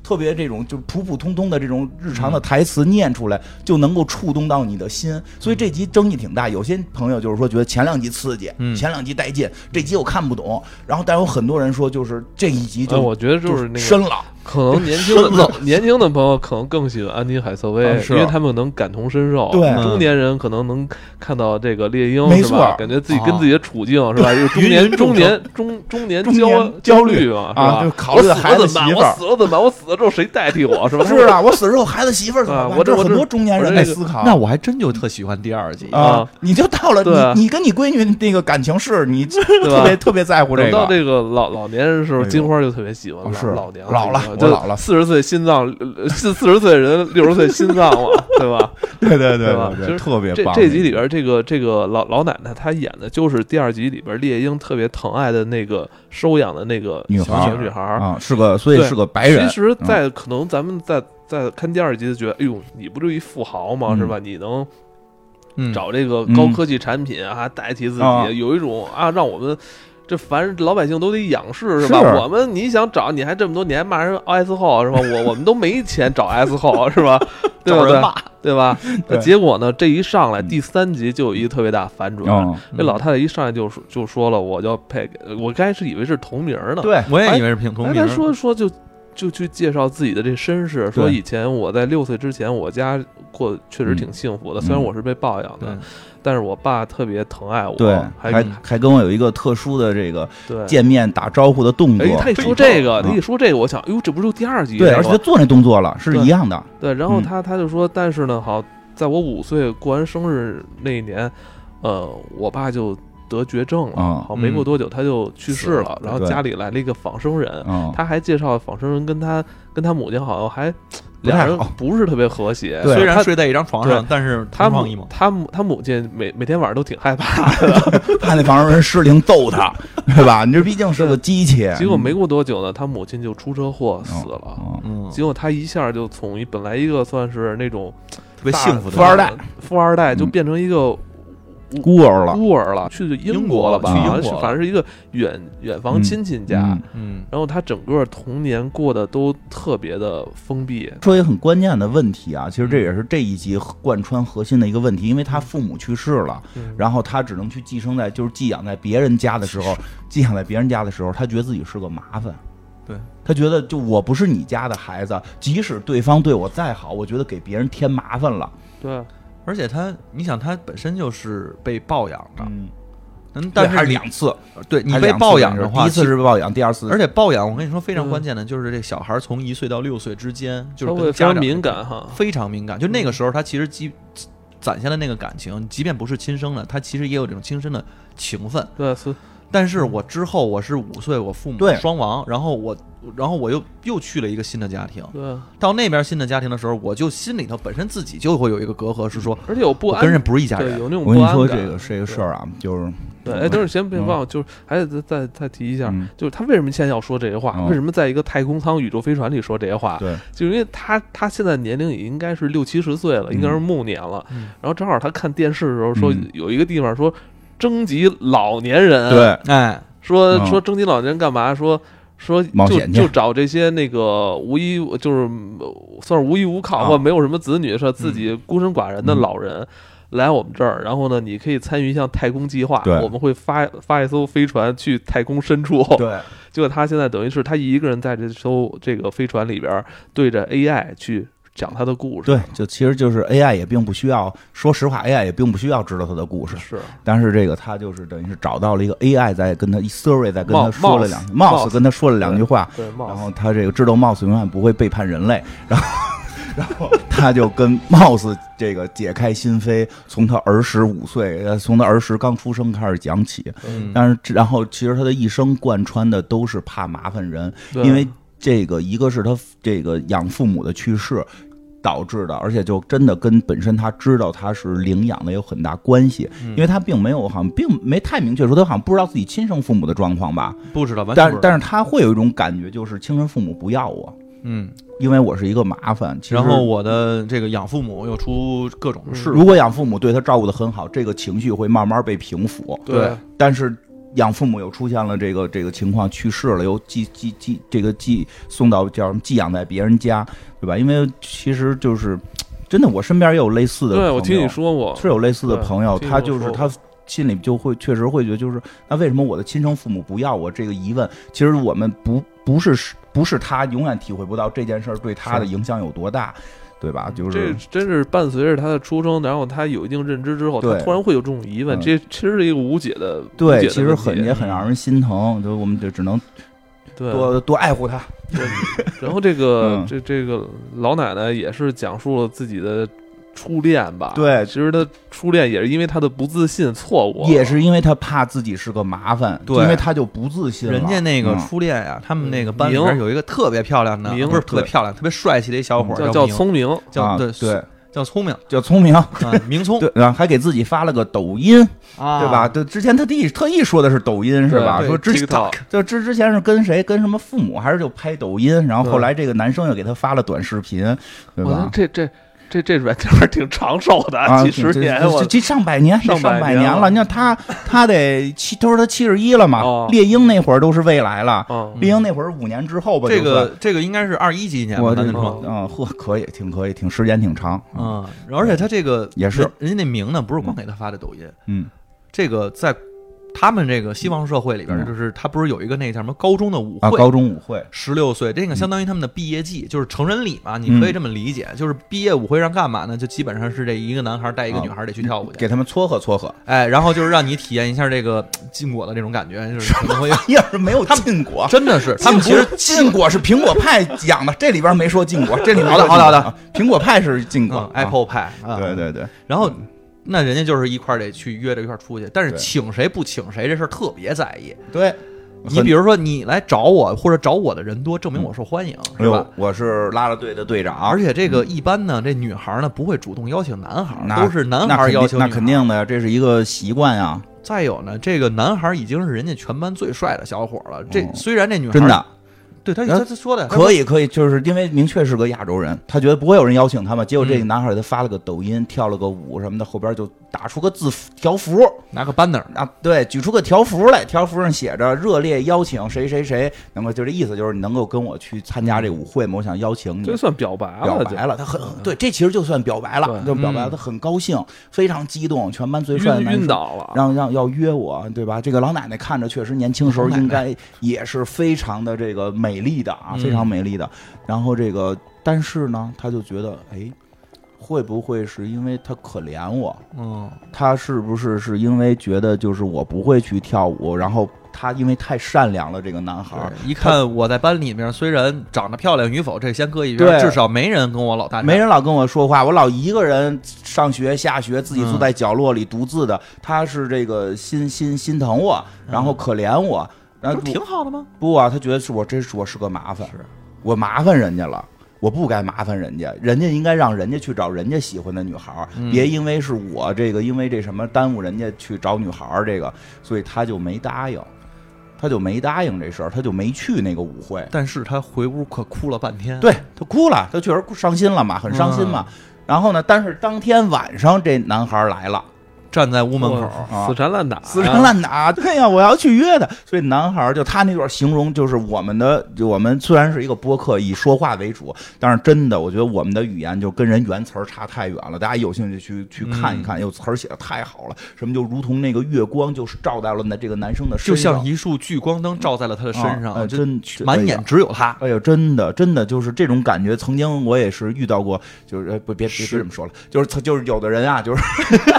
Speaker 2: 特别这种就是普普通通的这种日常
Speaker 1: 嗯
Speaker 2: 的台词念出来，就能够触动到你的心，所以这集争议挺大。有些朋友就是说觉得前两集刺激，
Speaker 3: 嗯
Speaker 2: 前两集带劲，这集我看不懂。然后但有很多人说就是这一集
Speaker 1: 哎
Speaker 2: 就
Speaker 1: 我觉得
Speaker 2: 就
Speaker 1: 就是那个
Speaker 2: 深了，
Speaker 1: 可能年轻
Speaker 2: 深了
Speaker 1: 的 年轻的朋友可能更喜欢安妮海瑟薇，
Speaker 2: 啊是
Speaker 1: 因为他们能感同身受。
Speaker 2: 对
Speaker 1: 中年人可能能看到这个猎鹰，
Speaker 2: 没
Speaker 1: 是
Speaker 2: 错
Speaker 1: 吧？感觉自
Speaker 2: 啊
Speaker 1: 己跟自己的处境 是吧？就是中
Speaker 2: 芸
Speaker 1: 年
Speaker 2: 芸众
Speaker 1: 中
Speaker 2: 生
Speaker 1: 年中中年
Speaker 2: 中
Speaker 1: 焦
Speaker 2: 年焦
Speaker 1: 焦
Speaker 2: 虑
Speaker 1: 嘛，是
Speaker 2: 啊
Speaker 1: 吧？
Speaker 2: 就考虑
Speaker 1: 我
Speaker 2: 到
Speaker 1: 死
Speaker 2: 孩
Speaker 1: 了
Speaker 2: 子
Speaker 1: 怎么办？
Speaker 2: 媳妇
Speaker 1: 我
Speaker 2: 儿
Speaker 1: 死了怎么办？我死了之后谁代替我是吧？
Speaker 2: 是啊，我死了之后孩子媳妇儿怎么
Speaker 1: 啊
Speaker 2: 办？
Speaker 1: 我这
Speaker 2: 这
Speaker 1: 我
Speaker 2: 很
Speaker 1: 这
Speaker 2: 多中年人
Speaker 1: 我
Speaker 2: 在
Speaker 1: 这
Speaker 2: 思考。
Speaker 3: 那我还真就特喜欢第二集，
Speaker 1: 啊
Speaker 2: 啊，你就到了
Speaker 1: 对啊
Speaker 2: 你你跟你闺女那个感情 是你特
Speaker 1: 吧
Speaker 2: 别特别在乎
Speaker 1: 等
Speaker 2: 这
Speaker 1: 到
Speaker 2: 个。
Speaker 1: 这个老老年人的时候，
Speaker 2: 哎呦
Speaker 1: 金花就特别喜欢
Speaker 2: 哦是
Speaker 1: 老娘
Speaker 2: 老了
Speaker 1: 这个
Speaker 2: 我
Speaker 1: 就
Speaker 2: 老了
Speaker 1: 四十岁心脏，呃四四十岁的人六十岁心脏 了，对吧？
Speaker 2: 对对对
Speaker 1: 对吧
Speaker 2: 对，
Speaker 1: 其实
Speaker 2: 特别
Speaker 1: 这
Speaker 2: 棒。
Speaker 1: 这集里边，这个这个老老奶奶她演的就是第二集里边猎鹰特别疼爱的那个收养的那个
Speaker 2: 女
Speaker 1: 小
Speaker 2: 孩
Speaker 1: 小
Speaker 2: 儿
Speaker 1: 女孩儿。
Speaker 2: 啊，是个所以
Speaker 1: 对
Speaker 2: 是个白人。
Speaker 1: 其实，
Speaker 2: 嗯
Speaker 1: 在可能咱们在在看第二集就觉得，哎呦，你不就一富豪吗？
Speaker 2: 嗯
Speaker 1: 是吧？你能
Speaker 3: 嗯，
Speaker 1: 找这个高科技产品啊，代替自
Speaker 2: 啊
Speaker 1: 己，有一种啊，让我们这凡老百姓都得仰视，是吧？
Speaker 2: 是
Speaker 1: 我们你想找，你还这么多，你还骂人哎 S 号 是吧？我我们都没钱找 S 号是吧？对
Speaker 3: 找
Speaker 1: 不
Speaker 3: 人
Speaker 1: 对？
Speaker 3: 骂，
Speaker 1: 对吧？那
Speaker 2: 对
Speaker 1: 结果呢，这一上来
Speaker 2: 嗯
Speaker 1: 第三集就有一个特别大反转，
Speaker 2: 嗯，
Speaker 1: 这老太太一上来就说就说了，我叫佩给，我刚开始以为是同名呢，
Speaker 2: 对，
Speaker 3: 我也以为是平同
Speaker 1: 哎，他，
Speaker 3: 名
Speaker 1: 说说就就去介绍自己的这身世，说
Speaker 2: 对
Speaker 1: 以前我在六岁之前，我家过确实挺幸福的，
Speaker 2: 嗯
Speaker 1: 虽然我是被抱养的
Speaker 3: 对，
Speaker 1: 但是我爸特别疼爱我，
Speaker 2: 对，
Speaker 1: 还嗯
Speaker 2: 还还跟我有一个特殊的这个
Speaker 1: 对。
Speaker 2: 见面打招呼的动作
Speaker 1: 哎，，他一说这个，他一说这个，我想，哎呦，这不是第二集
Speaker 2: 对，
Speaker 1: 那个
Speaker 2: 而且他
Speaker 1: 吗
Speaker 2: 做那动作了是
Speaker 1: 对
Speaker 2: 一样的，
Speaker 1: 对，然后
Speaker 2: 嗯
Speaker 1: 他他就说，但是呢，好，在我五岁过完生日那一年，呃，我爸就得绝症了
Speaker 2: 啊，
Speaker 1: 好，没过多久他就去世
Speaker 2: 死
Speaker 1: 了
Speaker 2: 了，
Speaker 1: 然后
Speaker 2: 对
Speaker 1: 家里来了一个仿生人，
Speaker 2: 嗯，
Speaker 1: 他还介绍仿生人跟他跟他母亲好像还
Speaker 2: 不太
Speaker 1: 俩人
Speaker 2: 好
Speaker 1: 不是特别和谐，
Speaker 2: 对
Speaker 3: 虽然
Speaker 1: 他
Speaker 3: 睡在一张床上，但是
Speaker 1: 他
Speaker 3: 同床异
Speaker 1: 母
Speaker 3: 梦，
Speaker 1: 他母他母亲每每天晚上都挺害怕，
Speaker 2: 怕那防人失灵揍他，对吧？你这毕竟是个机器，
Speaker 1: 结果没过多久呢，他母亲就出车祸死了。
Speaker 2: 嗯，
Speaker 3: 嗯，
Speaker 1: 结果他一下就从一本来一个算是那种
Speaker 3: 特别幸福的
Speaker 2: 富二代，
Speaker 1: 富二代就
Speaker 2: 嗯
Speaker 1: 变成一个
Speaker 2: 孤儿了，
Speaker 1: 孤儿了，去英国了吧？
Speaker 3: 英国
Speaker 1: 好像
Speaker 3: 了去英国
Speaker 1: 是
Speaker 3: 了
Speaker 1: 反正是一个远远房亲戚家。
Speaker 2: 嗯
Speaker 3: 嗯，
Speaker 1: 然后他整个童年过得都特别的封闭，
Speaker 2: 说一个很关键的问题啊，其实
Speaker 3: 嗯
Speaker 2: 这也是这一集贯穿核心的一个问题，因为他父母去世了，
Speaker 3: 嗯
Speaker 2: 然后他只能去寄生在，就是寄养在别人家的时候，寄养在别人家的时候，他觉得自己是个麻烦，
Speaker 3: 对
Speaker 2: 他觉得就我不是你家的孩子，即使对方对我再好，我觉得给别人添麻烦了，
Speaker 1: 对，啊
Speaker 3: 而且他，你想他本身就是被抱养的，
Speaker 2: 嗯，
Speaker 3: 嗯，但
Speaker 2: 还
Speaker 3: 是
Speaker 2: 是
Speaker 3: 你
Speaker 2: 两次，
Speaker 3: 对你
Speaker 2: 还是
Speaker 3: 被
Speaker 2: 两次
Speaker 3: 抱养
Speaker 2: 这
Speaker 3: 的
Speaker 2: 事儿
Speaker 3: 话，
Speaker 2: 第一次
Speaker 3: 其
Speaker 2: 是被抱养，第二次
Speaker 3: 而且抱养，我跟你说非常
Speaker 1: 嗯
Speaker 3: 关键的就是这小孩从一岁到六岁之间，就是
Speaker 1: 他
Speaker 3: 跟
Speaker 1: 会非
Speaker 3: 家
Speaker 1: 常
Speaker 3: 长
Speaker 1: 敏感嗯哈。
Speaker 3: 非常敏感，就那个时候他其实积攒下的那个感情，即便不是亲生的，他其实也有这种亲生的情分。
Speaker 1: 对，啊所以
Speaker 3: 但是我之后我是五岁，我父母
Speaker 2: 嗯对
Speaker 3: 双亡，然后我然后我又又去了一个新的家庭，
Speaker 1: 对，啊
Speaker 3: 到那边新的家庭的时候，我就心里头本身自己就会有一个隔阂，是说
Speaker 1: 而且有不
Speaker 3: 我
Speaker 1: 安
Speaker 3: 跟人不是一家
Speaker 1: 对，
Speaker 3: 人。
Speaker 1: 有那种
Speaker 2: 我跟
Speaker 1: 不
Speaker 2: 你
Speaker 1: 安
Speaker 2: 说
Speaker 1: 感。
Speaker 2: 这个这个事儿啊，就是
Speaker 1: 对，哎，等会儿先别
Speaker 2: 嗯
Speaker 1: 忘，就是还得再再再提一下
Speaker 2: 嗯，
Speaker 1: 就是他为什么现在要说这些话？
Speaker 2: 嗯
Speaker 1: 为什么在一个太空舱宇宙飞船里说这些
Speaker 3: 啊
Speaker 1: 话？
Speaker 2: 对，
Speaker 1: 就是因为他他现在年龄也应该是六七十岁了，应该是暮年了。
Speaker 3: 嗯
Speaker 1: 然后正好他看电视的时候说
Speaker 2: 嗯，
Speaker 1: 有一个地方说征集老年人，，啊
Speaker 2: 对，
Speaker 3: 哎，
Speaker 1: 说
Speaker 2: 嗯
Speaker 1: 说征集老年人干嘛？说。说
Speaker 2: 冒
Speaker 1: 就
Speaker 2: 险去
Speaker 1: 就找这些那个无依就是嗯算是无依无靠
Speaker 2: 啊
Speaker 1: 或者没有什么子女，说自己孤身寡人的
Speaker 2: 嗯
Speaker 1: 老人来我们这儿，然后呢，你可以参与一项太空计划
Speaker 2: 对，
Speaker 1: 我们会发发一艘飞船去太空深处。
Speaker 2: 对，
Speaker 1: 结果他现在等于是他一个人在这艘这个飞船里边儿对着 AI 去讲他的故事。
Speaker 2: 对，就其实就是 AI 也并不需要，说实话，AI 也并不需要知道他的故事，
Speaker 1: 是
Speaker 2: 但是这个他就是等于是找到了一个 AI 在跟他 Siri 在跟
Speaker 1: 冒
Speaker 2: 他说了两
Speaker 1: Mouse，
Speaker 2: Mouse 跟他说了两句话，
Speaker 1: 对，
Speaker 2: 然
Speaker 1: 貌
Speaker 2: 后他这个知道 Mouse 永远不会背叛人类，然后。然后他就跟 Mouse 这个解开心扉，从他儿时五岁，呃从他儿时刚出生开始讲起。
Speaker 3: 嗯，
Speaker 2: 但是这，然后其实他的一生贯穿的都是怕麻烦人，
Speaker 1: 对
Speaker 2: 因为这个一个是他这个养父母的去世导致的，而且就真的跟本身他知道他是领养的有很大关系，
Speaker 3: 嗯
Speaker 2: 因为他并没有好像并没太明确说他好像不知道自己亲生父母的状况吧，
Speaker 3: 不知道，完全
Speaker 2: 但
Speaker 3: 不知道
Speaker 2: 但是他会有一种感觉，就是亲生父母不要我，
Speaker 3: 嗯，
Speaker 2: 因为我是一个麻烦。其实
Speaker 3: 然后我的这个养父母又出各
Speaker 1: 嗯
Speaker 3: 种事故，
Speaker 2: 如果养父母对他照顾的很好，这个情绪会慢慢被平复。
Speaker 1: 对
Speaker 2: 但是养父母又出现了这个这个情况，去世了，又寄寄寄这个寄送到叫什么寄养在别人家，对吧？因为其实就是真的，我身边也有类似的朋友，
Speaker 1: 对，我听你说过，
Speaker 2: 是有类似的朋友，
Speaker 1: 对
Speaker 2: 他
Speaker 1: 听
Speaker 2: 就
Speaker 1: 你
Speaker 2: 是
Speaker 1: 说
Speaker 2: 他。心里就会确实会觉得，就是那为什么我的亲生父母不要我这个疑问？其实我们不不是不是他，永远体会不到这件事儿对他的影响有多大，对吧？就
Speaker 1: 嗯这
Speaker 2: 是
Speaker 1: 真是伴随着他的出生，然后他有一定认知之后，他
Speaker 2: 对
Speaker 1: 突然会有这种疑问，
Speaker 2: 嗯
Speaker 1: 这其实是一个无解的，无
Speaker 2: 对，
Speaker 1: 解的
Speaker 2: 其实
Speaker 1: 问题
Speaker 2: 很也很让人心疼，就我们就只能
Speaker 1: 对。
Speaker 2: 多多爱护他。
Speaker 1: 然后这个
Speaker 2: 嗯
Speaker 1: 这这个老奶奶也是讲述了自己的初恋吧？
Speaker 2: 对
Speaker 1: 其实她初恋也是因为她的不自信错过了，
Speaker 2: 也是因为他怕自己是个麻烦，
Speaker 3: 对
Speaker 2: 因为他就不自信了。
Speaker 3: 人家那个
Speaker 2: 嗯
Speaker 3: 初恋呀、他们那个班里边
Speaker 1: 明
Speaker 3: 有一个特别漂亮的，
Speaker 1: 明
Speaker 3: 不是特
Speaker 2: 对
Speaker 3: 别漂亮，特别帅气的一小伙儿，
Speaker 1: 叫
Speaker 3: 叫
Speaker 1: 叫
Speaker 3: 明
Speaker 1: 聪明，
Speaker 3: 叫
Speaker 2: 啊
Speaker 3: 对
Speaker 2: 对，
Speaker 3: 叫聪明
Speaker 2: 叫聪明，
Speaker 3: 啊，明聪
Speaker 2: 对，然后还给自己发了个抖音，
Speaker 3: 啊，
Speaker 2: 对吧？？对，之前他特意特意说的是抖音是吧？
Speaker 1: 对
Speaker 2: 说之前
Speaker 1: TikTok
Speaker 2: 就之之前是跟谁跟什么父母，还是就拍抖音，然后后来这个男生又给他发了短视频，对
Speaker 1: 我觉得
Speaker 2: 吧？
Speaker 1: 这这这这软件儿挺长寿的，
Speaker 2: 啊，
Speaker 1: 几十年
Speaker 2: 这这
Speaker 1: 我
Speaker 2: 这这上百年，
Speaker 1: 上
Speaker 2: 上
Speaker 1: 百
Speaker 2: 百
Speaker 1: 年了
Speaker 2: 了。你看他，他得七，他说他七十一了嘛
Speaker 1: 哦。
Speaker 2: 猎鹰那会儿都是未来了，
Speaker 3: 嗯
Speaker 1: 啊，
Speaker 2: 猎鹰那会儿是五年之后吧？
Speaker 3: 这
Speaker 2: 就算
Speaker 3: 个这个应该是二一几年吧，
Speaker 2: 我
Speaker 3: 咱
Speaker 2: 这
Speaker 3: 就
Speaker 1: 个
Speaker 3: 说，
Speaker 2: 嗯，呵，可以，挺可以，挺时间挺长，
Speaker 3: 嗯，而且他这个
Speaker 2: 也是
Speaker 3: 人人家那名呢，不是光给他发的抖音，
Speaker 2: 嗯，
Speaker 3: 这个在他们这个西方社会里边，
Speaker 2: 嗯
Speaker 3: 就是他不是有一个那叫什么高中的舞
Speaker 2: 啊，
Speaker 3: 会。
Speaker 2: 高中舞会，
Speaker 3: 十六岁，
Speaker 2: 嗯
Speaker 3: 这个相当于他们的毕业季，就是成人礼嘛，你可以这么理解，就是毕业舞会上干嘛呢？就基本上是这一个男孩带
Speaker 2: 啊
Speaker 3: 一个女孩得去跳舞去，
Speaker 2: 给他们撮合撮合，
Speaker 3: 哎，然后就是让你体验一下这个禁果的这种感觉，就是 可能会有
Speaker 2: 要是没有禁果，
Speaker 3: 真的是 他们其
Speaker 2: 禁
Speaker 3: 实
Speaker 2: 果禁果是苹果派养的，这里边没说禁果，这里面
Speaker 3: 好的好的好的
Speaker 2: 的，苹果派是禁果啊
Speaker 3: 嗯 Apple 派啊，
Speaker 2: 对对对，
Speaker 3: 然后那人家就是一块儿得去约着一块儿出去，但是
Speaker 2: 对
Speaker 3: 请谁不请谁这事儿特别在意。
Speaker 2: 对，
Speaker 3: 你比如说你来找我或者找我的人多，证明我受欢迎，
Speaker 2: 很
Speaker 3: 是
Speaker 2: 哎
Speaker 3: 吧
Speaker 2: 呦？，我是拉拉队的队长，
Speaker 3: 而且这个一般呢，这女孩儿呢不会主动邀请男孩
Speaker 2: 那
Speaker 3: 儿，都是男
Speaker 2: 那
Speaker 3: 孩儿
Speaker 2: 肯定
Speaker 3: 邀请女
Speaker 2: 那
Speaker 3: 孩儿
Speaker 2: 肯。定的，这是一个习惯啊，
Speaker 3: 再有呢，这个男孩儿已经是人家全班最帅的小伙儿了。这
Speaker 2: 哦
Speaker 3: 虽然这女孩儿
Speaker 2: 真的
Speaker 3: 对他
Speaker 2: 呃
Speaker 3: 他他说的
Speaker 2: 可以可以，就是因为明确是个亚洲人，他觉得不会有人邀请他嘛，结果这个
Speaker 3: 嗯
Speaker 2: 男孩给他发了个抖音，跳了个舞什么的，后边就打出个字符条幅，
Speaker 3: 拿个 banner，
Speaker 2: 啊，对，举出个条幅来，条幅上写着“热烈邀请谁谁谁”，那么就这意思就是你能够跟我去参加这舞会吗？我想邀请你。
Speaker 1: 这算表白
Speaker 2: 表
Speaker 1: 嗯了，就嗯
Speaker 2: 白了，他很对，这其实就算表白了，
Speaker 1: 对
Speaker 2: 就表白了，
Speaker 3: 嗯
Speaker 2: 他很高兴，非常激动，全班最帅的
Speaker 1: 晕
Speaker 2: 男
Speaker 1: 晕
Speaker 2: 生，
Speaker 1: 倒了，
Speaker 2: 让让要约我，对吧？这个老奶奶看着确实年轻时候
Speaker 3: 老奶奶
Speaker 2: 应该也是非常的这个美丽的啊，
Speaker 3: 嗯
Speaker 2: 非常美丽的。然后这个，但是呢，他就觉得，哎，会不会是因为他可怜我，
Speaker 3: 嗯，
Speaker 2: 他是不是是因为觉得就是我不会去跳舞，然后他因为太善良了，这个男孩儿
Speaker 3: 对一看我在班里面虽然长得漂亮与否，这先搁一边
Speaker 2: 对
Speaker 3: 儿，至少没人跟我老大
Speaker 2: 没人老跟我说话，我老一个人上学下学，自己坐
Speaker 3: 嗯
Speaker 2: 在角落里独自的，他是这个心心心疼我，然后可怜我，然后
Speaker 3: 嗯不是挺好的吗？
Speaker 2: 不啊，他觉得是我真是我是个麻烦，我麻烦人家了。我不该麻烦人家，人家应该让人家去找人家喜欢的女孩儿，别因为是我这个，因为这什么耽误人家去找女孩儿这个，所以他就没答应，他就没答应这事儿，他就没去那个舞会。
Speaker 3: 但是他回屋可哭了半天。，
Speaker 2: 对他哭了，他确实哭伤心了嘛，很伤心嘛。然后呢，但是当天晚上这男孩儿来了，
Speaker 3: 站在屋门口，
Speaker 1: 哇
Speaker 2: 啊
Speaker 1: 死缠烂打，
Speaker 2: 死缠，烂打，对呀、我要去约他。所以男孩儿就他那段形容，就是我们的，就我们虽然是一个播客，以说话为主，但是真的，我觉得我们的语言就跟人原词儿差太远了。大家有兴趣去去看一看，有词儿写的太好了，什么就如同那个月光，就是照到了那这个男生的身
Speaker 3: 就
Speaker 2: 上，
Speaker 3: 像一束聚光灯照在了他的身上，
Speaker 2: 啊哎
Speaker 3: 就
Speaker 2: 真
Speaker 3: 满眼。只有他。
Speaker 2: 哎呦，真的，真的就是这种感觉。曾经我也是遇到过，就是哎不别别别这么说了，就是曾就是有的人啊，就是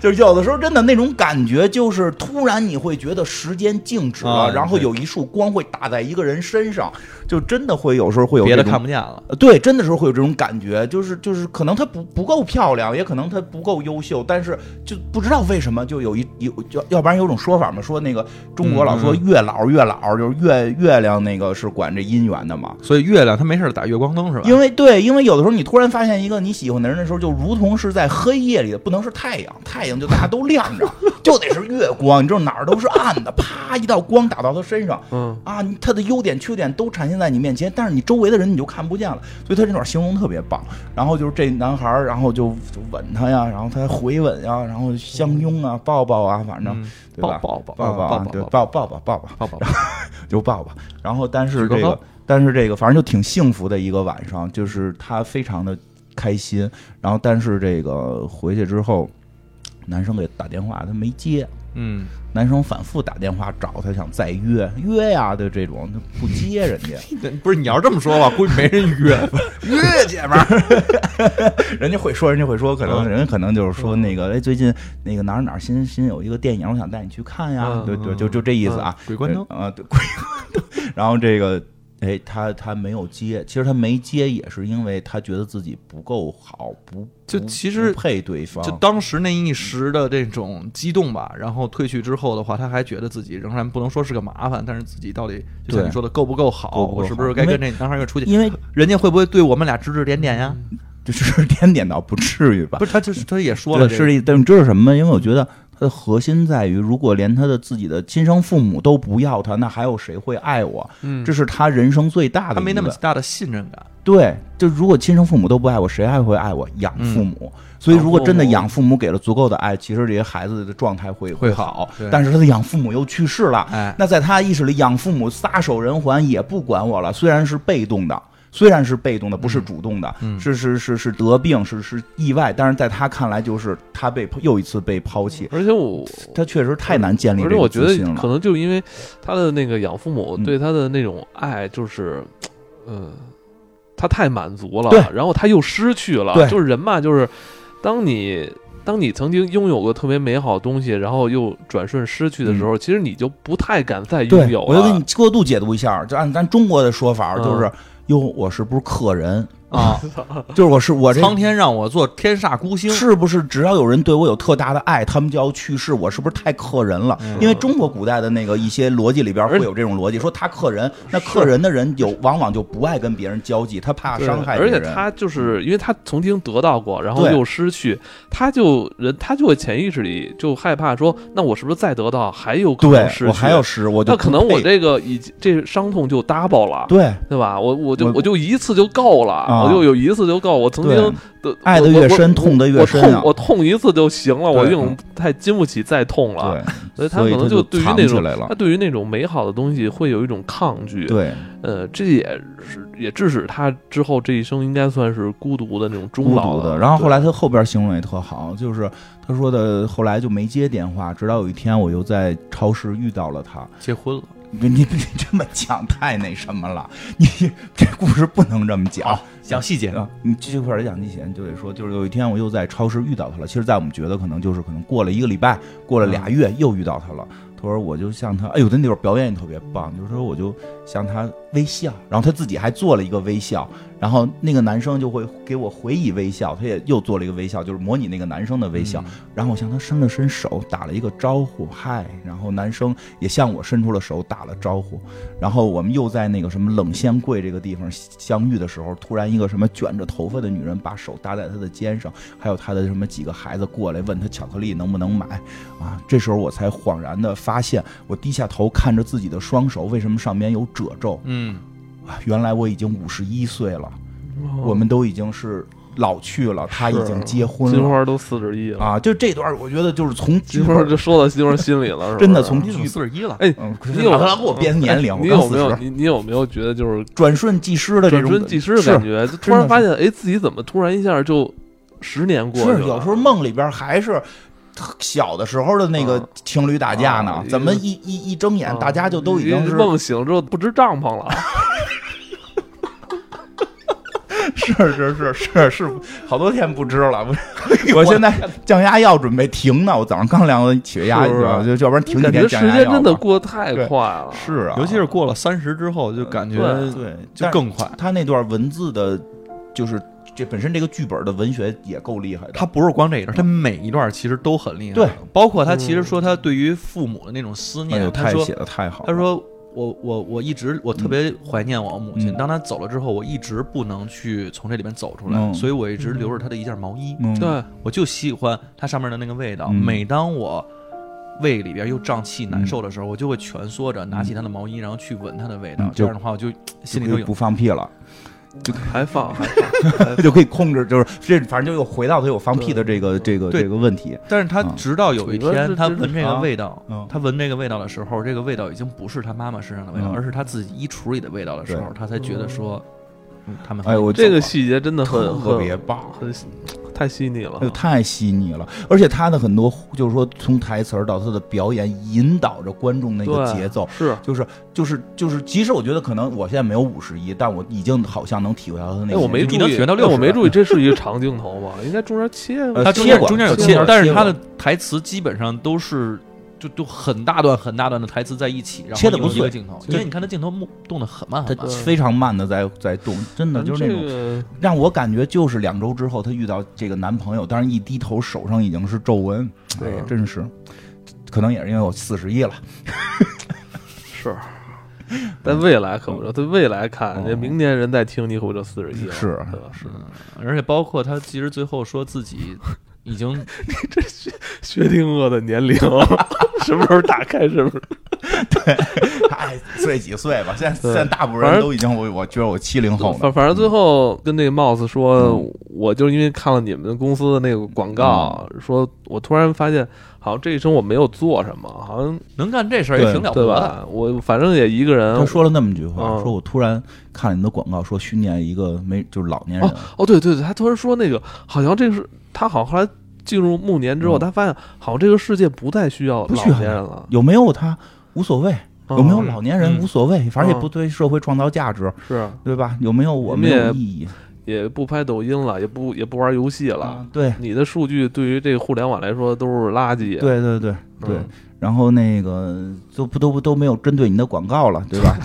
Speaker 2: 就是有的时候真的那种感觉，就是突然你会觉得时间静止了，
Speaker 3: 啊
Speaker 2: 然后
Speaker 3: 对
Speaker 2: 有一束光会打在一个人身上，就真的会有时候会有
Speaker 3: 别
Speaker 2: 这
Speaker 3: 的
Speaker 2: 种
Speaker 3: 看不见了，
Speaker 2: 呃对，真的时候会有这种感觉，就是就是可能她不不够漂亮，也可能她不够优秀，但是就不知道为什么就有一有要要不然有种说法嘛，说那个中国老说
Speaker 3: 嗯
Speaker 2: 月老月老就是月月亮那个是管这姻缘的嘛。
Speaker 3: 所以月亮它没事儿打月光灯是吧？
Speaker 2: 因为对，因为有的时候你突然发现一个你喜欢的人的时候，就如同是在黑夜里的，不能是太阳，太阳就大家都亮 着，就得是月光，你知道哪儿都是暗的，啪一道光打到他身上，
Speaker 1: 嗯，
Speaker 2: 啊，你他的优点缺点都展现在你面前，但是你周围的人你就看不见了，所以他这段形容特别棒。然后就是这男孩儿，然后就就吻他呀，然后他回吻呀，然后相拥啊，抱抱啊，反正、
Speaker 3: 嗯
Speaker 2: 对
Speaker 3: 抱
Speaker 2: 吧？
Speaker 3: 抱抱
Speaker 2: 抱
Speaker 3: 抱
Speaker 2: 啊对
Speaker 3: 抱
Speaker 2: 抱抱抱抱抱
Speaker 3: 抱抱，
Speaker 2: 就抱吧。然后但是
Speaker 3: 举个
Speaker 2: 这个
Speaker 3: 高
Speaker 2: 但是这个反正就挺幸福的一个晚上，就是他非常的开心。然后但是这个回去之后，男生给打电话他没接，
Speaker 3: 嗯，
Speaker 2: 男生反复打电话找他，想再约约呀的这种，他不接人家，
Speaker 3: 不是你要这么说吧，估计没人约，约姐们儿，
Speaker 2: 人家会说，人家会说，可能
Speaker 3: 嗯
Speaker 2: 人家可能就是说那个，哎，最近那个哪儿哪儿新新有一个电影，我想带你去看呀，
Speaker 1: 嗯
Speaker 2: 对对，就就这意思啊，
Speaker 3: 嗯鬼关灯
Speaker 2: 啊，对，鬼关 灯。然后这个，哎，他他没有接，其实他没接也是因为他觉得自己不够好，不
Speaker 3: 就
Speaker 2: 不
Speaker 3: 其实
Speaker 2: 不配对方
Speaker 3: 就，当时那一时的这种激动吧，然后退去之后的话，他还觉得自己仍然不能说是个麻烦，但是自己到底就像
Speaker 2: 对
Speaker 3: 你说的够不够好，
Speaker 2: 够不够
Speaker 3: 我是不是
Speaker 2: 好
Speaker 3: 该
Speaker 2: 因为
Speaker 3: 跟这男孩儿出去？
Speaker 2: 因为嗯
Speaker 3: 人家会不会对我们俩指指点点呀？
Speaker 2: 就是点点到不至于吧
Speaker 3: 不。是，他就是他也说
Speaker 2: 对
Speaker 3: 了这个，
Speaker 2: 是这意思，但你知道什么吗？因为我觉得他的核心在于，如果连他的自己的亲生父母都不要他，那还有谁会爱我？
Speaker 1: 嗯
Speaker 2: 这是他人生最大的疑问。
Speaker 3: 他没那么大的信任感。
Speaker 2: 对，就如果亲生父母都不爱我，谁还会爱我？养
Speaker 3: 嗯
Speaker 2: 父母。所以，如果真的养父母给了足够的爱，其实这些孩子的状态会
Speaker 3: 会好
Speaker 2: 好
Speaker 3: 对。
Speaker 2: 但是他的养父母又去世了，
Speaker 3: 哎
Speaker 2: 那在他意识里，养父母撒手人寰也不管我了，虽然是被动的。虽然是被动的，不是主动的，
Speaker 3: 嗯
Speaker 2: 是是是是得病，是是意外，但是在他看来，就是他被又一次被抛弃，
Speaker 1: 而且我，
Speaker 2: 他确实太难建立
Speaker 1: 而
Speaker 2: 这
Speaker 1: 且
Speaker 2: 个
Speaker 1: 我觉
Speaker 2: 自
Speaker 1: 得
Speaker 2: 信
Speaker 1: 可
Speaker 2: 了。
Speaker 1: 能就因为他的那个养父母
Speaker 2: 嗯
Speaker 1: 对他的那种爱，就是，嗯、他太满足了
Speaker 2: 对，
Speaker 1: 然后他又失去了，
Speaker 2: 对
Speaker 1: 就是人嘛，就是当你。当你曾经拥有过特别美好的东西，然后又转瞬失去的时候，其实你就不太敢再拥
Speaker 2: 嗯对，
Speaker 1: 有啊
Speaker 2: 我就给你
Speaker 1: 了
Speaker 2: 过度解读一下，就按咱中国的说法，就是
Speaker 1: 嗯
Speaker 2: 哟，我是不是客人？
Speaker 3: 啊！
Speaker 2: 就是我是我这
Speaker 3: 苍天让我做天煞孤星，
Speaker 2: 是不是只要有人对我有特大的爱，他们就要去世？我是不是太克人了？
Speaker 1: 嗯
Speaker 2: 因为中国古代的那个一些逻辑里边会有这种逻辑，说他克人，那克人的人有往往就不爱跟别人交际，他怕
Speaker 1: 对
Speaker 2: 伤害别
Speaker 1: 而且
Speaker 2: 人。嗯
Speaker 1: 他就是因为他曾经得到过，然后
Speaker 2: 对
Speaker 1: 又失去，他就人他就会潜意识里就害怕说，那我是不是再得到还有可能
Speaker 2: 对
Speaker 1: 失去？
Speaker 2: 我还要失，我就
Speaker 1: 那可能
Speaker 2: 不
Speaker 1: 我
Speaker 2: 配
Speaker 1: 这个已经这伤痛就 double 了，
Speaker 2: 对
Speaker 1: 对吧？我我就
Speaker 2: 我
Speaker 1: 我就一次就够了，
Speaker 2: 啊
Speaker 1: 我就有一次就够。我曾经
Speaker 2: 对
Speaker 1: 的
Speaker 2: 爱得
Speaker 1: 我
Speaker 2: 越
Speaker 1: 我
Speaker 2: 深
Speaker 1: 我
Speaker 2: 痛得越
Speaker 1: 我
Speaker 2: 深
Speaker 1: 痛
Speaker 2: 啊
Speaker 1: 我痛一次就行了，我已
Speaker 2: 对嗯
Speaker 1: 经太经不起再痛了。所
Speaker 2: 对，
Speaker 1: 以他
Speaker 2: 所以
Speaker 1: 可能
Speaker 2: 就
Speaker 1: 对于
Speaker 2: 藏
Speaker 1: 那
Speaker 2: 起
Speaker 1: 种
Speaker 2: 来了
Speaker 1: 他。对于那种美好的东西会有一种抗拒，
Speaker 2: 对，
Speaker 1: 呃，这也是也致使他之后这一生应该算是孤独的那种终
Speaker 2: 孤
Speaker 1: 老
Speaker 2: 独的。
Speaker 1: 了
Speaker 2: 然后后
Speaker 1: 对
Speaker 2: 来他后边形容也特好，就是他说的，后来就没接电话，直到有一天我又在超市遇到了他，
Speaker 3: 结婚了，
Speaker 2: 你 你你这么讲太那什么了，你这故事不能这么讲。
Speaker 3: 讲细节
Speaker 2: 啊，你这块儿讲之前就得说，就是有一天我又在超市遇到他了。其实，在我们觉得可能就是可能过了一个礼拜，过了俩月又遇到他了。他说我就向他，哎呦，他那会儿表演也特别棒，就是说我就向他微笑，然后他自己还做了一个微笑，然后那个男生就会给我回以微笑，他也又做了一个微笑，就是模拟那个男生的微笑。然后我向他伸了伸手，打了一个招呼，嗨。然后男生也向我伸出了手，打了招呼。然后我们又在那个什么冷鲜柜这个地方相遇的时候，突然一个什么卷着头发的女人把手搭在他的肩上，还有他的什么几个孩子过来问他巧克力能不能买啊。这时候我才恍然的发现，我低下头看着自己的双手，为什么上面有褶皱？
Speaker 3: 嗯，
Speaker 2: 啊原来我已经五十一岁了，
Speaker 1: 哦
Speaker 2: 我们都已经是老去了，他已
Speaker 1: 是
Speaker 2: 经结婚
Speaker 1: 金
Speaker 2: 了。
Speaker 1: 花都四十一了，
Speaker 2: 啊，就这段，我觉得就是从剧
Speaker 1: 金花
Speaker 2: 本
Speaker 1: 就说到金花心里 了，是不
Speaker 2: 真的
Speaker 1: 是
Speaker 2: 从
Speaker 3: 你
Speaker 2: 剧
Speaker 3: 怎么四十一了？
Speaker 1: 哎，
Speaker 2: 嗯，
Speaker 1: 你有
Speaker 2: 老他给我编年龄，
Speaker 1: 哎
Speaker 2: 我
Speaker 1: 你
Speaker 2: 刚
Speaker 1: 有没有
Speaker 2: 40
Speaker 1: 你你有没有觉得就是
Speaker 2: 转瞬即逝的这
Speaker 1: 转
Speaker 2: 种
Speaker 1: 瞬即逝的感
Speaker 2: 是
Speaker 1: 觉？就突然
Speaker 2: 是
Speaker 1: 发现，哎，自己怎么突然一下就十年过去了？
Speaker 2: 是，有时候梦里边还是。小的时候的那个
Speaker 1: 嗯
Speaker 2: 情侣打架呢
Speaker 1: 啊，
Speaker 2: 怎么一一一睁眼，
Speaker 1: 啊
Speaker 2: 大家就都已经是
Speaker 1: 梦醒之后不支帐篷了。
Speaker 2: 是是是是是，好多天不知 了。不是，我现在降压药准备停呢，我早上刚量了血压，
Speaker 1: 是不是
Speaker 2: 就就要不然停几
Speaker 1: 感觉
Speaker 2: 天
Speaker 1: 时
Speaker 2: 降压
Speaker 1: 间
Speaker 2: 药吧。
Speaker 1: 真的过得太
Speaker 2: 对
Speaker 1: 快了，
Speaker 2: 是啊，
Speaker 3: 尤其是过了三十之后，就感觉
Speaker 1: 对
Speaker 2: 对，
Speaker 3: 就
Speaker 2: 更。
Speaker 3: 更快。
Speaker 2: 他那段文字的，就是这本身这个剧本的文学也够厉害的。
Speaker 3: 他不是光这一段，他每一段其实都很厉
Speaker 2: 嗯
Speaker 3: 害。
Speaker 2: 对，
Speaker 3: 包括他其实说他对于父母的那种思
Speaker 2: 那就
Speaker 3: 念，他
Speaker 2: 哎太
Speaker 3: 说
Speaker 2: 写的太好了。
Speaker 3: 他说我我我一直我特别怀念我母亲，
Speaker 2: 嗯
Speaker 3: 当她走了之后，我一直不能去从这里面走出来，
Speaker 2: 嗯
Speaker 3: 所以我一直留着她的一件毛衣，
Speaker 2: 嗯，
Speaker 1: 对，
Speaker 3: 我就喜欢它上面的那个味道。
Speaker 2: 嗯
Speaker 3: 每当我胃里边又胀气难受的时候，我就会蜷缩着拿起她的毛衣，然后去闻它的味道
Speaker 2: 嗯。就
Speaker 3: 这样的话，我就心里
Speaker 2: 就
Speaker 3: 头
Speaker 2: 可以
Speaker 3: 有
Speaker 2: 不放屁了，
Speaker 1: 还放还
Speaker 2: 他 就可以控制，就是这反正就又回到他有放屁的这个这个
Speaker 3: 对
Speaker 2: 这个问题。
Speaker 3: 但是他
Speaker 2: 嗯
Speaker 3: 直到有一
Speaker 1: 主要是
Speaker 3: 天，他
Speaker 1: 这是
Speaker 3: 闻这个
Speaker 2: 啊
Speaker 3: 味道
Speaker 2: 嗯，
Speaker 3: 他闻这个味道的时候，这个味道已经不是他妈妈身上的味道，
Speaker 2: 嗯
Speaker 3: 而是他自己衣橱里的味道的时候，他才觉得说，嗯他们
Speaker 2: 哎，我
Speaker 1: 这个细节真的
Speaker 2: 特
Speaker 1: 很
Speaker 2: 特
Speaker 1: 很
Speaker 2: 别棒，
Speaker 1: 很太细腻了
Speaker 2: 哎呦，太细腻了，而且他的很多就是说，从台词儿到他的表演，引导着观众那个
Speaker 1: 对
Speaker 2: 节奏，
Speaker 1: 是
Speaker 2: 就是就是就是，即使我觉得可能我现在没有五十一，但我已经好像能体会到他那
Speaker 1: 哎，
Speaker 2: 个。
Speaker 1: 我没注
Speaker 3: 你能
Speaker 1: 意，
Speaker 3: 选到
Speaker 1: 哎我
Speaker 3: 60
Speaker 1: 没注意，这是一个长镜头吗？应该中间切
Speaker 2: 呃
Speaker 1: 吧。
Speaker 3: 他中间
Speaker 2: 切过
Speaker 3: 中间有
Speaker 1: 切
Speaker 3: 切
Speaker 1: 过，
Speaker 3: 但是他
Speaker 2: 切
Speaker 3: 的台词基本上都是就就很大段很大段的台词在一起，然后
Speaker 2: 切得
Speaker 3: 有
Speaker 2: 不
Speaker 3: 一个
Speaker 2: 碎
Speaker 3: 镜头，
Speaker 1: 就
Speaker 3: 因为你看他镜头动动得很慢
Speaker 2: 他
Speaker 3: 很慢。
Speaker 2: 非常慢的在在动，真的
Speaker 1: 咱
Speaker 2: 就是那种
Speaker 1: 这个
Speaker 2: 让我感觉就是两周之后她遇到这个男朋友，当然一低头手上已经是皱纹，
Speaker 1: 对
Speaker 2: 哎真是，可能也是因为我四十一了，
Speaker 1: 是。 但未来可不知道，对未来看，
Speaker 2: 哦
Speaker 1: 这明年人再听你可不就四十一了，
Speaker 2: 是
Speaker 1: 对吧？嗯是
Speaker 3: 而且包括他其实最后说自己已经
Speaker 1: 薛定谔的年龄 什么时候打开？什么时候？
Speaker 2: 哎，岁几岁吧，现在
Speaker 1: 对
Speaker 2: 现在大部分
Speaker 1: 反
Speaker 2: 人
Speaker 1: 正
Speaker 2: 都已经我我觉得我七零后呢，
Speaker 1: 反反正最后跟那个 Mouse 说
Speaker 2: 嗯，
Speaker 1: 我就是因为看了你们公司的那个广告，说我突然发现，好像这一生我没有做什么，好像
Speaker 3: 能干这事儿也
Speaker 2: 对
Speaker 3: 挺了不
Speaker 1: 对
Speaker 3: 得的。
Speaker 1: 吧？我反正也一个人。
Speaker 2: 他说了那么句话，
Speaker 1: 嗯
Speaker 2: 说我突然看了你的广告，说训练一个没就是老年人，
Speaker 1: 哦哦，对对对，他突然说那个，好像这个是他好像后来进入暮年之后，
Speaker 2: 嗯
Speaker 1: 他发现好像这个世界不再需要
Speaker 2: 不
Speaker 1: 老
Speaker 2: 需要
Speaker 1: 年人了，
Speaker 2: 有没有他无所谓，有没有
Speaker 1: 嗯
Speaker 2: 老年人
Speaker 3: 嗯
Speaker 2: 无所谓，反正也
Speaker 1: 嗯
Speaker 2: 不对社会创造价值，
Speaker 1: 是
Speaker 2: 对吧？有没有我
Speaker 1: 我
Speaker 2: 没
Speaker 1: 们
Speaker 2: 有
Speaker 1: 也
Speaker 2: 意义
Speaker 1: 也不拍抖音了，也不也不玩游戏了
Speaker 2: 啊，？对
Speaker 1: 你的数据对于这个互联网来说都是垃圾。
Speaker 2: 对对对对
Speaker 1: 嗯，
Speaker 2: 然后那个都不都不都没有针对你的广告了，对吧？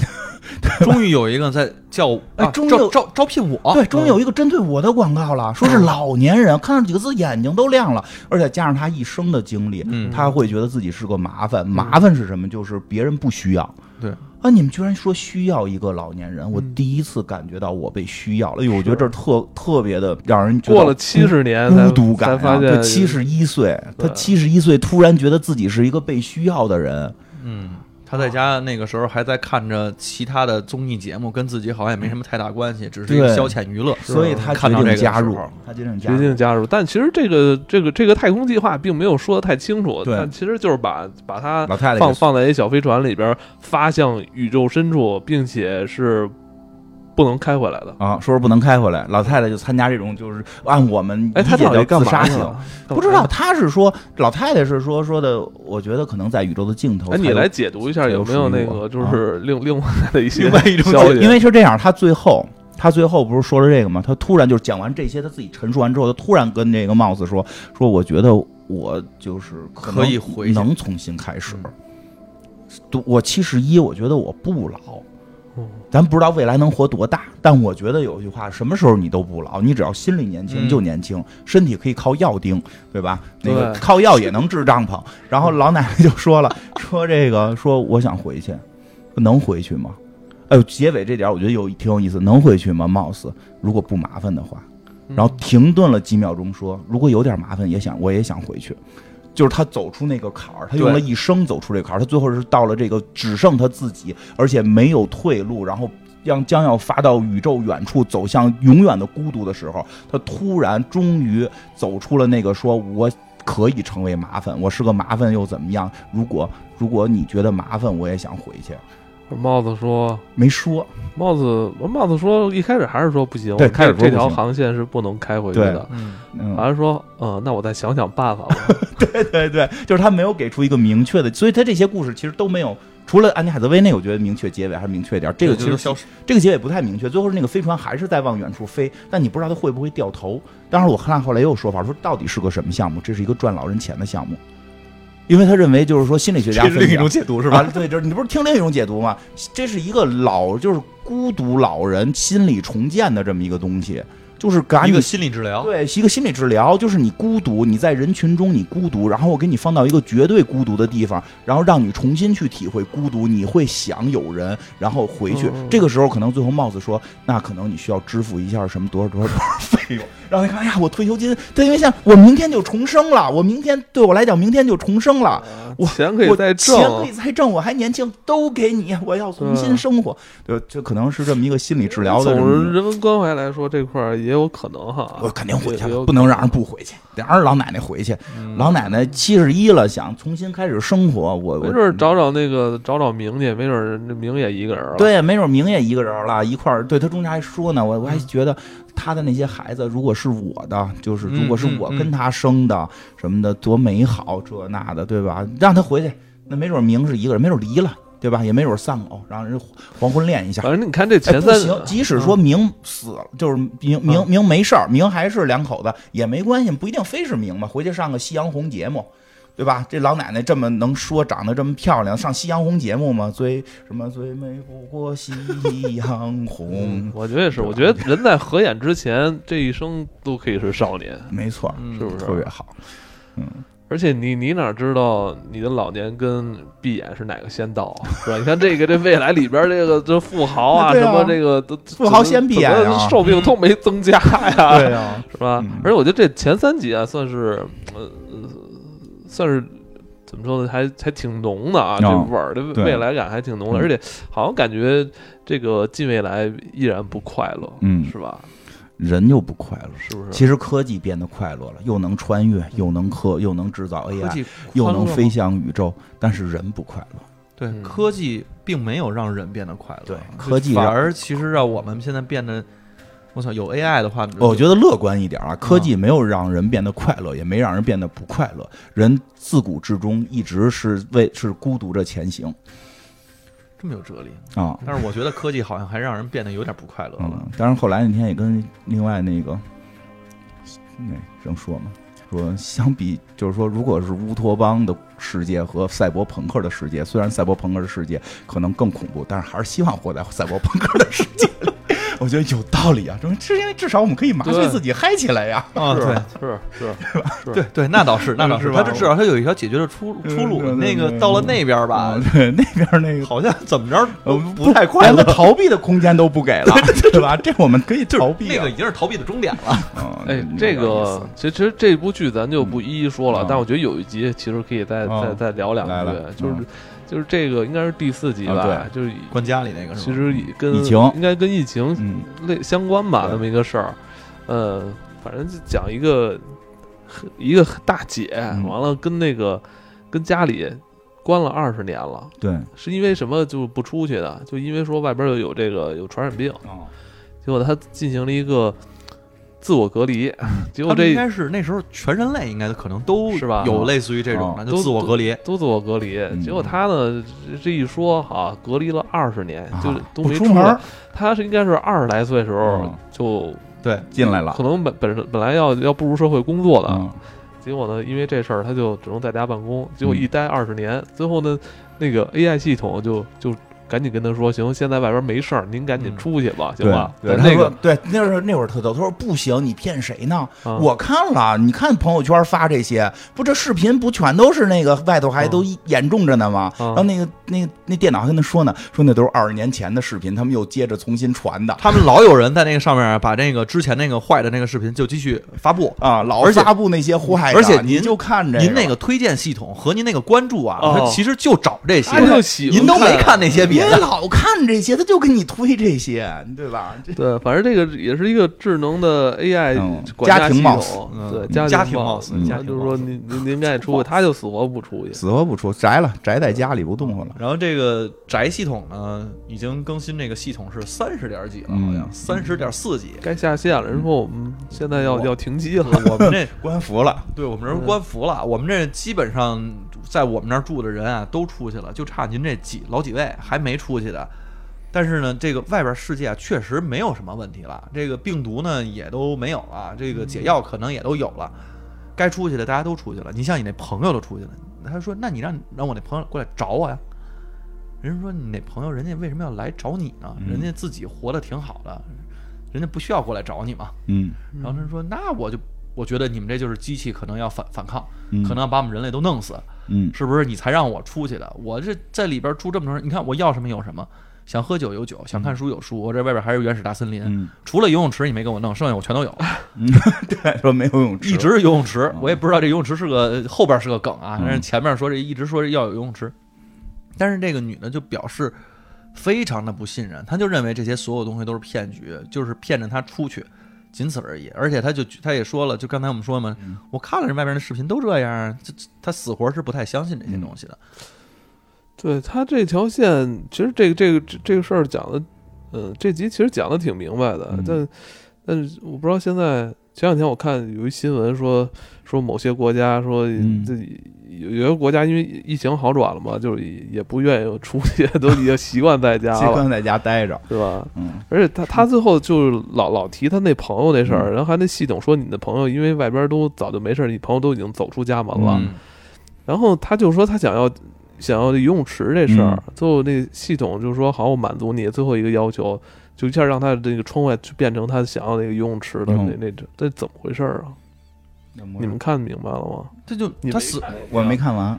Speaker 3: 终于有一个在叫我
Speaker 2: 哎
Speaker 3: 啊
Speaker 2: 终于
Speaker 3: 招
Speaker 2: 有
Speaker 3: 招招聘
Speaker 1: 哦
Speaker 3: 我，
Speaker 2: 对，终于有一个针对我的广告
Speaker 1: 嗯
Speaker 2: 了，说是老年人，看到几个字眼睛都亮了，而且加上他一生的经历，
Speaker 3: 嗯
Speaker 2: 他会觉得自己是个麻
Speaker 1: 嗯
Speaker 2: 烦。麻烦是什么？就是别人不需要。
Speaker 3: 对
Speaker 2: 啊，你们居然说需要一个老年人，我
Speaker 1: 嗯
Speaker 2: 第一次感觉到我被需要了。哎呦，我觉得这儿特特别的让人觉得
Speaker 1: 过了七十年才
Speaker 2: 嗯孤独感、啊。
Speaker 1: 才发现
Speaker 2: 对，七十一岁，他
Speaker 1: 对
Speaker 2: 七十一岁突然觉得自己是一个被需要的人。
Speaker 3: 嗯，他在家那个时候还在看着其他的综艺节目，跟自己好像也没什么太大关系，只是一个
Speaker 2: 对
Speaker 3: 消遣娱乐。
Speaker 2: 所以他决
Speaker 3: 看到这
Speaker 2: 定
Speaker 3: 个
Speaker 2: 加
Speaker 3: 时
Speaker 2: 入
Speaker 3: 候，
Speaker 2: 他决定加
Speaker 1: 决
Speaker 2: 入
Speaker 1: 定，加入，但其实这个这个这个太空计划并没有说的太清楚，
Speaker 2: 对
Speaker 1: 但其实就是把把它
Speaker 2: 老太太
Speaker 1: 放
Speaker 2: 也
Speaker 1: 放在一小飞船里边，发向宇宙深处，并且是不能开回来的。
Speaker 2: 啊，说是不能开回来，老太太就参加这种就是按我们
Speaker 1: 哎，
Speaker 2: 理
Speaker 1: 他
Speaker 2: 解
Speaker 1: 到底
Speaker 2: 叫
Speaker 1: 干
Speaker 2: 自杀
Speaker 1: 嘛去
Speaker 2: 行，
Speaker 1: 了？
Speaker 2: 不知道。她是说老太太是说说的，我觉得可能在宇宙的尽头
Speaker 1: 哎，
Speaker 2: 才有。
Speaker 1: 你来解读一下
Speaker 2: 才有
Speaker 1: 有没有
Speaker 2: 属于
Speaker 1: 那
Speaker 2: 我
Speaker 1: 个就
Speaker 2: 啊
Speaker 1: 是另另外的一些
Speaker 2: 另外一种
Speaker 1: 消息？嗯
Speaker 2: 因为是这样，她最后她最后不是说了这个吗？她突然就是讲完这些，她自己陈述完之后，她突然跟这个 Mouse 说说，我觉得我就是可
Speaker 3: 可
Speaker 2: 能
Speaker 3: 以回去
Speaker 2: 能重新开始
Speaker 3: 嗯。
Speaker 2: 都我七十一，我觉得我不老。
Speaker 1: 嗯
Speaker 2: 咱不知道未来能活多大，但我觉得有句话，什么时候你都不老，你只要心里年轻
Speaker 3: 嗯
Speaker 2: 就年轻，身体可以靠药定，对吧？那个
Speaker 1: 对
Speaker 2: 靠药也能治帐篷。然后老奶奶就说了， 说这个，说我想回去，能回去吗？哎呦，结尾这点我觉得有挺有意思，能回去吗？Mouse，如果不麻烦的话，
Speaker 1: 嗯
Speaker 2: 然后停顿了几秒钟，说如果有点麻烦也想，我也想回去。就是他走出那个坎儿，他用
Speaker 3: 对
Speaker 2: 了一生走出这个坎儿，他最后是到了这个只剩他自己，而且没有退路，然后将将要发到宇宙远处，走向永远的孤独的时候，他突然终于走出了那个说我可以成为麻烦，我是个麻烦又怎么样？如果如果你觉得麻烦，我也想回去。
Speaker 1: 帽子说，
Speaker 2: 没说，
Speaker 1: 帽子帽子说，一开始还是说不行，
Speaker 2: 对
Speaker 1: 我
Speaker 2: 开始说
Speaker 1: 这这条
Speaker 2: 不行
Speaker 1: 航线是不能开回去的。
Speaker 3: 嗯，
Speaker 2: 嗯，
Speaker 1: 还是说，嗯，那我再想想办法吧。
Speaker 2: 对对，就是他没有给出一个明确的，所以他这些故事其实都没有，除了安妮海瑟薇那，我觉得明确结尾还是明确点儿。这个其
Speaker 3: 就
Speaker 2: 实
Speaker 3: 是消失。
Speaker 2: 这个结尾不太明确，最后是那个飞船还是在往远处飞，但你不知道它会不会掉头。当然，我看后来也有说法说到底是个什么项目，这是一个赚老人钱的项目，因为他认为就是说心理 学家分析啊
Speaker 3: 解读
Speaker 2: 是吧？？对，就是你不是听另一种解读吗？这是一个老就是孤独老人心理重建的这么一个东西，就是把
Speaker 3: 一
Speaker 2: 你
Speaker 3: 个心理治
Speaker 1: 哦
Speaker 3: 疗，
Speaker 2: 对，是一个心理治疗，就是你孤独，你在人群中你孤独，然后我给你放到一个绝对孤独的地方，然后让你重新去体会孤独，你会想有人，然后回去。
Speaker 1: 嗯嗯
Speaker 2: 这个时候可能最后帽子说，那可能你需要支付一下什么多少多少多少费用，然后你看，哎呀，我退休金，对，因为像我明天就重生了，我明天对我来讲，明天就重生了。
Speaker 1: 啊
Speaker 2: 我
Speaker 1: 钱可以
Speaker 2: 我
Speaker 1: 再
Speaker 2: 钱可以
Speaker 1: 挣，啊
Speaker 2: 再挣，我还年轻，都给你，我要重新生活。对，这可能是这么一个心理治疗的这
Speaker 1: 啊从
Speaker 2: 么一个。
Speaker 1: 人文关怀来说，这块儿也有可能哈。
Speaker 2: 我肯定回去
Speaker 1: 啊也也有嗯
Speaker 2: 了，不能让人不回去，得让人老奶奶回去。
Speaker 3: 嗯
Speaker 2: 老奶奶七十一了，想重新开始生活，我
Speaker 1: 没
Speaker 2: 我
Speaker 1: 准儿找找那个找找明去，没准儿那明也一个人了。，
Speaker 2: 对，没准明也一个人了，一块儿。对他中间还说呢，我我还觉得他的那些孩子，如果是我的，就是如果是我跟他生的、什么的，多美好，这那的，对吧？让他回去，那没准明是一个人，没准离了，对吧？也没准丧偶，让人黄昏恋一下。
Speaker 1: 反正你看这
Speaker 2: 哎，
Speaker 1: 前
Speaker 2: 不
Speaker 1: 三，嗯
Speaker 2: 行，即使说明死了，就是明明明没事儿，明还是两口子也没关系，不一定非是明嘛。回去上个夕阳红节目，对吧？这老奶奶这么能说，长得这么漂亮，上夕阳红节目嘛，最什么最美不过夕阳
Speaker 1: 嗯，
Speaker 2: 红
Speaker 1: 我觉得也是，我觉得人在合眼之前，这一生都可以是少年，
Speaker 2: 没错，
Speaker 3: 嗯
Speaker 1: 是不是？
Speaker 2: 特别好。
Speaker 1: 而且你你哪知道你的老年跟闭眼是哪个先到啊，是吧？你 看这个这未来里边这个这富豪啊，
Speaker 2: 那对
Speaker 1: 什
Speaker 2: 啊
Speaker 1: 么这个都
Speaker 2: 富豪先闭眼啊
Speaker 1: 怎么寿命都没增加 呀，
Speaker 2: 对啊，
Speaker 1: 是吧
Speaker 2: 嗯？
Speaker 1: 而且我觉得这前三集啊，算是呃呃算是怎么说呢，还还挺浓的啊，
Speaker 2: 哦
Speaker 1: 这味儿的
Speaker 2: 对
Speaker 1: 未来感还挺浓的，
Speaker 2: 嗯
Speaker 1: 而且好像感觉这个近未来依然不快乐，
Speaker 2: 嗯
Speaker 1: 是吧？
Speaker 2: 人就不快乐。
Speaker 1: 是不是？
Speaker 2: 其实科技变得快乐了，又能穿越，又能科，又能制造
Speaker 3: 科
Speaker 2: AI，
Speaker 3: 技
Speaker 2: 哎又能
Speaker 3: 欢乐
Speaker 2: 飞
Speaker 3: 吗，
Speaker 2: 向宇宙，但是人不快乐。
Speaker 3: 对
Speaker 1: 嗯
Speaker 3: 科技并没有让人变得快乐，
Speaker 2: 对科技
Speaker 3: 反
Speaker 2: 让
Speaker 3: 而其实让我们现在变得，我操，有 AI 的话，
Speaker 2: 哦我觉得乐观一点啊，科技没有让人变得快乐，也没让人变得不快乐。人自古至终一直是为是孤独着前行
Speaker 3: 这么有哲理。
Speaker 2: 啊。
Speaker 3: 但是我觉得科技好像还让人变得有点不快乐了。
Speaker 2: 嗯，当然后来那天也跟另外那个那正说嘛，说相比就是说，如果是乌托邦的世界和赛博朋克的世界，虽然赛博朋克的世界可能更恐怖，但是还是希望活在赛博朋克的世界 里。我觉得有道理啊，是因为至少我们可以麻醉
Speaker 1: 对
Speaker 2: 自己嗨起来呀。
Speaker 3: 啊，
Speaker 1: 是
Speaker 3: 对
Speaker 1: 是是，
Speaker 3: 对对，那倒是，那倒是，
Speaker 2: 是吧
Speaker 3: 他这至少他有一条解决的出
Speaker 2: 嗯
Speaker 3: 出路
Speaker 2: 对。对
Speaker 3: 那个
Speaker 2: 对
Speaker 3: 到了那边吧
Speaker 2: 嗯，对， 那边那个
Speaker 3: 好像怎么着
Speaker 2: 呃
Speaker 3: 都不太快乐
Speaker 2: 连个。逃避的空间都不给了，对吧？这我们可以逃避
Speaker 3: 那
Speaker 2: 啊
Speaker 3: 个已经是逃避的终点了。
Speaker 2: 嗯
Speaker 1: 哎
Speaker 2: 有，
Speaker 1: 这
Speaker 2: 点意思
Speaker 1: 个其实其实这部剧咱就不一一说了，
Speaker 2: 嗯
Speaker 1: 但我觉得有一集其实可以再
Speaker 2: 嗯
Speaker 1: 再再聊两
Speaker 2: 来
Speaker 1: 句
Speaker 2: 来，
Speaker 1: 就是
Speaker 2: 嗯
Speaker 1: 就是这个应该是第四集
Speaker 2: 啊
Speaker 1: 吧
Speaker 2: 对，嗯
Speaker 1: 就是
Speaker 3: 关家里那个是
Speaker 1: 其
Speaker 3: 吧？
Speaker 1: 实跟
Speaker 2: 疫情
Speaker 1: 应该跟疫情
Speaker 2: 嗯，
Speaker 1: 类相关吧，
Speaker 2: 对
Speaker 1: 那么一个事儿，呃，反正就讲一个一个大姐，
Speaker 2: 嗯
Speaker 1: 完了跟那个跟家里关了二十年了，
Speaker 2: 对，
Speaker 1: 是因为什么就不出去的，就因为说外边儿有这个有传染病，
Speaker 2: 哦
Speaker 1: 结果她进行了一个自我隔离，
Speaker 2: 嗯
Speaker 1: 结
Speaker 3: 他
Speaker 1: 果
Speaker 3: 们
Speaker 1: 这
Speaker 3: 应该是那时候全人类应该可能都
Speaker 1: 是吧
Speaker 3: 有类似于这种的，
Speaker 2: 哦
Speaker 3: 就自我隔离。
Speaker 1: 都自我隔离，
Speaker 2: 嗯
Speaker 1: 结果她呢这这一说哈、隔离了二十年，就
Speaker 2: 啊
Speaker 1: 都
Speaker 2: 不
Speaker 1: 没
Speaker 2: 出
Speaker 1: 出
Speaker 2: 门
Speaker 1: 来
Speaker 2: 儿
Speaker 1: 她是应该是二十来岁时候
Speaker 2: 嗯
Speaker 1: 就
Speaker 3: 对，
Speaker 2: 进来了
Speaker 1: 可，能本本本来要要步入社会工作的，
Speaker 2: 嗯
Speaker 1: 结果呢，因为这事儿，他就只能在家办公，结果一待二十年，最后呢，那个 AI 系统就就赶紧跟他说，行，现在外边没事儿，您赶紧出去吧，行
Speaker 2: 对
Speaker 1: 吧？
Speaker 2: 嗯对，他
Speaker 1: 那
Speaker 2: 说
Speaker 1: 个
Speaker 2: 对，那时候那会儿特逗，他说不行，你骗谁呢？
Speaker 1: 啊
Speaker 2: 我看了，你看朋友圈发这些，不这视频不全都是那个外头还
Speaker 1: 嗯
Speaker 2: 都严重着呢吗？
Speaker 1: 嗯
Speaker 2: 然后那个那个那电脑还跟他说呢，说那都是二十年前的视频，他们又接着重新传的
Speaker 3: 他们老有人在那个上面啊把那个之前那个坏的那个视频就继续发布。
Speaker 2: 啊，老
Speaker 3: 而且
Speaker 2: 发布那些坏的，
Speaker 3: 而且
Speaker 2: 您
Speaker 3: 您
Speaker 2: 就看这个，
Speaker 3: 您那个推荐系统和您那个关注啊，
Speaker 1: 哦
Speaker 3: 它其实就找这些
Speaker 1: 他，就喜欢
Speaker 3: 您都没看那些别
Speaker 2: 别
Speaker 3: 的。
Speaker 2: 老看这些，他就给你推这些，对吧？ 这
Speaker 1: 对，反正这个也是一个智能的 AI
Speaker 2: 嗯
Speaker 1: 管家系
Speaker 2: 家庭貌
Speaker 1: 统
Speaker 2: 似，
Speaker 3: 嗯
Speaker 1: 对
Speaker 3: 家
Speaker 1: 庭
Speaker 3: 庭貌似
Speaker 1: 嗯
Speaker 3: 家
Speaker 1: 他
Speaker 3: 庭
Speaker 1: 就
Speaker 3: 貌
Speaker 1: 说
Speaker 3: 似
Speaker 1: 您您您该出去，他就死活不出去。
Speaker 2: 死活不出，宅了，宅在家里不动换了。
Speaker 3: 然后这个宅系统呢，已经更新这个系统是三十点几了，好
Speaker 2: 嗯
Speaker 3: 像三十点四几。
Speaker 1: 该下线了，人说我们现在要
Speaker 2: 我
Speaker 1: 要停机了，
Speaker 3: 我们这
Speaker 2: 官服了，
Speaker 3: 对我们这官服了，我们这基本上在我们那儿住的人啊都出去了，就差您这几老几位还没出去的。但是呢，这个外边世界啊，确实没有什么问题了，这个病毒呢也都没有了，这个解药可能也都有了，该出去的大家都出去了。你像你那朋友都出去了，他说：“那你让让我那朋友过来找我呀。”人家说：“你那朋友人家为什么要来找你呢？人家自己活得挺好的，人家不需要过来找你嘛。”
Speaker 2: 嗯，
Speaker 3: 然后他说：“那我就我觉得你们这就是机器可能要反反抗，
Speaker 2: 嗯
Speaker 3: 可能要把我们人类都弄死，
Speaker 2: 嗯
Speaker 3: 是不是？你才让我出去的。我这在里边住这么多人，你看我要什么有什么，想喝酒有酒，想看书有书，我这外边还是原始大森林，
Speaker 2: 嗯
Speaker 3: 除了游泳池你没给我弄，剩下我全都有。
Speaker 2: 对，说没有泳池，
Speaker 3: 一直是游泳池
Speaker 2: 嗯，
Speaker 3: 我也不知道这游泳池是个后边是个梗啊，
Speaker 2: 嗯
Speaker 3: 但是前面说这一直说要有游泳池，但是这个女的就表示非常的不信任，她就认为这些所有东西都是骗局，就是骗着她出去，仅此而已。而且她就她也说了，就刚才我们说嘛
Speaker 2: 嗯，
Speaker 3: 我看了人外边的视频都这样，这这她死活是不太相信这些东西的。
Speaker 1: 对他这条线，其实这个这个这这个事儿讲的，嗯，这集其实讲的挺明白的，
Speaker 2: 嗯
Speaker 1: 但但是我不知道现在前两天我看有一新闻说说某些国家说
Speaker 2: 嗯
Speaker 1: 这有有些国家因为疫情好转了嘛，就是也也不愿意出去，都已经习惯在家
Speaker 2: 习
Speaker 1: 了，
Speaker 2: 惯在家待着，
Speaker 1: 对吧？
Speaker 2: 嗯，
Speaker 1: 而且他他最后就是老老提他那朋友那事
Speaker 3: 嗯
Speaker 1: 儿，然后还那系统说你的朋友因为外边都早就没事儿，你朋友都已经走出家门了，
Speaker 2: 嗯
Speaker 1: 然后他就说他想要想要游泳池这事
Speaker 3: 嗯
Speaker 1: 儿，最后那系统就说好，我满足你最后一个要求，就一下让他的这个窗外就变成他想要那个游泳池的那
Speaker 2: 嗯
Speaker 1: 那这这怎么回事儿啊？你
Speaker 3: 嗯
Speaker 1: 们看明白了吗？
Speaker 3: 这就
Speaker 1: 你
Speaker 3: 她
Speaker 1: 没
Speaker 3: 死
Speaker 2: 我没看完，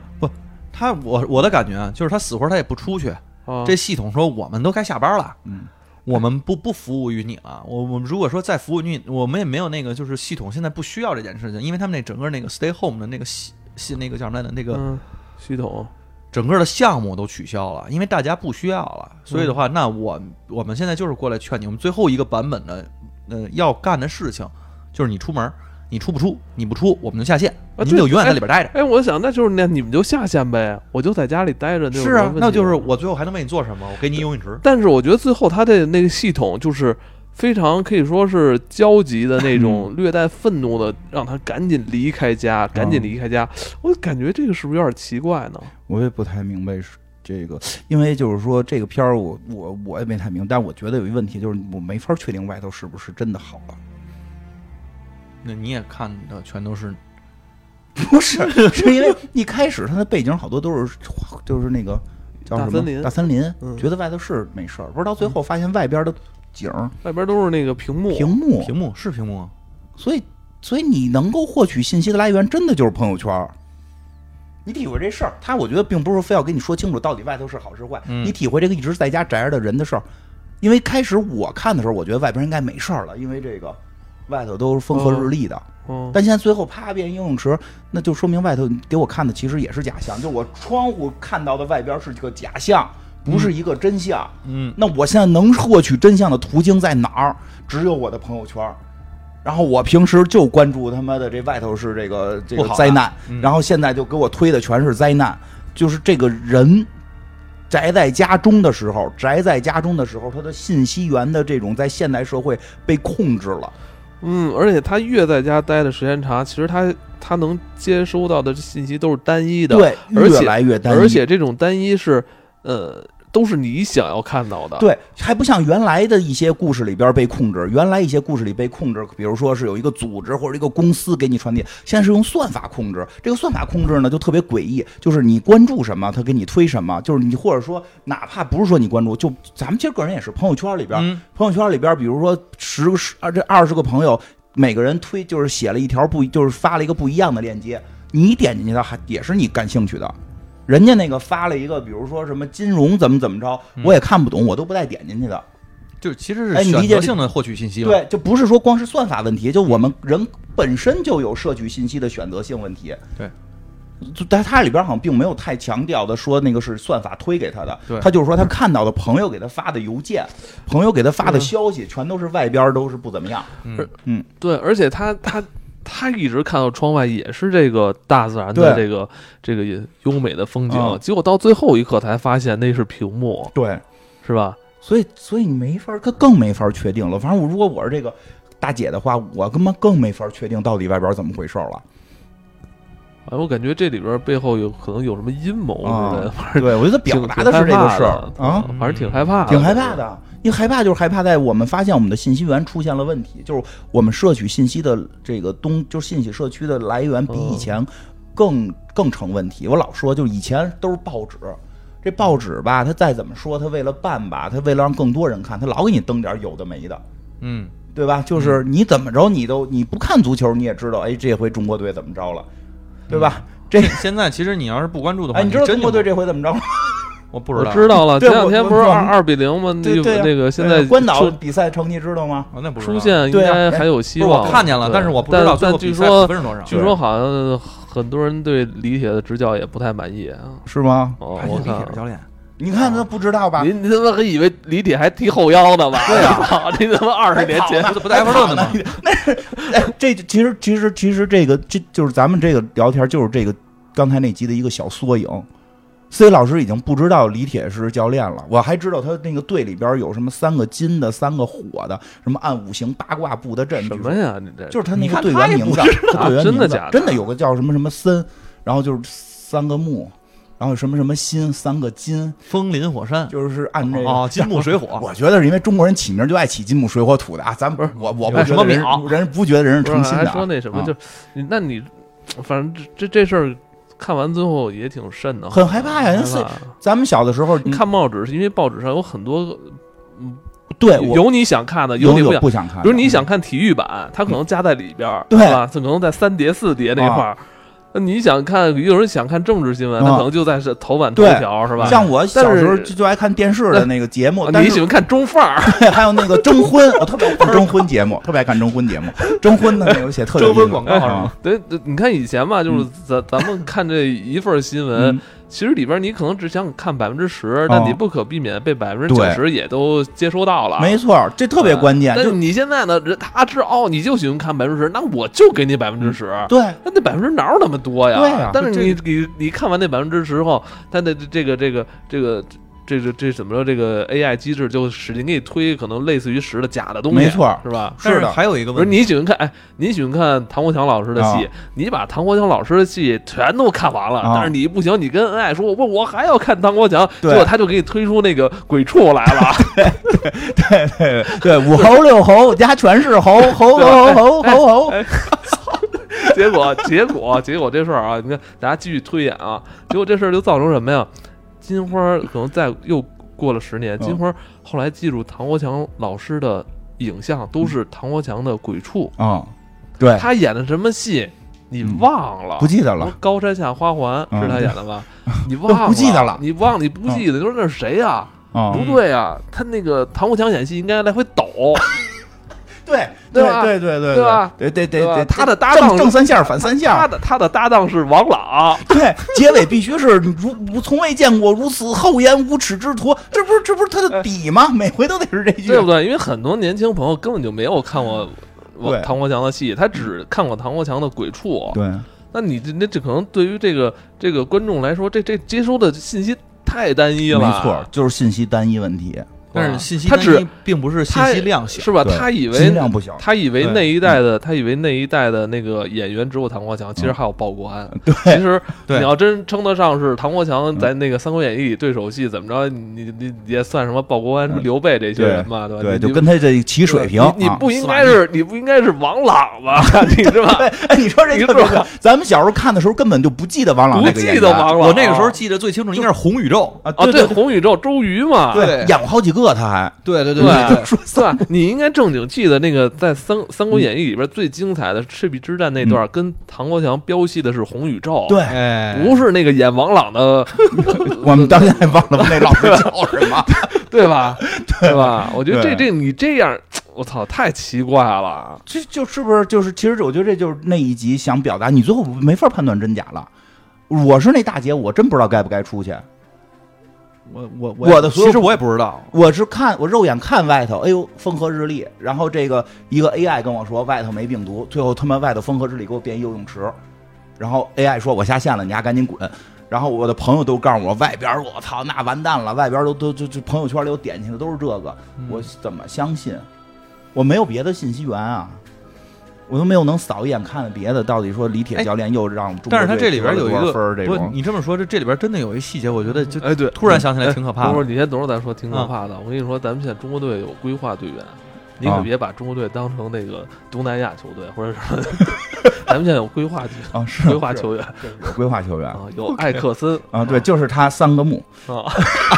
Speaker 3: 她我我的感觉啊，就是她死活她也不出去。
Speaker 1: 啊，
Speaker 3: 这系统说我们都该下班了，
Speaker 2: 嗯，
Speaker 3: 我们不不服务于你了。我我们如果说再服务于你，我们也没有那个就是系统现在不需要这件事情，因为他们那整个那个 stay home 的那个系系那个叫什么来着？那个
Speaker 1: 嗯系统
Speaker 3: 整个的项目都取消了，因为大家不需要了。所以的话，那我我们现在就是过来劝你，我们最后一个版本的呃要干的事情就是你出门，你出不出？你不出，我们就下线，
Speaker 1: 啊
Speaker 3: 您
Speaker 1: 对
Speaker 3: 就永远在
Speaker 1: 哎
Speaker 3: 里边待着。
Speaker 1: 哎，我想那就是那你们就下线呗，我就在家里待着。
Speaker 3: 是啊，那就是。我最后还能为你做什么？我给你游泳池。
Speaker 1: 但是我觉得最后他的那个系统就是非常可以说是焦急的那
Speaker 2: 嗯
Speaker 1: 种，略带愤怒的，让他赶紧离开家，
Speaker 2: 啊
Speaker 1: 赶紧离开家。我感觉这个是不是有点奇怪呢？
Speaker 2: 我也不太明白是这个，因为就是说这个片儿，我我我也没太明白，但我觉得有一问题就是我没法确定外头是不是真的 好了。
Speaker 3: 那你也看的全都是
Speaker 2: 不是，是因为一开始它的背景好多都是就是那个叫什么
Speaker 1: 大森林
Speaker 2: 大森林，
Speaker 1: 嗯
Speaker 2: 觉得外头是没事儿，不是到最后发现外边的景儿、
Speaker 1: 外边都是那个屏幕，
Speaker 2: 屏幕，
Speaker 3: 屏幕是屏幕啊，
Speaker 2: 所以所以你能够获取信息的来源真的就是朋友圈儿。你体会这事儿，他我觉得并不是说非要跟你说清楚到底外头是好是坏，
Speaker 3: 嗯
Speaker 2: 你体会这个一直在家宅着的人的事儿。因为开始我看的时候，我觉得外边应该没事儿了，因为这个外头都是风和日丽的。
Speaker 1: 嗯，
Speaker 2: 但现在最后啪变游泳池，那就说明外头给我看的其实也是假象，就我窗户看到的外边是个假象，不是一个真相。
Speaker 3: 嗯，
Speaker 2: 那我现在能获取真相的途径在哪儿？只有我的朋友圈儿。然后我平时就关注他妈的这外头是这个这
Speaker 3: 不
Speaker 2: 个
Speaker 1: 啊
Speaker 3: 好的
Speaker 2: 灾难，
Speaker 3: 嗯
Speaker 2: 然后现在就给我推的全是灾难，就是这个人宅在家中的时候，宅在家中的时候，他的信息源的这种在现代社会被控制了。
Speaker 1: 嗯，而且他越在家待的时间长，其实他他能接收到的信息都是单一的，
Speaker 2: 对，
Speaker 1: 而且
Speaker 2: 越来越单一，
Speaker 1: 而且这种单一是，呃，都是你想要看到的。，
Speaker 2: 对，还不像原来的一些故事里边被控制，原来一些故事里被控制，比如说是有一个组织或者一个公司给你传递，现在是用算法控制。这个算法控制呢，就特别诡异，就是你关注什么，它给你推什么，就是你或者说哪怕不是说你关注，就咱们其实个人也是朋友圈里边，
Speaker 3: 嗯
Speaker 2: 朋友圈里边，比如说十个十二这二十个朋友，每个人推就是写了一条不一就是发了一个不一样的链接，你点进去的还也是你感兴趣的。人家那个发了一个，比如说什么金融怎么怎么着，我也看不懂，我都不带点进去的。
Speaker 3: 就是其实
Speaker 2: 哎
Speaker 3: 是
Speaker 2: 你理
Speaker 3: 选
Speaker 2: 解
Speaker 3: 择
Speaker 2: 这
Speaker 3: 性的获取信息嘛。
Speaker 2: 对，就不是说光是算法问题，就我们人本身就有摄取信息的选择性问题。
Speaker 3: 对
Speaker 2: 就，但它里边好像并没有太强调的说那个是算法推给他的，
Speaker 3: 对
Speaker 2: 他就是说他看到的朋友给他发的邮件，朋友给他发的消息，全都是外边都是不怎么样。
Speaker 1: 对，而且他他他一直看到窗外也是这个大自然的
Speaker 2: 对
Speaker 1: 这个这个优美的风景，
Speaker 2: 嗯
Speaker 1: 结果到最后一刻才发现那是屏幕，
Speaker 2: 对，
Speaker 1: 是吧？
Speaker 2: 所以所以你没法儿，他更没法儿确定了。反正我如果我是这个大姐的话，我他妈更没法儿确定到底外边儿怎么回事儿了。
Speaker 1: 哎，我感觉这里边背后有可能有什么阴谋
Speaker 2: 啊
Speaker 1: 之类的，反正
Speaker 2: 对，我觉得他表
Speaker 1: 挺
Speaker 2: 达的是这个事儿
Speaker 1: 挺害怕的嗯
Speaker 2: 啊，
Speaker 1: 反正挺害怕的，
Speaker 2: 挺害怕的。因为害怕就是害怕在我们发现我们的信息源出现了问题，就是我们摄取信息的这个东，就是信息社区的来源比
Speaker 1: 嗯
Speaker 2: 以前更更成问题。我老说，就是以前都是报纸。这报纸吧，它再怎么说，它为了办吧，它为了让更多人看，它老给你登点儿有的没的。
Speaker 3: 嗯，
Speaker 2: 对吧？就是你怎么着，你都你不看足球，你也知道，哎，这回中国队怎么着了，对吧？这
Speaker 1: 嗯
Speaker 3: 现在其实你要是不关注的话，
Speaker 2: 哎，你知道
Speaker 3: 真
Speaker 2: 中国
Speaker 3: 就
Speaker 2: 队
Speaker 3: 不
Speaker 2: 这回怎么着了？
Speaker 3: 我不
Speaker 1: 我
Speaker 3: 知道，
Speaker 1: 知道了，
Speaker 2: 对
Speaker 1: 前两天
Speaker 2: 我
Speaker 1: 不是
Speaker 2: 我
Speaker 1: 二二比零吗？那
Speaker 2: 对对啊
Speaker 1: 那个现在
Speaker 2: 关岛
Speaker 1: 出
Speaker 2: 比赛成绩知道吗？
Speaker 3: 啊，那不知道
Speaker 1: 出现应
Speaker 2: 对啊
Speaker 1: 该还有
Speaker 3: 不
Speaker 1: 希
Speaker 3: 是
Speaker 1: 望。
Speaker 3: 我看见了，
Speaker 1: 对
Speaker 3: 但是我不知道最
Speaker 1: 但但
Speaker 3: 后比
Speaker 1: 据
Speaker 3: 赛比
Speaker 1: 说
Speaker 3: 分是多少。
Speaker 1: 据说好像很多人对李铁的执教也不太满意啊。
Speaker 2: 是吗？
Speaker 1: 哦
Speaker 3: 还，是
Speaker 1: 我
Speaker 3: 李铁
Speaker 1: 看
Speaker 3: 的教练，
Speaker 2: 你
Speaker 1: 啊
Speaker 2: 看他不知道吧？
Speaker 1: 您他妈还以为李铁还踢后腰呢吧？对啊， 你他妈二十年前
Speaker 3: 不是不是埃弗顿的吗？
Speaker 2: 哎，这其实其实其实这个这就是咱们这个聊天就是这个刚才那集的一个小缩影。C 老师已经不知道李铁是教练了，我还知道他那个队里边有什么三个金的、三个火的，什么按五行八卦布的阵，
Speaker 1: 什
Speaker 2: 据
Speaker 1: 么
Speaker 2: 说
Speaker 1: 呀？你这
Speaker 2: 就是他
Speaker 3: 你
Speaker 2: 那个
Speaker 3: 看
Speaker 2: 队
Speaker 3: 他
Speaker 2: 员
Speaker 3: 也
Speaker 2: 名
Speaker 3: 不
Speaker 2: 字，他队员
Speaker 1: 真的
Speaker 2: 名字
Speaker 1: 假的
Speaker 2: 真的有个叫什么什么森，然后就是三个木，然后什么什么心，三个金，
Speaker 3: 风林火山
Speaker 2: 就是按这个。
Speaker 3: 哦，金木水火，
Speaker 2: 我觉觉得是因为中国人起名就爱起金木水火土的啊，咱不是我我不
Speaker 3: 有
Speaker 2: 觉
Speaker 3: 什
Speaker 2: 得
Speaker 3: 么
Speaker 2: 人
Speaker 3: 秒
Speaker 2: 人不觉得人是
Speaker 1: 不是
Speaker 2: 诚心
Speaker 1: 还
Speaker 2: 的
Speaker 1: 说
Speaker 2: 啊。
Speaker 1: 那什么，
Speaker 2: 啊
Speaker 1: 就你那你反正这这这事儿看完之后也挺瘆的，
Speaker 2: 很害怕呀
Speaker 1: 很
Speaker 2: 人
Speaker 1: 害怕
Speaker 2: 咱们小的时候，
Speaker 1: 你
Speaker 2: 嗯
Speaker 1: 看报纸是因为报纸上有很多
Speaker 2: 对哎我
Speaker 1: 有你想看的，
Speaker 2: 有
Speaker 1: 你不
Speaker 2: 有
Speaker 1: 想。
Speaker 2: 不想看，嗯
Speaker 1: 比如你想看体育版，它可能加在里边儿，
Speaker 2: 对
Speaker 1: 是吧？它可能在三叠四叠那块儿。那你想看，有人想看政治新闻，
Speaker 2: 啊
Speaker 1: 他可能就在是头版头
Speaker 2: 对
Speaker 1: 条，是吧？
Speaker 2: 像我小时候
Speaker 1: 但
Speaker 2: 就是就爱看电视的那个节目，
Speaker 1: 啊
Speaker 2: 但
Speaker 1: 你
Speaker 2: 是
Speaker 1: 喜欢看中范儿，
Speaker 2: 对还有那个征婚，我特别爱看征婚节目，特别爱看征婚节目，征婚的那个写特有
Speaker 3: 征婚
Speaker 2: 意思
Speaker 3: 广告是
Speaker 2: 啊
Speaker 3: 吗？
Speaker 1: 对，对你看以前吧，就是咱咱们看这一份新闻，
Speaker 2: 嗯哦
Speaker 1: 其实里边你可能只想看百分之十，但你不可避免被百分之九十也都接收到了。嗯
Speaker 2: 没错，这特别关键，
Speaker 1: 但
Speaker 2: 就是
Speaker 1: 啊你现在呢，人他知道哦，你就喜欢看百分之十，那我就给你百分之十。
Speaker 2: 对。
Speaker 1: 那那百分之哪有那么多呀？
Speaker 2: 嗯对啊
Speaker 1: 但是
Speaker 2: 就
Speaker 1: 你你你看完那百分之十后，它的这个这个这个这个这怎么说？这个 AI 机制就使劲给你推可能类似于十的假的东西，
Speaker 2: 没错
Speaker 1: 是吧？
Speaker 2: 是
Speaker 3: 但
Speaker 2: 的
Speaker 3: 是还有一个
Speaker 1: 不是
Speaker 3: 问题，
Speaker 1: 你喜欢看，哎，你喜欢看唐国强老师的戏，
Speaker 2: 啊
Speaker 1: 你把唐国强老师的戏全都看完了，
Speaker 2: 啊
Speaker 1: 但是你不行，你跟恩爱说，我我还要看唐国强，
Speaker 2: 对
Speaker 1: 结果他就给你推出那个鬼畜来了，
Speaker 2: 对对对，五猴六猴家全是猴，猴猴猴猴猴猴。
Speaker 1: 哎结果，结果，结果这事儿啊，你看，大家继续推演啊，结果这事儿就造成什么呀？金花儿可能再又过了十年，
Speaker 2: 嗯
Speaker 1: 金花儿后来记住唐国强老师的影像，都是唐国强的鬼畜，
Speaker 2: 啊，对，
Speaker 1: 他演的什么戏你
Speaker 2: 嗯
Speaker 1: 忘了？
Speaker 2: 不记得
Speaker 1: 什么
Speaker 2: 了，
Speaker 1: 高山下花环
Speaker 2: 嗯
Speaker 1: 是他演的 吧？你忘了？
Speaker 2: 不记得了嗯
Speaker 1: 你忘了？你不记得？你说那是谁呀？
Speaker 2: 啊
Speaker 1: 不对啊，他那个唐国强演戏应该来回抖，
Speaker 2: 对
Speaker 1: 对
Speaker 2: 对
Speaker 1: 吧
Speaker 2: 对对对
Speaker 1: 对吧
Speaker 2: 对对
Speaker 1: 对
Speaker 2: 对
Speaker 1: 吧
Speaker 2: 对，
Speaker 1: 他的搭档
Speaker 2: 正正三下反三
Speaker 1: 他
Speaker 2: 下，
Speaker 1: 的他的搭档是王朗。
Speaker 2: 对，结尾必须是如如从未见过如此厚颜无耻之徒，这不是这不是他的底吗？每回都得是这句
Speaker 1: 哎对，不对？因为很多年轻朋友根本就没有看过我
Speaker 2: 对
Speaker 1: 唐国强的戏，他只看过唐国强的《鬼畜》。
Speaker 2: 对
Speaker 1: 那你这那这可能对于这个这个观众来说，这这接收的信息太单一了，啊
Speaker 2: 没错，，就是信息单一问题，
Speaker 3: 但是信息
Speaker 1: 他
Speaker 3: 单
Speaker 1: 只
Speaker 3: 一并不是信
Speaker 1: 他
Speaker 3: 息量小，
Speaker 1: 是吧？
Speaker 2: 对
Speaker 1: 他以为
Speaker 2: 心量不小。
Speaker 1: 他以为
Speaker 3: 对
Speaker 1: 那一
Speaker 2: 嗯
Speaker 1: 代的他以为那一代的那个演员只有唐国强，其实还有鲍国安。
Speaker 2: 对嗯
Speaker 1: 其实你
Speaker 3: 对
Speaker 1: 要真称得上是唐国强在那个《三国演义》里对手戏，怎么着你你你也算什么鲍国安、
Speaker 2: 嗯
Speaker 1: 刘备这些
Speaker 2: 对
Speaker 1: 人嘛，对吧？
Speaker 2: 对，
Speaker 1: 你
Speaker 2: 就
Speaker 1: 你
Speaker 2: 跟他这齐水平
Speaker 1: 你你
Speaker 2: 啊
Speaker 1: 不应该是你不应该是王朗 吧？你是吧？
Speaker 2: 哎，你说这
Speaker 1: 你
Speaker 2: 特别
Speaker 1: 说
Speaker 2: 怪，咱们小时候看的时候根本就不记得王朗
Speaker 1: 不
Speaker 2: 那个演
Speaker 1: 记
Speaker 2: 员，
Speaker 1: 得王朗，
Speaker 3: 我那个时候记得最清楚应该是红宇宙，
Speaker 2: 啊，
Speaker 1: 啊，
Speaker 2: 对
Speaker 1: 红宇宙周瑜嘛，
Speaker 2: 对
Speaker 3: 对
Speaker 2: 演过好几个，他还
Speaker 3: 对对
Speaker 1: 对对
Speaker 2: 说嗯
Speaker 1: 对吧？你应该正经记得那个在三《三国演义》里边最精彩的赤壁之战那段，跟唐国强飙戏的是红宇宙，，
Speaker 2: 对，
Speaker 3: 哎，
Speaker 1: 不是那个演王朗 的，
Speaker 2: 我们到现在忘了那老师叫什么，
Speaker 1: 对吧？对吧？我觉得这
Speaker 2: 对
Speaker 1: 这你这样，我操，太奇怪了。
Speaker 2: 这就是不是就是？其实我觉得这就是那一集想表达，你最后没法判断真假了。我是那大姐，我真不知道该不该出去。
Speaker 3: 我我
Speaker 2: 我的所有
Speaker 3: 其实我也不知道，
Speaker 2: 我是看我肉眼看外头，哎呦风和日丽，然后这个一个 AI 跟我说外头没病毒，最后他妈外头风和日丽给我变游泳池，然后 AI 说我下线了，你丫赶紧滚。然后我的朋友都告诉我，外边我操那完蛋了，外边都都就就朋友圈里我点进去的都是这个，
Speaker 3: 嗯
Speaker 2: 我怎么相信？我没有别的信息源啊，我都没有能扫一眼看的别的，到底说李铁
Speaker 3: 哎
Speaker 2: 教练又让中国队
Speaker 3: 但是他这里边有一
Speaker 2: 得了多少
Speaker 3: 个
Speaker 2: 分儿这
Speaker 3: 不
Speaker 2: 种，
Speaker 3: 你这么说，这这里边真的有一细节，我觉得就
Speaker 1: 哎，对，
Speaker 3: 突然想起来挺可怕
Speaker 1: 不
Speaker 3: 的。嗯
Speaker 1: 是，你先等会儿再说，挺可怕的。我跟你说，咱们现在中国队有规划队员，你可
Speaker 2: 啊
Speaker 1: 别把中国队当成那个东南亚球队，或者是 咱们现在有规划队
Speaker 2: 啊 是
Speaker 1: 规划球员
Speaker 2: 有规划球员
Speaker 1: 啊，
Speaker 3: 哦
Speaker 1: 有艾克森
Speaker 2: 啊，对，就是他三个目，
Speaker 1: 啊，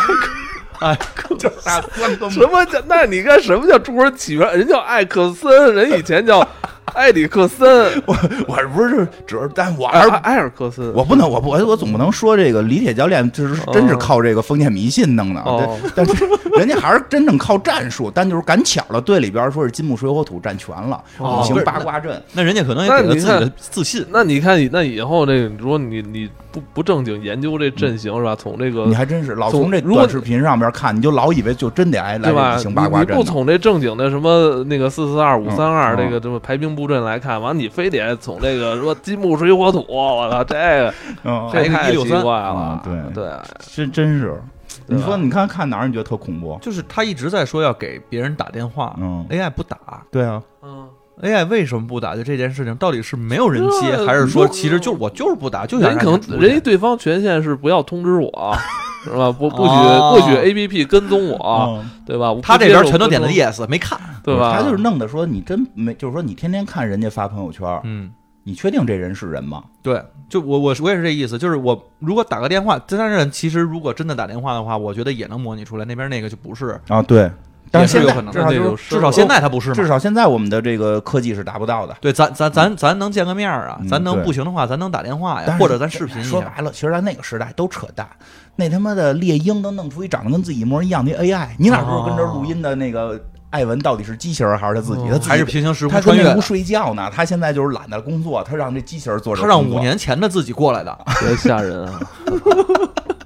Speaker 3: 哎，
Speaker 2: 就是他三个
Speaker 1: 什么叫？那你看什么叫中国人起源？人叫艾克森，人以前叫 埃里克森，
Speaker 2: 我是不是只是，但我还
Speaker 1: 埃
Speaker 2: 是
Speaker 1: 埃尔克森，
Speaker 2: 我不能，我不，我我总不能说这个李铁教练就是
Speaker 1: 哦
Speaker 2: 真是靠这个封建迷信弄的，
Speaker 1: 哦
Speaker 2: 但但是人家还是真正靠战术，但就是赶巧了，队里边说是金木水火土占全了，
Speaker 1: 哦
Speaker 2: 五行八卦阵，
Speaker 3: 那人家可能也
Speaker 1: 那
Speaker 3: 给了
Speaker 1: 你
Speaker 3: 自己
Speaker 1: 看
Speaker 3: 的自信。
Speaker 1: 那你看，那以后这个，你说你你不不正经研究这阵型是吧？从这个
Speaker 2: 你还真是老
Speaker 1: 从
Speaker 2: 从这
Speaker 1: 呃如果
Speaker 2: 短视频上边看，你就老以为就真得挨来
Speaker 1: 对吧？
Speaker 2: 这五行八
Speaker 1: 你
Speaker 2: 卦
Speaker 1: 你
Speaker 2: 阵
Speaker 1: 不
Speaker 2: 呢。
Speaker 1: 从这正经的什么那个四四二五三二
Speaker 2: 嗯
Speaker 1: 这个这么排兵布阵来看，完你非得从这个什么金木水火土，我操，这 个
Speaker 2: 嗯，
Speaker 1: 这太奇怪了
Speaker 2: 啊，对
Speaker 1: 对，
Speaker 2: 真真是，
Speaker 1: 对
Speaker 2: 你
Speaker 1: 吧
Speaker 2: 说你看看哪儿你觉得特恐怖？
Speaker 3: 就是他一直在说要给别人打电话、
Speaker 2: 嗯，
Speaker 3: a i 不打
Speaker 2: 对啊，
Speaker 1: 嗯，
Speaker 3: ，AI 为什么不打？就这件事情到底是没有人接，
Speaker 1: 这
Speaker 3: 还是说
Speaker 1: 你说
Speaker 3: 其实就我就是不打，就想
Speaker 1: 人
Speaker 3: 让
Speaker 1: 可
Speaker 3: 出
Speaker 1: 能
Speaker 3: 去
Speaker 1: 人家对方权限是不要通知我，是吧？不不许
Speaker 3: 哦
Speaker 1: 不许 A P P 跟踪我，
Speaker 2: 嗯
Speaker 1: 对吧？我不
Speaker 3: 他这边全都点的
Speaker 1: 接受
Speaker 3: yes，没看。
Speaker 1: 啊跟踪，对吧？
Speaker 2: 他就是弄的说你真没，就是说你天天看人家发朋友圈，
Speaker 3: 嗯，
Speaker 2: 你确定这人是人吗？
Speaker 3: 对，就我我我也是这意思，就是我如果打个电话，但是其实如果真的打电话的话，我觉得也能模拟出来那边那个就不是，
Speaker 2: 啊，对，但
Speaker 3: 也
Speaker 2: 现
Speaker 3: 是有
Speaker 2: 在
Speaker 3: 可能
Speaker 2: 至少
Speaker 1: 那
Speaker 2: 就是哦
Speaker 1: 就
Speaker 3: 至少现在他不是嘛。
Speaker 2: 至少现在我们的这个科技是达不到的。
Speaker 3: 对，咱咱咱咱能见个面儿啊，
Speaker 2: 嗯
Speaker 3: 咱能
Speaker 2: 对
Speaker 3: 不行的话，咱能打电话
Speaker 2: 但
Speaker 3: 呀，
Speaker 2: 是
Speaker 3: 哎或者咱视频一
Speaker 2: 说
Speaker 3: 下。
Speaker 2: 白了，其实，在那个时代都扯淡。那他妈的猎鹰都弄出一长得跟自己一模一样的 AI，你哪知道跟这录音的那个艾文到底是机器人还是他自己？他自己
Speaker 3: 还是平行时
Speaker 2: 他
Speaker 3: 空
Speaker 2: 跟
Speaker 3: 穿越
Speaker 2: 那屋
Speaker 3: 的，
Speaker 2: 睡觉呢。他现在就是懒得工作，他让这机器人做这
Speaker 3: 他
Speaker 2: 工
Speaker 3: 让
Speaker 2: 作。
Speaker 3: 五年前的自己过来 的，
Speaker 1: 别吓人啊！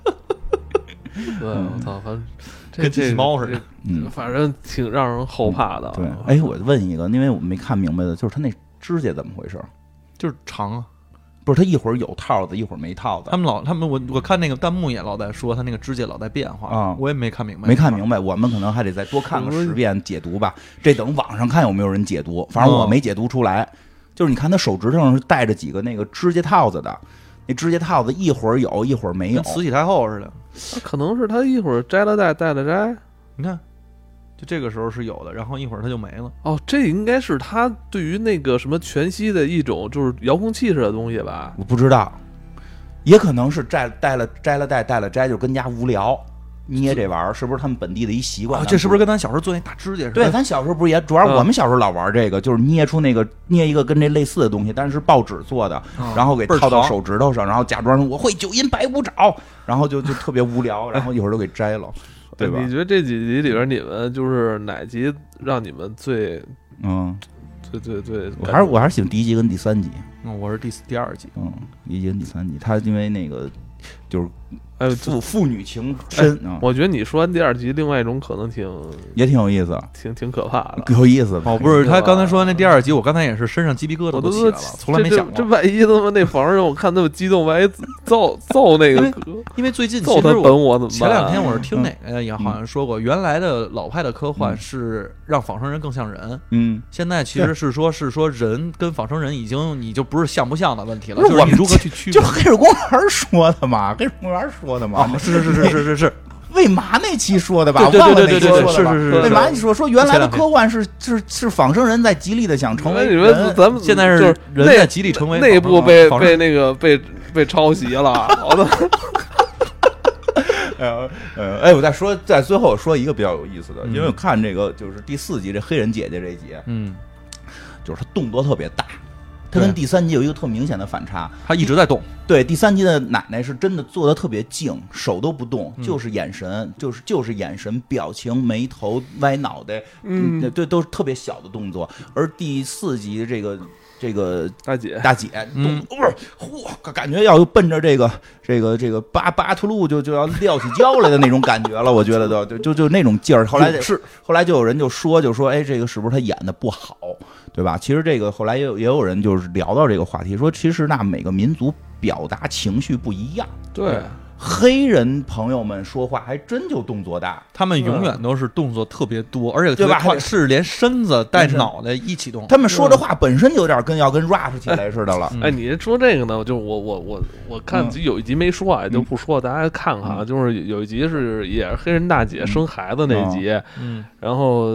Speaker 1: 对，我操，反正这
Speaker 3: 嗯跟机器猫似的，
Speaker 1: 这
Speaker 2: 嗯，
Speaker 1: 反正挺让人后怕的。啊
Speaker 2: 对。哎，我问一个，因为我没看明白的，就是他那指甲怎么回事？
Speaker 3: 就是长啊。
Speaker 2: 不是他一会儿有套子，一会儿没套子
Speaker 3: 他。们老他们我我看那个弹幕也老在说他那个指甲老在变化
Speaker 2: 啊
Speaker 3: 我也没看明白，
Speaker 2: 没看明白，我们可能还得再多看个十遍解读吧。这等网上看有没有人解读，反正
Speaker 3: 哦
Speaker 2: 我没解读出来。就是你看他手指头上是带着几个那个指甲套子的，那指甲套子一会儿有，一会儿没有
Speaker 3: 跟。慈禧太后似的。
Speaker 1: 那可能是他一会儿摘了戴，戴了摘。
Speaker 3: 你看，就这个时候是有的，然后一会儿他就没了。
Speaker 1: 哦，这应该是他对于那个什么全息的一种，就是遥控器似的东西吧？
Speaker 2: 我不知道，也可能是摘带了摘了戴戴了摘，就跟家无聊捏这玩意儿，是不是他们本地的一习惯？
Speaker 3: 啊，这是不是跟咱小时候做那大指甲似的？
Speaker 2: 对，咱小时候不是也，主要
Speaker 1: 嗯
Speaker 2: 我们小时候老玩这个，就是捏出那个捏一个跟这类似的东西，但是是报纸做的，然后给
Speaker 3: 嗯倍儿
Speaker 2: 套到
Speaker 3: 长
Speaker 2: 手指头上，然后假装我会九阴白骨爪，然后就就特别无聊，然后一会儿都给摘了，对吧
Speaker 1: 你？觉得这几集里边，你们就是哪集让你们最
Speaker 2: 嗯，
Speaker 1: 最最最？
Speaker 2: 我还是我还是喜欢第一集跟第三集，
Speaker 3: 嗯，我是第四第二集，
Speaker 2: 嗯，第一集跟第三集，他因为那个就是
Speaker 1: 哎，
Speaker 2: 父父女情
Speaker 3: 哎
Speaker 2: 深啊，
Speaker 1: 我觉得你说完第二集，另外一种可能挺
Speaker 2: 也挺有意思，
Speaker 1: 挺挺可怕的。
Speaker 2: 有意思。
Speaker 3: 哦，不是，
Speaker 1: 对吧
Speaker 3: 他刚才说那第二集，我刚才也是身上鸡皮疙瘩
Speaker 1: 我都
Speaker 3: 起来了，从来没
Speaker 1: 这
Speaker 3: 想
Speaker 1: 这
Speaker 3: 过。
Speaker 1: 万一他妈那房上我看那么激动，万一 揍揍那个
Speaker 3: 因为最近
Speaker 1: 揍
Speaker 3: 其
Speaker 1: 他
Speaker 3: 实
Speaker 1: 本
Speaker 3: 我嗯
Speaker 1: 我怎么办？啊
Speaker 3: 前两天我是听哪个也好像说过，原来的老派的科幻是让仿生人更像人，
Speaker 2: 嗯，
Speaker 3: 现在其实是说是说人跟仿生人已经你就不是像不像的问题
Speaker 2: 不
Speaker 3: 了，就是是
Speaker 2: 我
Speaker 3: 你
Speaker 2: 们
Speaker 3: 如何去区
Speaker 2: 就
Speaker 3: 分
Speaker 2: 黑水公园说的嘛，黑水公园说的嘛
Speaker 3: 啊？，是是是是是是是，
Speaker 2: 为嘛那期说的吧？
Speaker 3: 对
Speaker 2: 忘了
Speaker 3: 对
Speaker 2: 哪
Speaker 3: 对对
Speaker 2: 期
Speaker 3: 对
Speaker 2: 说
Speaker 3: 对，
Speaker 2: 的吧？
Speaker 3: 是是
Speaker 2: 为
Speaker 3: 是
Speaker 2: 嘛
Speaker 3: 是。
Speaker 2: 你说说原来
Speaker 3: 前
Speaker 2: 的
Speaker 3: 两天
Speaker 2: 科幻是是是仿生人在极力的想成为
Speaker 1: 你
Speaker 2: 人
Speaker 1: 们，咱们
Speaker 3: 现在是
Speaker 1: 就是
Speaker 3: 人在集体成为
Speaker 1: 内
Speaker 3: 仿
Speaker 1: 部
Speaker 3: 生
Speaker 1: 被
Speaker 3: 仿生
Speaker 1: 被那个被被抄袭 了，我的
Speaker 2: 呃呃，哎，我再说，在最后说一个比较有意思的，
Speaker 3: 嗯
Speaker 2: 因为我看这个就是第四集这黑人姐姐这一集，
Speaker 3: 嗯，
Speaker 2: 就是她动作特别大，她跟
Speaker 3: 对
Speaker 2: 第三集有一个特明显的反差。
Speaker 3: 他一直在动，
Speaker 2: 对，第三集的奶奶是真的做的特别静，手都不动，
Speaker 3: 嗯
Speaker 2: 就是眼神，就是就是眼神、表情、眉头、歪脑袋，
Speaker 1: 嗯
Speaker 2: 对，都是特别小的动作。而第四集的这个这个
Speaker 1: 大姐，
Speaker 2: 大姐，
Speaker 3: 嗯
Speaker 2: 动，呃嚯、感觉要奔着这个这个这个八八秃噜就就要撂起跤来的那种感觉了，我觉得都就就就那种劲儿。后来
Speaker 3: 是
Speaker 2: 后来就有人就说，就说哎，这个是不是他演的不好，对吧？其实这个后来也有也有人就是聊到这个话题，说其实那每个民族表达情绪不一样，
Speaker 1: 对，
Speaker 2: 黑人朋友们说话还真就动作大，
Speaker 3: 他们永远都是动作特别多，而且
Speaker 2: 对吧
Speaker 3: 特别快是连身子带
Speaker 2: 嗯是
Speaker 3: 脑袋一起动。
Speaker 2: 他们说的话本身就有点跟要跟 rap 起来似的了。
Speaker 3: 嗯
Speaker 1: 哎，你说这个呢，就我我我我看
Speaker 2: 嗯
Speaker 1: 有一集没说啊，就不说，大家看看
Speaker 3: 嗯
Speaker 1: 啊，就是有一集是也是黑人大姐生孩子那集，
Speaker 3: 嗯，
Speaker 1: 然后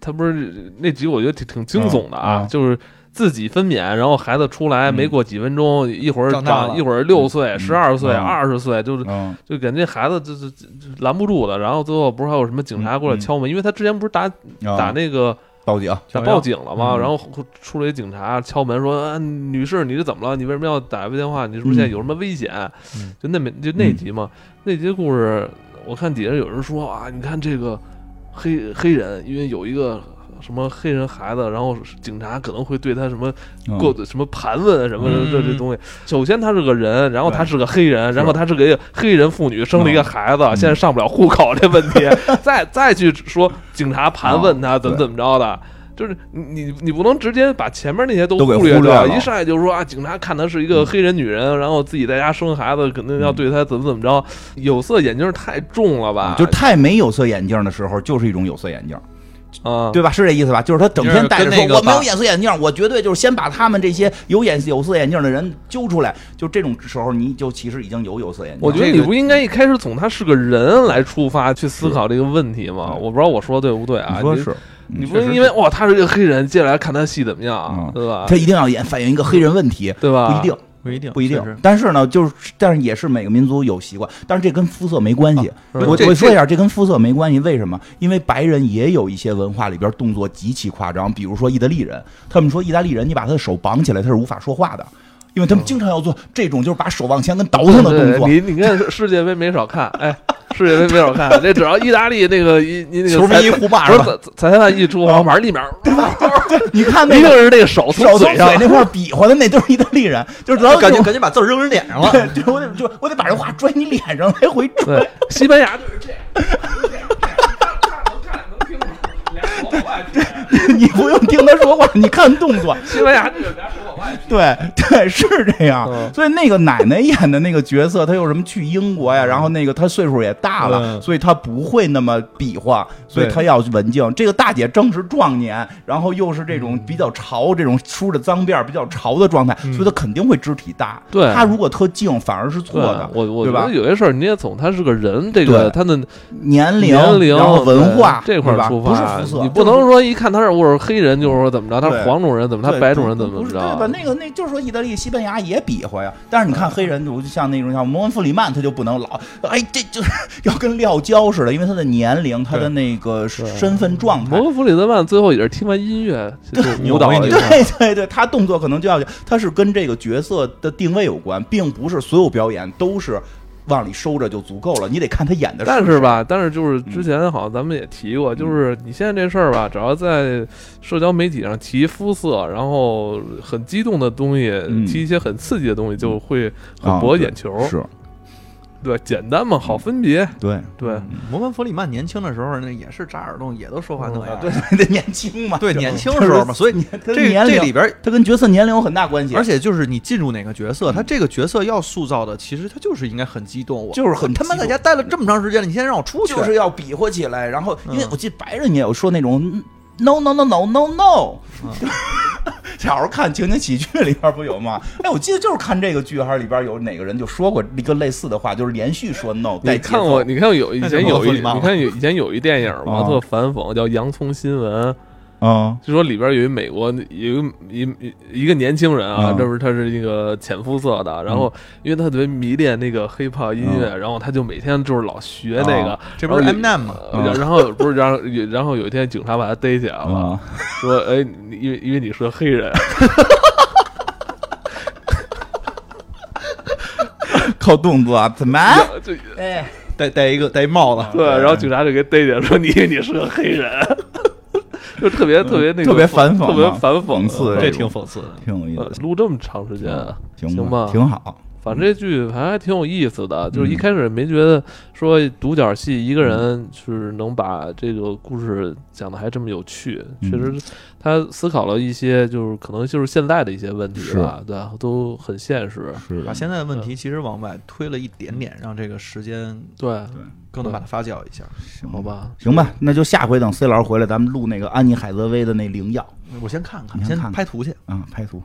Speaker 1: 她不是那集我觉得挺挺惊悚的啊
Speaker 2: 嗯，嗯
Speaker 1: 就是。自己分娩，然后孩子出来没过几分钟，一会儿
Speaker 3: 长大
Speaker 1: 长，
Speaker 3: 了
Speaker 1: 一会儿六岁、
Speaker 2: 嗯
Speaker 1: 十二岁、
Speaker 2: 嗯
Speaker 1: 二十岁，就是
Speaker 2: 嗯，
Speaker 1: 就感觉孩子就是就就拦不住了，然后最后不是还有什么警察过来敲门，因为他之前不是打
Speaker 2: 嗯
Speaker 1: 打那个啊
Speaker 2: 报警，
Speaker 1: 他
Speaker 3: 911
Speaker 1: 报警了嘛，
Speaker 3: 嗯
Speaker 1: 然后出来一警察敲门说：“啊，女士，你是怎么了？你为什么要打个电话？你是不是现在有什么危险？”
Speaker 3: 嗯
Speaker 1: 就那没就那集嘛，那集故事，我看底下有人说啊，你看这个黑黑人，因为有一个什么黑人孩子，然后警察可能会对他什么
Speaker 2: 嗯
Speaker 1: 过什么盘问啊什么的
Speaker 3: 嗯
Speaker 1: 这这东西。首先他是个人，然后他是个黑人，然后他是个黑人妇女，生了一个孩子，现在上不了户口这问题，再再去说警察盘问他怎么
Speaker 2: 对
Speaker 1: 怎么着的。就是你你你不能直接把前面那些都
Speaker 2: 都给
Speaker 1: 略
Speaker 2: 忽略
Speaker 1: 掉，
Speaker 2: 了嗯
Speaker 1: 一上来就说啊，警察看她是一个黑人女人，然后自己在家生孩子，肯定要对她怎么怎么着，有色眼镜太重了吧？
Speaker 2: 就是太没有色眼镜的时候，就是一种有色眼镜，
Speaker 1: 啊，
Speaker 2: 对吧？是这意思吧？就是他整
Speaker 3: 就是
Speaker 2: 天戴着
Speaker 3: 跟
Speaker 2: 说
Speaker 3: 那个
Speaker 2: 我没
Speaker 3: 吧
Speaker 2: 有有色眼镜，我绝对就是先把他们这些有眼有色眼镜的人揪出来。就这种时候，你就其实已经有有色眼镜了。
Speaker 1: 我觉得
Speaker 3: 这
Speaker 1: 你
Speaker 3: 个
Speaker 1: 不应该一开始从她是个人来出发去思考这个问题吗？
Speaker 2: 嗯
Speaker 1: 我不知道我说的对不对啊？
Speaker 2: 你说
Speaker 1: 你
Speaker 2: 是，
Speaker 1: 你不能因为哇，他是一个黑人，接下来看他戏怎么样啊
Speaker 2: 嗯，
Speaker 1: 对吧
Speaker 2: 他？一定要演反映一个黑人问题，
Speaker 1: 对吧？
Speaker 2: 不一定，
Speaker 3: 不一定，
Speaker 2: 不一
Speaker 3: 确实
Speaker 2: 定。但是呢，就是但是也是每个民族有习惯，但是这跟肤色没关系。
Speaker 1: 啊是吧
Speaker 2: 我
Speaker 3: 这
Speaker 2: 我说一
Speaker 3: 这
Speaker 2: 下，这跟肤色没关系，为什么？因为白人也有一些文化里边动作极其夸张，比如说意大利人，他们说意大利人，你把他的手绑起来，他是无法说话的，因为他们经常要做这种就是把手往前跟倒腾的动
Speaker 1: 嗯对
Speaker 2: 作。
Speaker 1: 你你看世界杯没少看，哎，世界杯没少看。这只要意大利那个一你那个
Speaker 2: 球迷
Speaker 1: 裁
Speaker 2: 一互骂
Speaker 1: 不
Speaker 2: 是
Speaker 1: 是
Speaker 2: 吧？
Speaker 1: 裁裁判一出黄牌，立马
Speaker 2: 你看那
Speaker 1: 一定
Speaker 2: 个
Speaker 1: 是那个手从
Speaker 2: 手
Speaker 1: 嘴
Speaker 2: 嘴
Speaker 1: 上。
Speaker 2: 那块儿比划的，那都是意大利人，就是老有
Speaker 3: 感
Speaker 2: 这
Speaker 3: 觉
Speaker 2: 种
Speaker 3: 感觉把字儿扔人脸上了。
Speaker 2: 对，就我得就我得把这话拽你脸上来回拽。
Speaker 1: 对，西班牙就是这样，能看能听懂，俩手往外举，
Speaker 2: 你不用听他说话，你看动作。
Speaker 1: 西班牙就是俩手往外举。
Speaker 2: 对对，是这样。
Speaker 1: 嗯
Speaker 2: 所以那个奶奶演的那个角色，她又什么去英国
Speaker 1: 嗯
Speaker 2: 呀？然后那个她岁数也大了，
Speaker 3: 嗯
Speaker 2: 所以她不会那么比划，所以
Speaker 3: 对
Speaker 2: 她要文静。这个大姐正值壮年，然后又是这
Speaker 1: 嗯
Speaker 2: 种比较潮、这种梳着脏辫儿比较潮的状态，所以她肯定会肢体大。
Speaker 1: 对
Speaker 2: 她如果特静，反而是错
Speaker 1: 对
Speaker 2: 的，。
Speaker 1: 我我
Speaker 2: 对
Speaker 1: 觉
Speaker 2: 吧
Speaker 1: 得有些事儿你也从他是个人，这个
Speaker 2: 对
Speaker 1: 他的
Speaker 2: 年龄、
Speaker 1: 年龄、
Speaker 2: 然后文化
Speaker 1: 对这块
Speaker 2: 对
Speaker 1: 儿
Speaker 2: 吧？
Speaker 1: 出
Speaker 2: 不是
Speaker 1: 发，
Speaker 2: 肤色，
Speaker 1: 你不能说一看他是我是黑人就是说怎么着，他是
Speaker 2: 对
Speaker 1: 黄种人怎么，他
Speaker 2: 对
Speaker 1: 白种人
Speaker 2: 不
Speaker 1: 怎么啊怎
Speaker 2: 不
Speaker 1: 么
Speaker 2: 是对吧？
Speaker 1: 着。
Speaker 2: 那个那就是说意大利、西班牙也比划呀。但是你看黑人，就像那种像摩根弗里曼，他就不能老哎，这就是 要跟撂跤似的，因为他的年龄、他的那个身份状态
Speaker 1: 摩。根弗里德曼最后也是听完音乐就舞蹈啊了
Speaker 3: 扭一
Speaker 1: 一
Speaker 3: 扭
Speaker 1: 下，
Speaker 2: 对对对，他动作可能就要，他是跟这个角色的定位有关，并不是所有表演都是往里收着就足够了，你得看他演的。嗯
Speaker 1: 但是，吧，但是就是之前好像咱们也提过，就是你现在这事儿吧，只要在社交媒体上提肤色，然后很激动的东西，
Speaker 2: 嗯
Speaker 1: 提一些很刺激的东西，就会很
Speaker 2: 啊
Speaker 1: 博
Speaker 2: 对
Speaker 1: 眼球，啊对，简单嘛，好分别，
Speaker 2: 对，
Speaker 1: 对，
Speaker 3: 嗯摩根弗里曼年轻的时候，那也是扎耳洞，也都说话那 样。
Speaker 2: 对，对，年轻嘛，
Speaker 3: 对，
Speaker 2: 就
Speaker 3: 年轻时候嘛，所以你
Speaker 2: 他
Speaker 3: 这
Speaker 2: 的年
Speaker 3: 这
Speaker 2: 龄
Speaker 3: 里边儿，
Speaker 2: 他跟角色年龄有很大关系，啊
Speaker 3: 而且就是你进入哪个角色，他这个角色要塑造的，其实他就是应该很激动。我
Speaker 2: 就是很
Speaker 3: 他妈
Speaker 2: 激
Speaker 3: 在
Speaker 2: 动
Speaker 3: 家待了这么长时间了，你现在让我出去，
Speaker 2: 就是要比划起来。然后，因为
Speaker 3: 嗯
Speaker 2: 我记得白人也有说那种嗯 “no no no no no no”，小时候看情景喜剧里边不有吗？哎，我记得就是看这个剧还是里边有哪个人就说过一个类似的话，就是连续说 “no”。
Speaker 1: 你看过？你看过 有以
Speaker 3: 那就
Speaker 1: 前
Speaker 3: 摩
Speaker 1: 有
Speaker 3: 托
Speaker 1: 一，
Speaker 3: 里曼
Speaker 1: 你
Speaker 3: 了
Speaker 1: 看有以前有一电影嘛，
Speaker 2: 啊
Speaker 1: 特反讽，叫《洋葱新闻》，
Speaker 2: 啊
Speaker 1: 就说里边有一美国有一一一个年轻人啊，
Speaker 2: 嗯
Speaker 1: 这不是他是一个浅肤色的，然后因为他特别迷恋那个 hiphop 音乐，然后他就每天就是老学那个
Speaker 2: 啊，
Speaker 3: 这不是
Speaker 1: 然后
Speaker 3: Eminem 吗？
Speaker 1: 呃然后不是，然后然后有一天警察把他逮起来了，！说：“哎，你因为因为你是个黑人，
Speaker 2: 靠动作啊，怎么？
Speaker 1: 就
Speaker 2: 哎，
Speaker 3: 戴戴一个戴一帽子，
Speaker 1: 对，然后警察就给逮起来，说你以为你是个黑人， 就特别特别那个
Speaker 2: 特别反讽啊
Speaker 1: 特别反讽
Speaker 2: 讽刺
Speaker 3: 这挺讽刺的。
Speaker 2: 挺有意
Speaker 1: 呃
Speaker 2: 思，
Speaker 1: 录这么长时间，啊
Speaker 2: 行
Speaker 1: 行
Speaker 2: 吧
Speaker 1: 吧，
Speaker 2: 挺好。
Speaker 1: 反正这剧还还挺有意思的，就是一开始没觉得说独角戏一个人是能把这个故事讲的还这么有趣，
Speaker 2: 嗯
Speaker 1: 确实他思考了一些就是可能就是现在的一些问题吧，对吧，都很现实，
Speaker 2: 是
Speaker 3: 把现在的问题其实往外推了一点点，让这个时间
Speaker 1: 对，
Speaker 3: 更能把它发酵一下。
Speaker 2: 行
Speaker 1: 好？吧，
Speaker 2: 行吧，那就下回等 C 老师回来，咱们录那个安妮海瑟薇的那灵药
Speaker 3: 我先看看，
Speaker 2: 你先看看
Speaker 3: 拍图去。
Speaker 2: 啊，拍图。